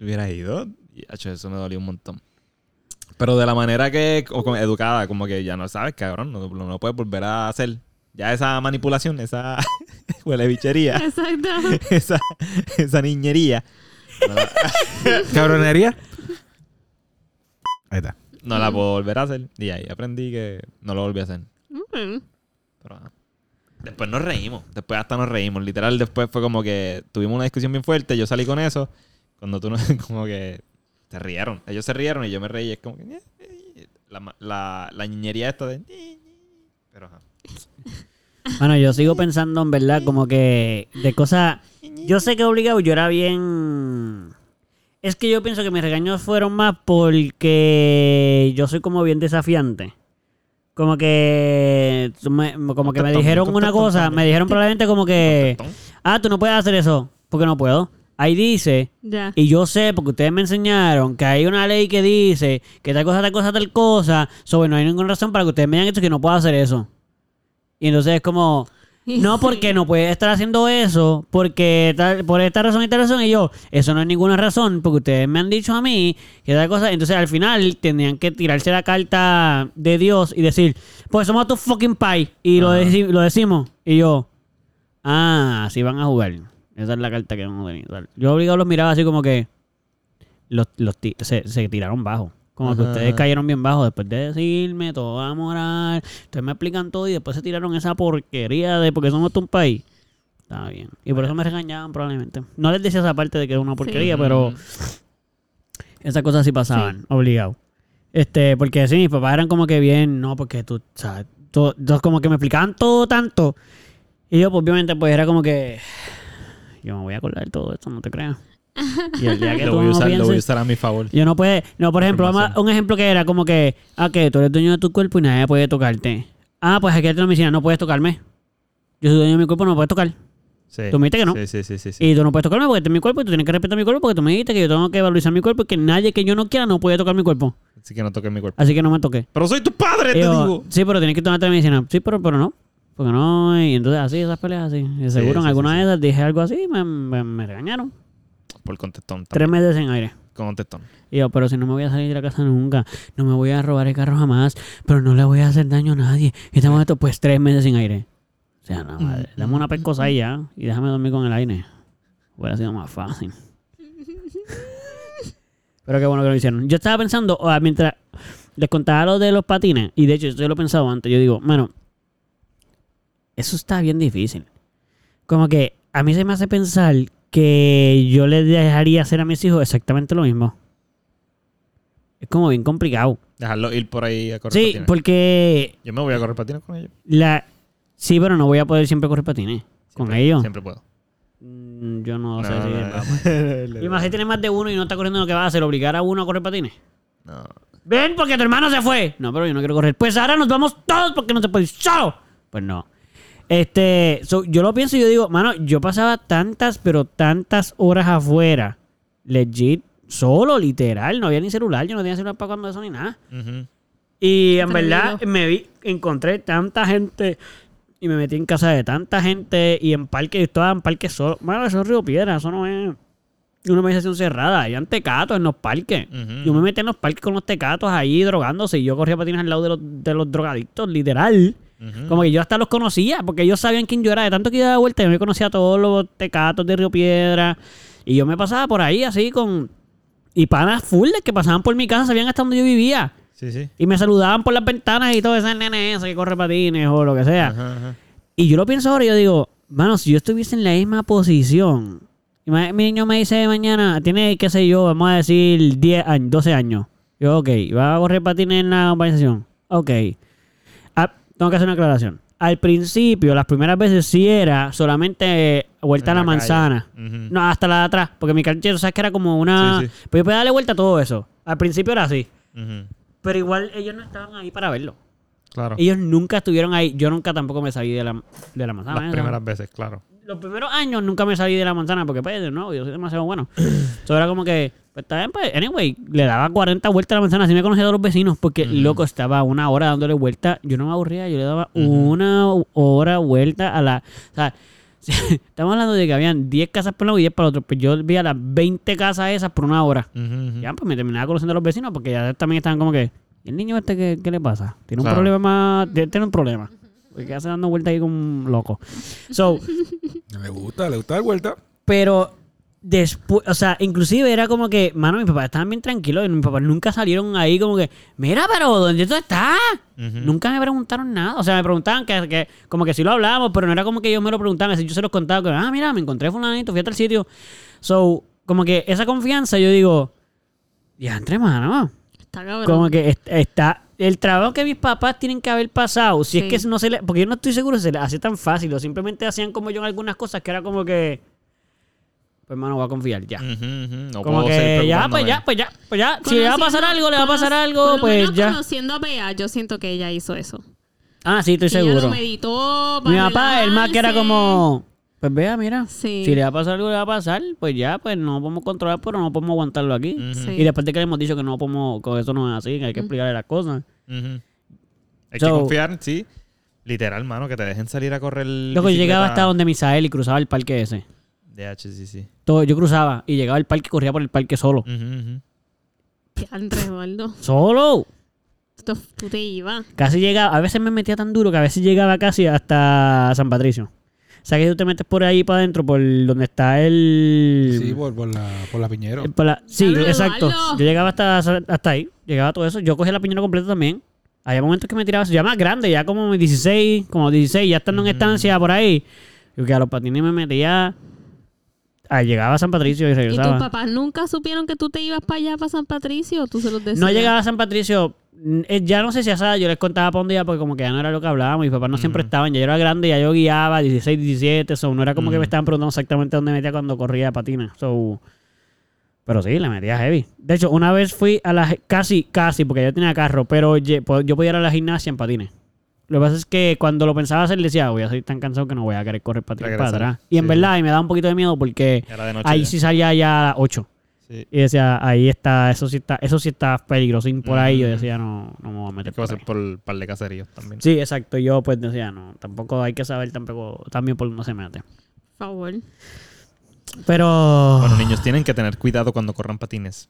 [SPEAKER 2] Hubieras ido. Y, acho, eso me dolió un montón. Pero de la manera que, o como educada, como que ya no sabes, cabrón, no, no lo puedes volver a hacer. Ya esa manipulación, esa huele bichería,
[SPEAKER 4] Exacto.
[SPEAKER 2] esa, esa niñería, no la,
[SPEAKER 3] Cabronería. Ahí está.
[SPEAKER 2] no la puedo volver a hacer. Y ahí aprendí que no lo volví a hacer.
[SPEAKER 4] Mm.
[SPEAKER 2] Pero, ajá. después nos reímos. Después hasta nos reímos. Literal, después fue como que tuvimos una discusión bien fuerte. Yo salí con eso. Cuando tú no, como que se rieron. Ellos se rieron y yo me reí. Es como que. La, ma- la, la niñería esta de. Pero ajá.
[SPEAKER 1] Bueno, yo sigo pensando en verdad como que de cosas... Yo sé que obligado yo era bien... Es que yo pienso que mis regaños fueron más porque yo soy como bien desafiante. Como que... me- como que me dijeron una cosa, me dijeron probablemente como que... Ah, tú no puedes hacer eso, porque no puedo. Ahí dice
[SPEAKER 4] Ya.
[SPEAKER 1] Y yo sé, porque ustedes me enseñaron que hay una ley que dice que tal cosa, tal cosa, tal cosa. Sobre no hay ninguna razón para que ustedes me hayan dicho que no puedo hacer eso. Y entonces es como, no, porque no puedes estar haciendo eso, porque tal, por esta razón y tal razón. Y yo, eso no es ninguna razón, porque ustedes me han dicho a mí que tal cosa. Entonces al final tendrían que tirarse la carta de Dios y decir, pues somos tu fucking pie. Y lo,
[SPEAKER 2] Ajá.
[SPEAKER 1] deci- lo decimos. Y yo, Ah, sí van a jugar. Esa es la carta que vamos a venir. Yo obligado los miraba así como que los, los ti- se, se tiraron bajo. Como que
[SPEAKER 2] Ajá.
[SPEAKER 1] ustedes cayeron bien bajo después de decirme todo la moral. Ustedes me explican todo y después se tiraron esa porquería de porque somos un país. Está bien. Y por eso me regañaban probablemente. No les decía esa parte de que era una porquería, pero esas cosas sí pasaban, obligado. Este, porque sí, mis papás eran como que bien, no, porque tú, o sea, todo- todo- como que me explicaban todo tanto. Y yo, pues, obviamente, pues era como que. Yo me voy a acordar de todo esto, no te creas. Y el día que
[SPEAKER 2] Lo
[SPEAKER 1] tú
[SPEAKER 2] voy, a
[SPEAKER 1] no
[SPEAKER 2] usar, lo voy a
[SPEAKER 1] pienses-
[SPEAKER 2] usar a mi favor.
[SPEAKER 1] yo no puede, no, por ejemplo, vamos a-
[SPEAKER 2] Información.
[SPEAKER 1] un ejemplo que era como que, ah, que tú eres dueño de tu cuerpo y nadie puede tocarte. Ah, pues aquí en la medicina no puedes tocarme. Yo soy dueño de mi cuerpo, no me puedes tocar.
[SPEAKER 2] Sí.
[SPEAKER 1] Tú me dijiste que no.
[SPEAKER 2] Sí, sí, sí. sí, sí.
[SPEAKER 1] Y tú no puedes tocarme porque este es mi cuerpo y tú tienes que respetar mi cuerpo porque tú me dijiste que yo tengo que valorizar mi cuerpo y que nadie que yo no quiera no puede tocar mi cuerpo.
[SPEAKER 2] Así que no toques mi cuerpo.
[SPEAKER 1] Así que no me toques.
[SPEAKER 2] Pero soy tu padre,
[SPEAKER 1] Y
[SPEAKER 2] te
[SPEAKER 1] yo,
[SPEAKER 2] digo.
[SPEAKER 1] Sí, pero tienes que tomarte la medicina. Sí, pero, pero no. Porque no, y entonces así, esas peleas así. Y seguro en
[SPEAKER 2] sí,
[SPEAKER 1] alguna
[SPEAKER 2] sí,
[SPEAKER 1] de esas dije algo así, me, me, me regañaron.
[SPEAKER 2] Por contestón.
[SPEAKER 1] Tres
[SPEAKER 2] también.
[SPEAKER 1] meses en aire.
[SPEAKER 2] Contestón.
[SPEAKER 1] Y yo, pero si no me voy a salir de la casa nunca, no me voy a robar el carro jamás, pero no le voy a hacer daño a nadie. Y estamos esto pues tres meses sin aire. O sea, no, madre, dame una pescosa ahí ya y déjame dormir con el aire. Hubiera sido más fácil. Pero qué bueno que lo hicieron. Yo estaba pensando, o sea, mientras les contaba lo de los patines, y de hecho yo lo he pensado antes, yo digo, mano, eso está bien difícil. Como que a mí se me hace pensar que yo les dejaría hacer a mis hijos exactamente lo mismo. Es como bien complicado.
[SPEAKER 2] Dejarlo ir por ahí a correr
[SPEAKER 1] Sí,
[SPEAKER 2] patines.
[SPEAKER 1] porque
[SPEAKER 2] Yo me voy a correr patines con ellos.
[SPEAKER 1] la... Sí, pero no voy a poder siempre correr patines con
[SPEAKER 2] Siempre-
[SPEAKER 1] ellos.
[SPEAKER 2] Siempre puedo.
[SPEAKER 1] Mm, Yo no, sé
[SPEAKER 2] No,
[SPEAKER 1] si
[SPEAKER 2] no,
[SPEAKER 1] es
[SPEAKER 2] no.
[SPEAKER 1] Batman. Y más si tienes más de uno y no está corriendo lo que va a hacer, obligar a uno a correr patines.
[SPEAKER 2] No.
[SPEAKER 1] Ven, porque tu hermano se fue. No, pero yo no quiero correr. Pues ahora nos vamos todos porque no se puede ir solo. Pues no. Este, so, yo lo pienso y yo digo, mano, yo pasaba tantas, pero tantas horas afuera. Legit, solo, literal. No había ni celular. Yo no tenía celular para cuando eso ni nada.
[SPEAKER 2] Ujú.
[SPEAKER 1] Y en
[SPEAKER 4] Perdido.
[SPEAKER 1] verdad me vi, encontré tanta gente y me metí en casa de tanta gente y en parques, y estaba en parques solo. Bueno, eso es Río Piedra, eso no es una organización cerrada. Habían tecatos en los parques.
[SPEAKER 2] Ujú.
[SPEAKER 1] Yo me metí en los parques con los tecatos ahí drogándose y yo corría patines al lado de los, de los drogadictos, literal.
[SPEAKER 2] Ujú.
[SPEAKER 1] Como que yo hasta los conocía, porque ellos sabían quién yo era. De tanto que yo daba vuelta, yo me conocía a todos los tecatos de Río Piedra. Y yo me pasaba por ahí así con... Y panas full de que pasaban por mi casa, sabían hasta dónde yo vivía.
[SPEAKER 2] Sí, sí.
[SPEAKER 1] Y me saludaban por las ventanas y todo ese nene ese que corre patines o lo que sea.
[SPEAKER 2] Ajá, ajá.
[SPEAKER 1] Y yo lo pienso ahora y yo digo, mano, si yo estuviese en la misma posición, y ma- mi niño me dice mañana, tiene, qué sé yo, vamos a decir 10 años, 12 años. Yo, ok, va a correr patines en la urbanización. Ok. Ah, tengo que hacer una aclaración. Al principio, las primeras veces sí era solamente eh, vuelta a
[SPEAKER 2] En
[SPEAKER 1] la,
[SPEAKER 2] la calle.
[SPEAKER 1] manzana.
[SPEAKER 2] Ujú.
[SPEAKER 1] No, hasta la de atrás. Porque mi canchero, sabes que era como una.
[SPEAKER 2] Sí, sí.
[SPEAKER 1] Pues yo podía darle vuelta a todo eso. Al principio era así.
[SPEAKER 2] Ujú.
[SPEAKER 1] Pero igual ellos no estaban ahí para verlo.
[SPEAKER 2] Claro.
[SPEAKER 1] Ellos nunca estuvieron ahí. Yo nunca tampoco me salí de la, de la manzana.
[SPEAKER 2] Las
[SPEAKER 1] ¿eh?
[SPEAKER 2] primeras veces, claro.
[SPEAKER 1] Los primeros años nunca me salí de la manzana porque, pues, de nuevo, yo soy demasiado bueno. Entonces era como que, pues, está bien, pues, anyway, le daba 40 vueltas a la manzana. Así me conocía a todos los vecinos porque, loco, estaba una hora dándole vuelta. Yo no me aburría, yo le daba una hora vuelta a la... O sea, estamos hablando de que habían 10 casas por un lado y 10 para el otro. Pues yo vi a las 20 casas esas por una hora.
[SPEAKER 2] Ujú, ujú.
[SPEAKER 1] Ya, pues me terminaba conociendo a los vecinos porque ya también estaban como que, ¿y el niño este qué, qué le pasa? Tiene un
[SPEAKER 2] Claro.
[SPEAKER 1] problema más, tiene tiene un problema. Porque hace dando vueltas ahí como un loco. So,
[SPEAKER 3] Le gusta, le gusta dar vuelta.
[SPEAKER 1] pero después, o sea, inclusive era como que, mano, mis papás estaban bien tranquilos y mis papás nunca salieron ahí como que, mira, pero ¿dónde tú estás?
[SPEAKER 2] Ujú.
[SPEAKER 1] Nunca me preguntaron nada. O sea, me preguntaban que, que- como que sí lo hablábamos, pero no era como que ellos me lo preguntaban, así yo se los contaba, que, ah, mira, me encontré fulanito, fui a tal sitio. So, como que esa confianza, yo digo, ya entre mano.
[SPEAKER 4] Está cabrón.
[SPEAKER 1] Como que est- está. El trabajo que mis papás tienen que haber pasado, si es
[SPEAKER 4] Sí.
[SPEAKER 1] que no se le. Porque yo no estoy seguro si se les hace tan fácil, o simplemente hacían como yo en algunas cosas que era como que. Pues, hermano, voy a confiar ya.
[SPEAKER 2] Ujú, ujú. Mm, No
[SPEAKER 1] como
[SPEAKER 2] puedo
[SPEAKER 1] que
[SPEAKER 2] seguir
[SPEAKER 1] ya, pues
[SPEAKER 2] preocupándome.
[SPEAKER 1] ya, pues ya, pues ya. Si le va a pasar algo, le va a pasar algo, pues ya.
[SPEAKER 4] Conociendo a Bea, yo siento que ella hizo eso.
[SPEAKER 1] Ah, sí, estoy
[SPEAKER 4] Que Ella lo
[SPEAKER 1] seguro.
[SPEAKER 4] meditó. para
[SPEAKER 1] Mi papá, el más que era
[SPEAKER 4] relajarse.
[SPEAKER 1] como. Pues vea, mira.
[SPEAKER 4] Sí.
[SPEAKER 1] Si le va a pasar algo, le va a pasar. Pues ya, pues no lo podemos controlar, pero no podemos aguantarlo aquí.
[SPEAKER 4] Mm. Sí. Mm.
[SPEAKER 1] Y después de que le hemos dicho que no podemos. Que eso no es así, que hay que explicarle las cosas.
[SPEAKER 2] Ujú. Hay que
[SPEAKER 1] So-
[SPEAKER 2] confiar, sí. Literal, mano, que te dejen salir a correr.
[SPEAKER 1] Loco, yo llegaba hasta
[SPEAKER 2] bicicleta.
[SPEAKER 1] donde Misael y cruzaba el parque ese.
[SPEAKER 2] DH, sí, sí.
[SPEAKER 1] Todo, yo cruzaba y llegaba al parque y corría por el parque solo.
[SPEAKER 2] Ujú, ujú.
[SPEAKER 4] Diantre, Eduardo.
[SPEAKER 1] ¡Solo!
[SPEAKER 4] Esto es- tú te ibas.
[SPEAKER 1] Casi llegaba, a veces me metía tan duro que a veces llegaba casi hasta San Patricio. O sea que tú te metes por ahí para adentro, por donde está el.
[SPEAKER 3] Sí, por, por la, por la Piñero.
[SPEAKER 1] el- por la- sí,
[SPEAKER 4] Diablo,
[SPEAKER 1] exacto.
[SPEAKER 4] Eduardo.
[SPEAKER 1] Yo llegaba hasta, hasta ahí, llegaba todo eso. Yo cogía la piñera completa también. Había momentos que me tiraba, ya más grande, ya como mis 16, como 16, ya estando en estancia por ahí. Yo que a los patines me metía. Ah, llegaba a San Patricio y
[SPEAKER 4] ¿Y
[SPEAKER 1] regresaba.
[SPEAKER 4] tus papás nunca supieron que tú te ibas para allá, para San Patricio? ¿Tú se los decías?
[SPEAKER 1] No llegaba a San Patricio. mm, eh, Ya no sé si a esa edad yo les contaba para un día porque como que ya no era lo que hablábamos. Mis papás no siempre estaban. Ya yo era grande, ya yo guiaba 16, 17. So, no era como que me estaban preguntando exactamente dónde metía cuando corría de patina. So, pero sí, la metía heavy. De hecho, una vez fui a la... gi- Casi, casi, porque yo tenía carro. Pero ye- po- yo podía ir a la gimnasia en patines. Lo que pasa es que cuando lo pensaba hacer, decía, voy a ser tan cansado que no voy a querer correr patines para
[SPEAKER 2] Regresar.
[SPEAKER 1] atrás. Y en
[SPEAKER 2] Sí.
[SPEAKER 1] verdad, y me daba un poquito de miedo porque
[SPEAKER 2] Era de noche.
[SPEAKER 1] ahí
[SPEAKER 2] ya.
[SPEAKER 1] sí salía ya a las 8.
[SPEAKER 2] Sí.
[SPEAKER 1] Y decía, ahí está, eso sí está, eso sí está peligrosín por ahí. Yo decía, no, no me voy a meter
[SPEAKER 2] Mm. Es que va a
[SPEAKER 1] por ahí.
[SPEAKER 2] ser por el par de caseríos también.
[SPEAKER 1] Sí, exacto. Yo pues decía, no, tampoco hay que saber tampoco, también por no se mete.
[SPEAKER 4] Por favor.
[SPEAKER 1] Pero
[SPEAKER 2] Bueno, niños, tienen que tener cuidado cuando corran patines.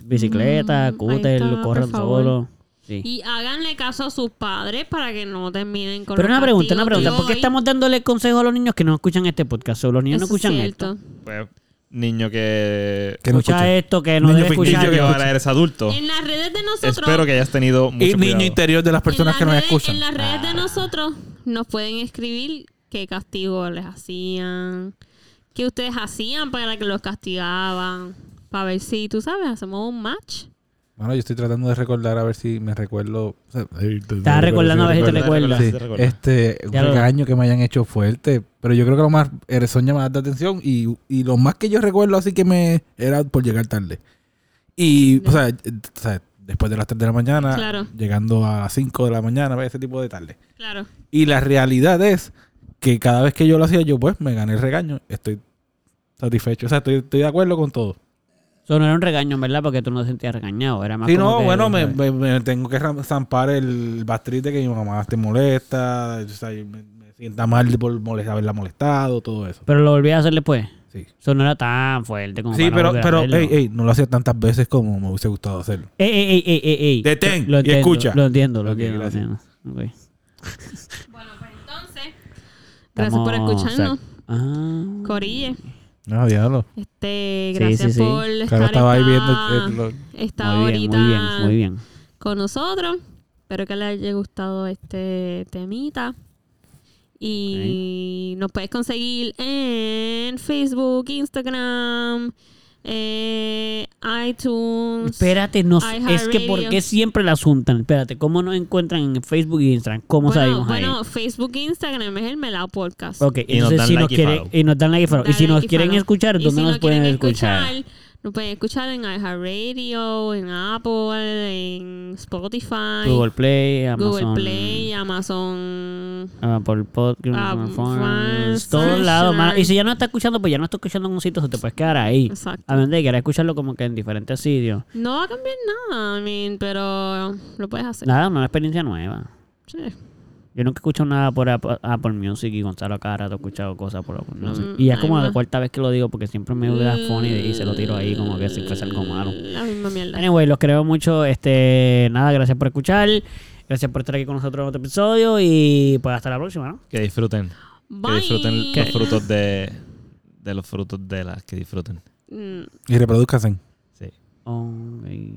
[SPEAKER 1] bicicleta,
[SPEAKER 4] Mm,
[SPEAKER 1] cúter,
[SPEAKER 4] ahí está,
[SPEAKER 1] corran
[SPEAKER 4] por favor.
[SPEAKER 1] solo. Sí.
[SPEAKER 4] Y háganle caso a sus padres para que no terminen con
[SPEAKER 1] Pero
[SPEAKER 4] los
[SPEAKER 1] una pregunta, una
[SPEAKER 4] castigos
[SPEAKER 1] pregunta.
[SPEAKER 4] de
[SPEAKER 1] ¿Por qué
[SPEAKER 4] hoy.
[SPEAKER 1] estamos dándole consejos a los niños que no escuchan este podcast? O los niños
[SPEAKER 4] Eso
[SPEAKER 1] no escuchan
[SPEAKER 4] es
[SPEAKER 1] esto.
[SPEAKER 4] cierto.
[SPEAKER 2] Pues, niño que.
[SPEAKER 3] Que no
[SPEAKER 1] escucha,
[SPEAKER 3] escucha.
[SPEAKER 1] esto, que no
[SPEAKER 3] Niño
[SPEAKER 1] debe
[SPEAKER 3] fin-
[SPEAKER 1] escuchar.
[SPEAKER 2] Niño que ahora eres adulto.
[SPEAKER 4] En las redes de nosotros.
[SPEAKER 2] Espero que hayas tenido mucho
[SPEAKER 3] Y niño
[SPEAKER 2] cuidado.
[SPEAKER 3] interior de las personas
[SPEAKER 4] en
[SPEAKER 3] que nos
[SPEAKER 4] las redes-
[SPEAKER 3] escuchan.
[SPEAKER 4] En las redes
[SPEAKER 1] Ah.
[SPEAKER 4] de nosotros nos pueden escribir qué castigo les hacían, qué ustedes hacían para que los castigaban, para ver si, tú sabes, hacemos un match.
[SPEAKER 3] Bueno, yo estoy tratando de recordar a ver si me recuerdo.
[SPEAKER 1] Estaba
[SPEAKER 3] Estaba
[SPEAKER 1] recordando a ver si te recuerdas.
[SPEAKER 3] Sí,
[SPEAKER 2] te recuerdas.
[SPEAKER 3] este, un
[SPEAKER 1] Ya lo-
[SPEAKER 3] regaño que me hayan hecho fuerte. Pero yo creo que lo más eh, son llamadas de atención y, y lo más que yo recuerdo así que me era por llegar tarde. Y, o, sea, eh, o sea, después de las 3 de la mañana,
[SPEAKER 4] Claro.
[SPEAKER 3] llegando a las 5 de la mañana, ¿ves? ese tipo de tarde.
[SPEAKER 4] Claro.
[SPEAKER 3] Y la realidad es que cada vez que yo lo hacía, yo pues me gané el regaño. Estoy satisfecho. O sea, estoy, estoy de acuerdo con todo.
[SPEAKER 1] Eso no era un regaño, ¿verdad? Porque tú no te sentías regañado. Era más
[SPEAKER 3] Sí,
[SPEAKER 1] como
[SPEAKER 3] no,
[SPEAKER 1] que- pues,
[SPEAKER 3] bueno, me, me- me tengo que ram- zampar el bastriz de que mi mamá te molesta, o sea, me, me sienta mal por molest- haberla molestado, todo eso.
[SPEAKER 1] Pero lo volví a hacer después.
[SPEAKER 3] Sí,
[SPEAKER 1] Eso no era tan fuerte como
[SPEAKER 3] sí
[SPEAKER 1] para
[SPEAKER 3] pero,
[SPEAKER 1] volver a
[SPEAKER 3] pero
[SPEAKER 1] hacerlo.
[SPEAKER 3] ey, ey, no lo hacía tantas veces como me hubiese gustado hacerlo.
[SPEAKER 1] Ey, ey, ey, ey, ey, ey.
[SPEAKER 3] Detén y escucha.
[SPEAKER 1] Lo entiendo, lo
[SPEAKER 3] Ok,
[SPEAKER 1] entiendo. lo
[SPEAKER 3] gracias.
[SPEAKER 1] entiendo. Ok.
[SPEAKER 4] Bueno, pues entonces, gracias
[SPEAKER 1] Estamos-
[SPEAKER 4] por escucharnos,
[SPEAKER 1] exacto. Ah.
[SPEAKER 4] Corille.
[SPEAKER 3] No, Ah, diablo.
[SPEAKER 4] Este,
[SPEAKER 1] Sí,
[SPEAKER 4] gracias
[SPEAKER 1] sí, sí.
[SPEAKER 4] por estar
[SPEAKER 3] Claro, estaba ahí
[SPEAKER 4] esta-
[SPEAKER 3] viendo eh, el- lo-
[SPEAKER 4] esta
[SPEAKER 1] eh, muy bien,
[SPEAKER 4] horita
[SPEAKER 1] muy bien, muy bien.
[SPEAKER 4] con nosotros. Espero que les haya gustado este temita. Y nos puedes conseguir en Facebook, Instagram, eh, iTunes.
[SPEAKER 1] Espérate, no sé,
[SPEAKER 4] iHeartRadio.
[SPEAKER 1] es que ¿por qué siempre la asuntan? Espérate, ¿cómo nos encuentran en Facebook y Instagram? ¿Cómo
[SPEAKER 4] bueno,
[SPEAKER 1] salimos
[SPEAKER 4] bueno,
[SPEAKER 1] ahí?
[SPEAKER 4] Facebook, Instagram es el Melao Podcast.
[SPEAKER 1] Ok,
[SPEAKER 2] Y nos
[SPEAKER 1] entonces
[SPEAKER 2] dan
[SPEAKER 1] si
[SPEAKER 2] like
[SPEAKER 1] nos
[SPEAKER 2] y
[SPEAKER 1] quieren
[SPEAKER 2] follow.
[SPEAKER 1] y nos dan like y follow. Y
[SPEAKER 4] Dale
[SPEAKER 1] si nos
[SPEAKER 4] like y
[SPEAKER 1] quieren
[SPEAKER 4] follow.
[SPEAKER 1] escuchar,
[SPEAKER 4] Y
[SPEAKER 1] ¿dónde
[SPEAKER 4] si
[SPEAKER 1] nos
[SPEAKER 4] no
[SPEAKER 1] pueden
[SPEAKER 4] quieren
[SPEAKER 1] escuchar?
[SPEAKER 4] Nos pueden escuchar en iHeartRadio, en Apple, en Spotify,
[SPEAKER 1] Google Play, Amazon.
[SPEAKER 4] Google Play, Amazon.
[SPEAKER 1] Apple Podcast,
[SPEAKER 4] Ah,
[SPEAKER 1] Amazon,
[SPEAKER 4] Fans,
[SPEAKER 1] todos
[SPEAKER 4] Fans,
[SPEAKER 1] lados. mano. Y
[SPEAKER 4] Fans.
[SPEAKER 1] si ya no estás escuchando, pues ya no estás escuchando en un sitio, se te puedes quedar ahí.
[SPEAKER 4] Exacto.
[SPEAKER 1] A menos de que quieras escucharlo como que en diferentes sitios.
[SPEAKER 4] No va a cambiar nada, I mean, pero lo puedes hacer.
[SPEAKER 1] Nada, una experiencia nueva.
[SPEAKER 4] Sí.
[SPEAKER 1] Yo nunca he escuchado nada por Apple, Apple Music y Gonzalo cada rato he escuchado cosas por Apple Music.
[SPEAKER 4] Mm,
[SPEAKER 1] y ya es como
[SPEAKER 4] ay, Mm.
[SPEAKER 1] la
[SPEAKER 4] ma.
[SPEAKER 1] cuarta vez que lo digo porque siempre me da funny y se lo tiro ahí como que si fuese algo malo.
[SPEAKER 4] La misma mierda.
[SPEAKER 1] Anyway, los creo mucho. Este, nada, gracias por escuchar. Gracias por estar aquí con nosotros en otro episodio y pues hasta la próxima, ¿no?
[SPEAKER 2] Que disfruten. Que
[SPEAKER 4] Bye.
[SPEAKER 2] disfruten los frutos de, de los frutos de las que disfruten.
[SPEAKER 4] Mm.
[SPEAKER 3] Y reproduzcanse.
[SPEAKER 2] Sí.
[SPEAKER 1] Oh, y-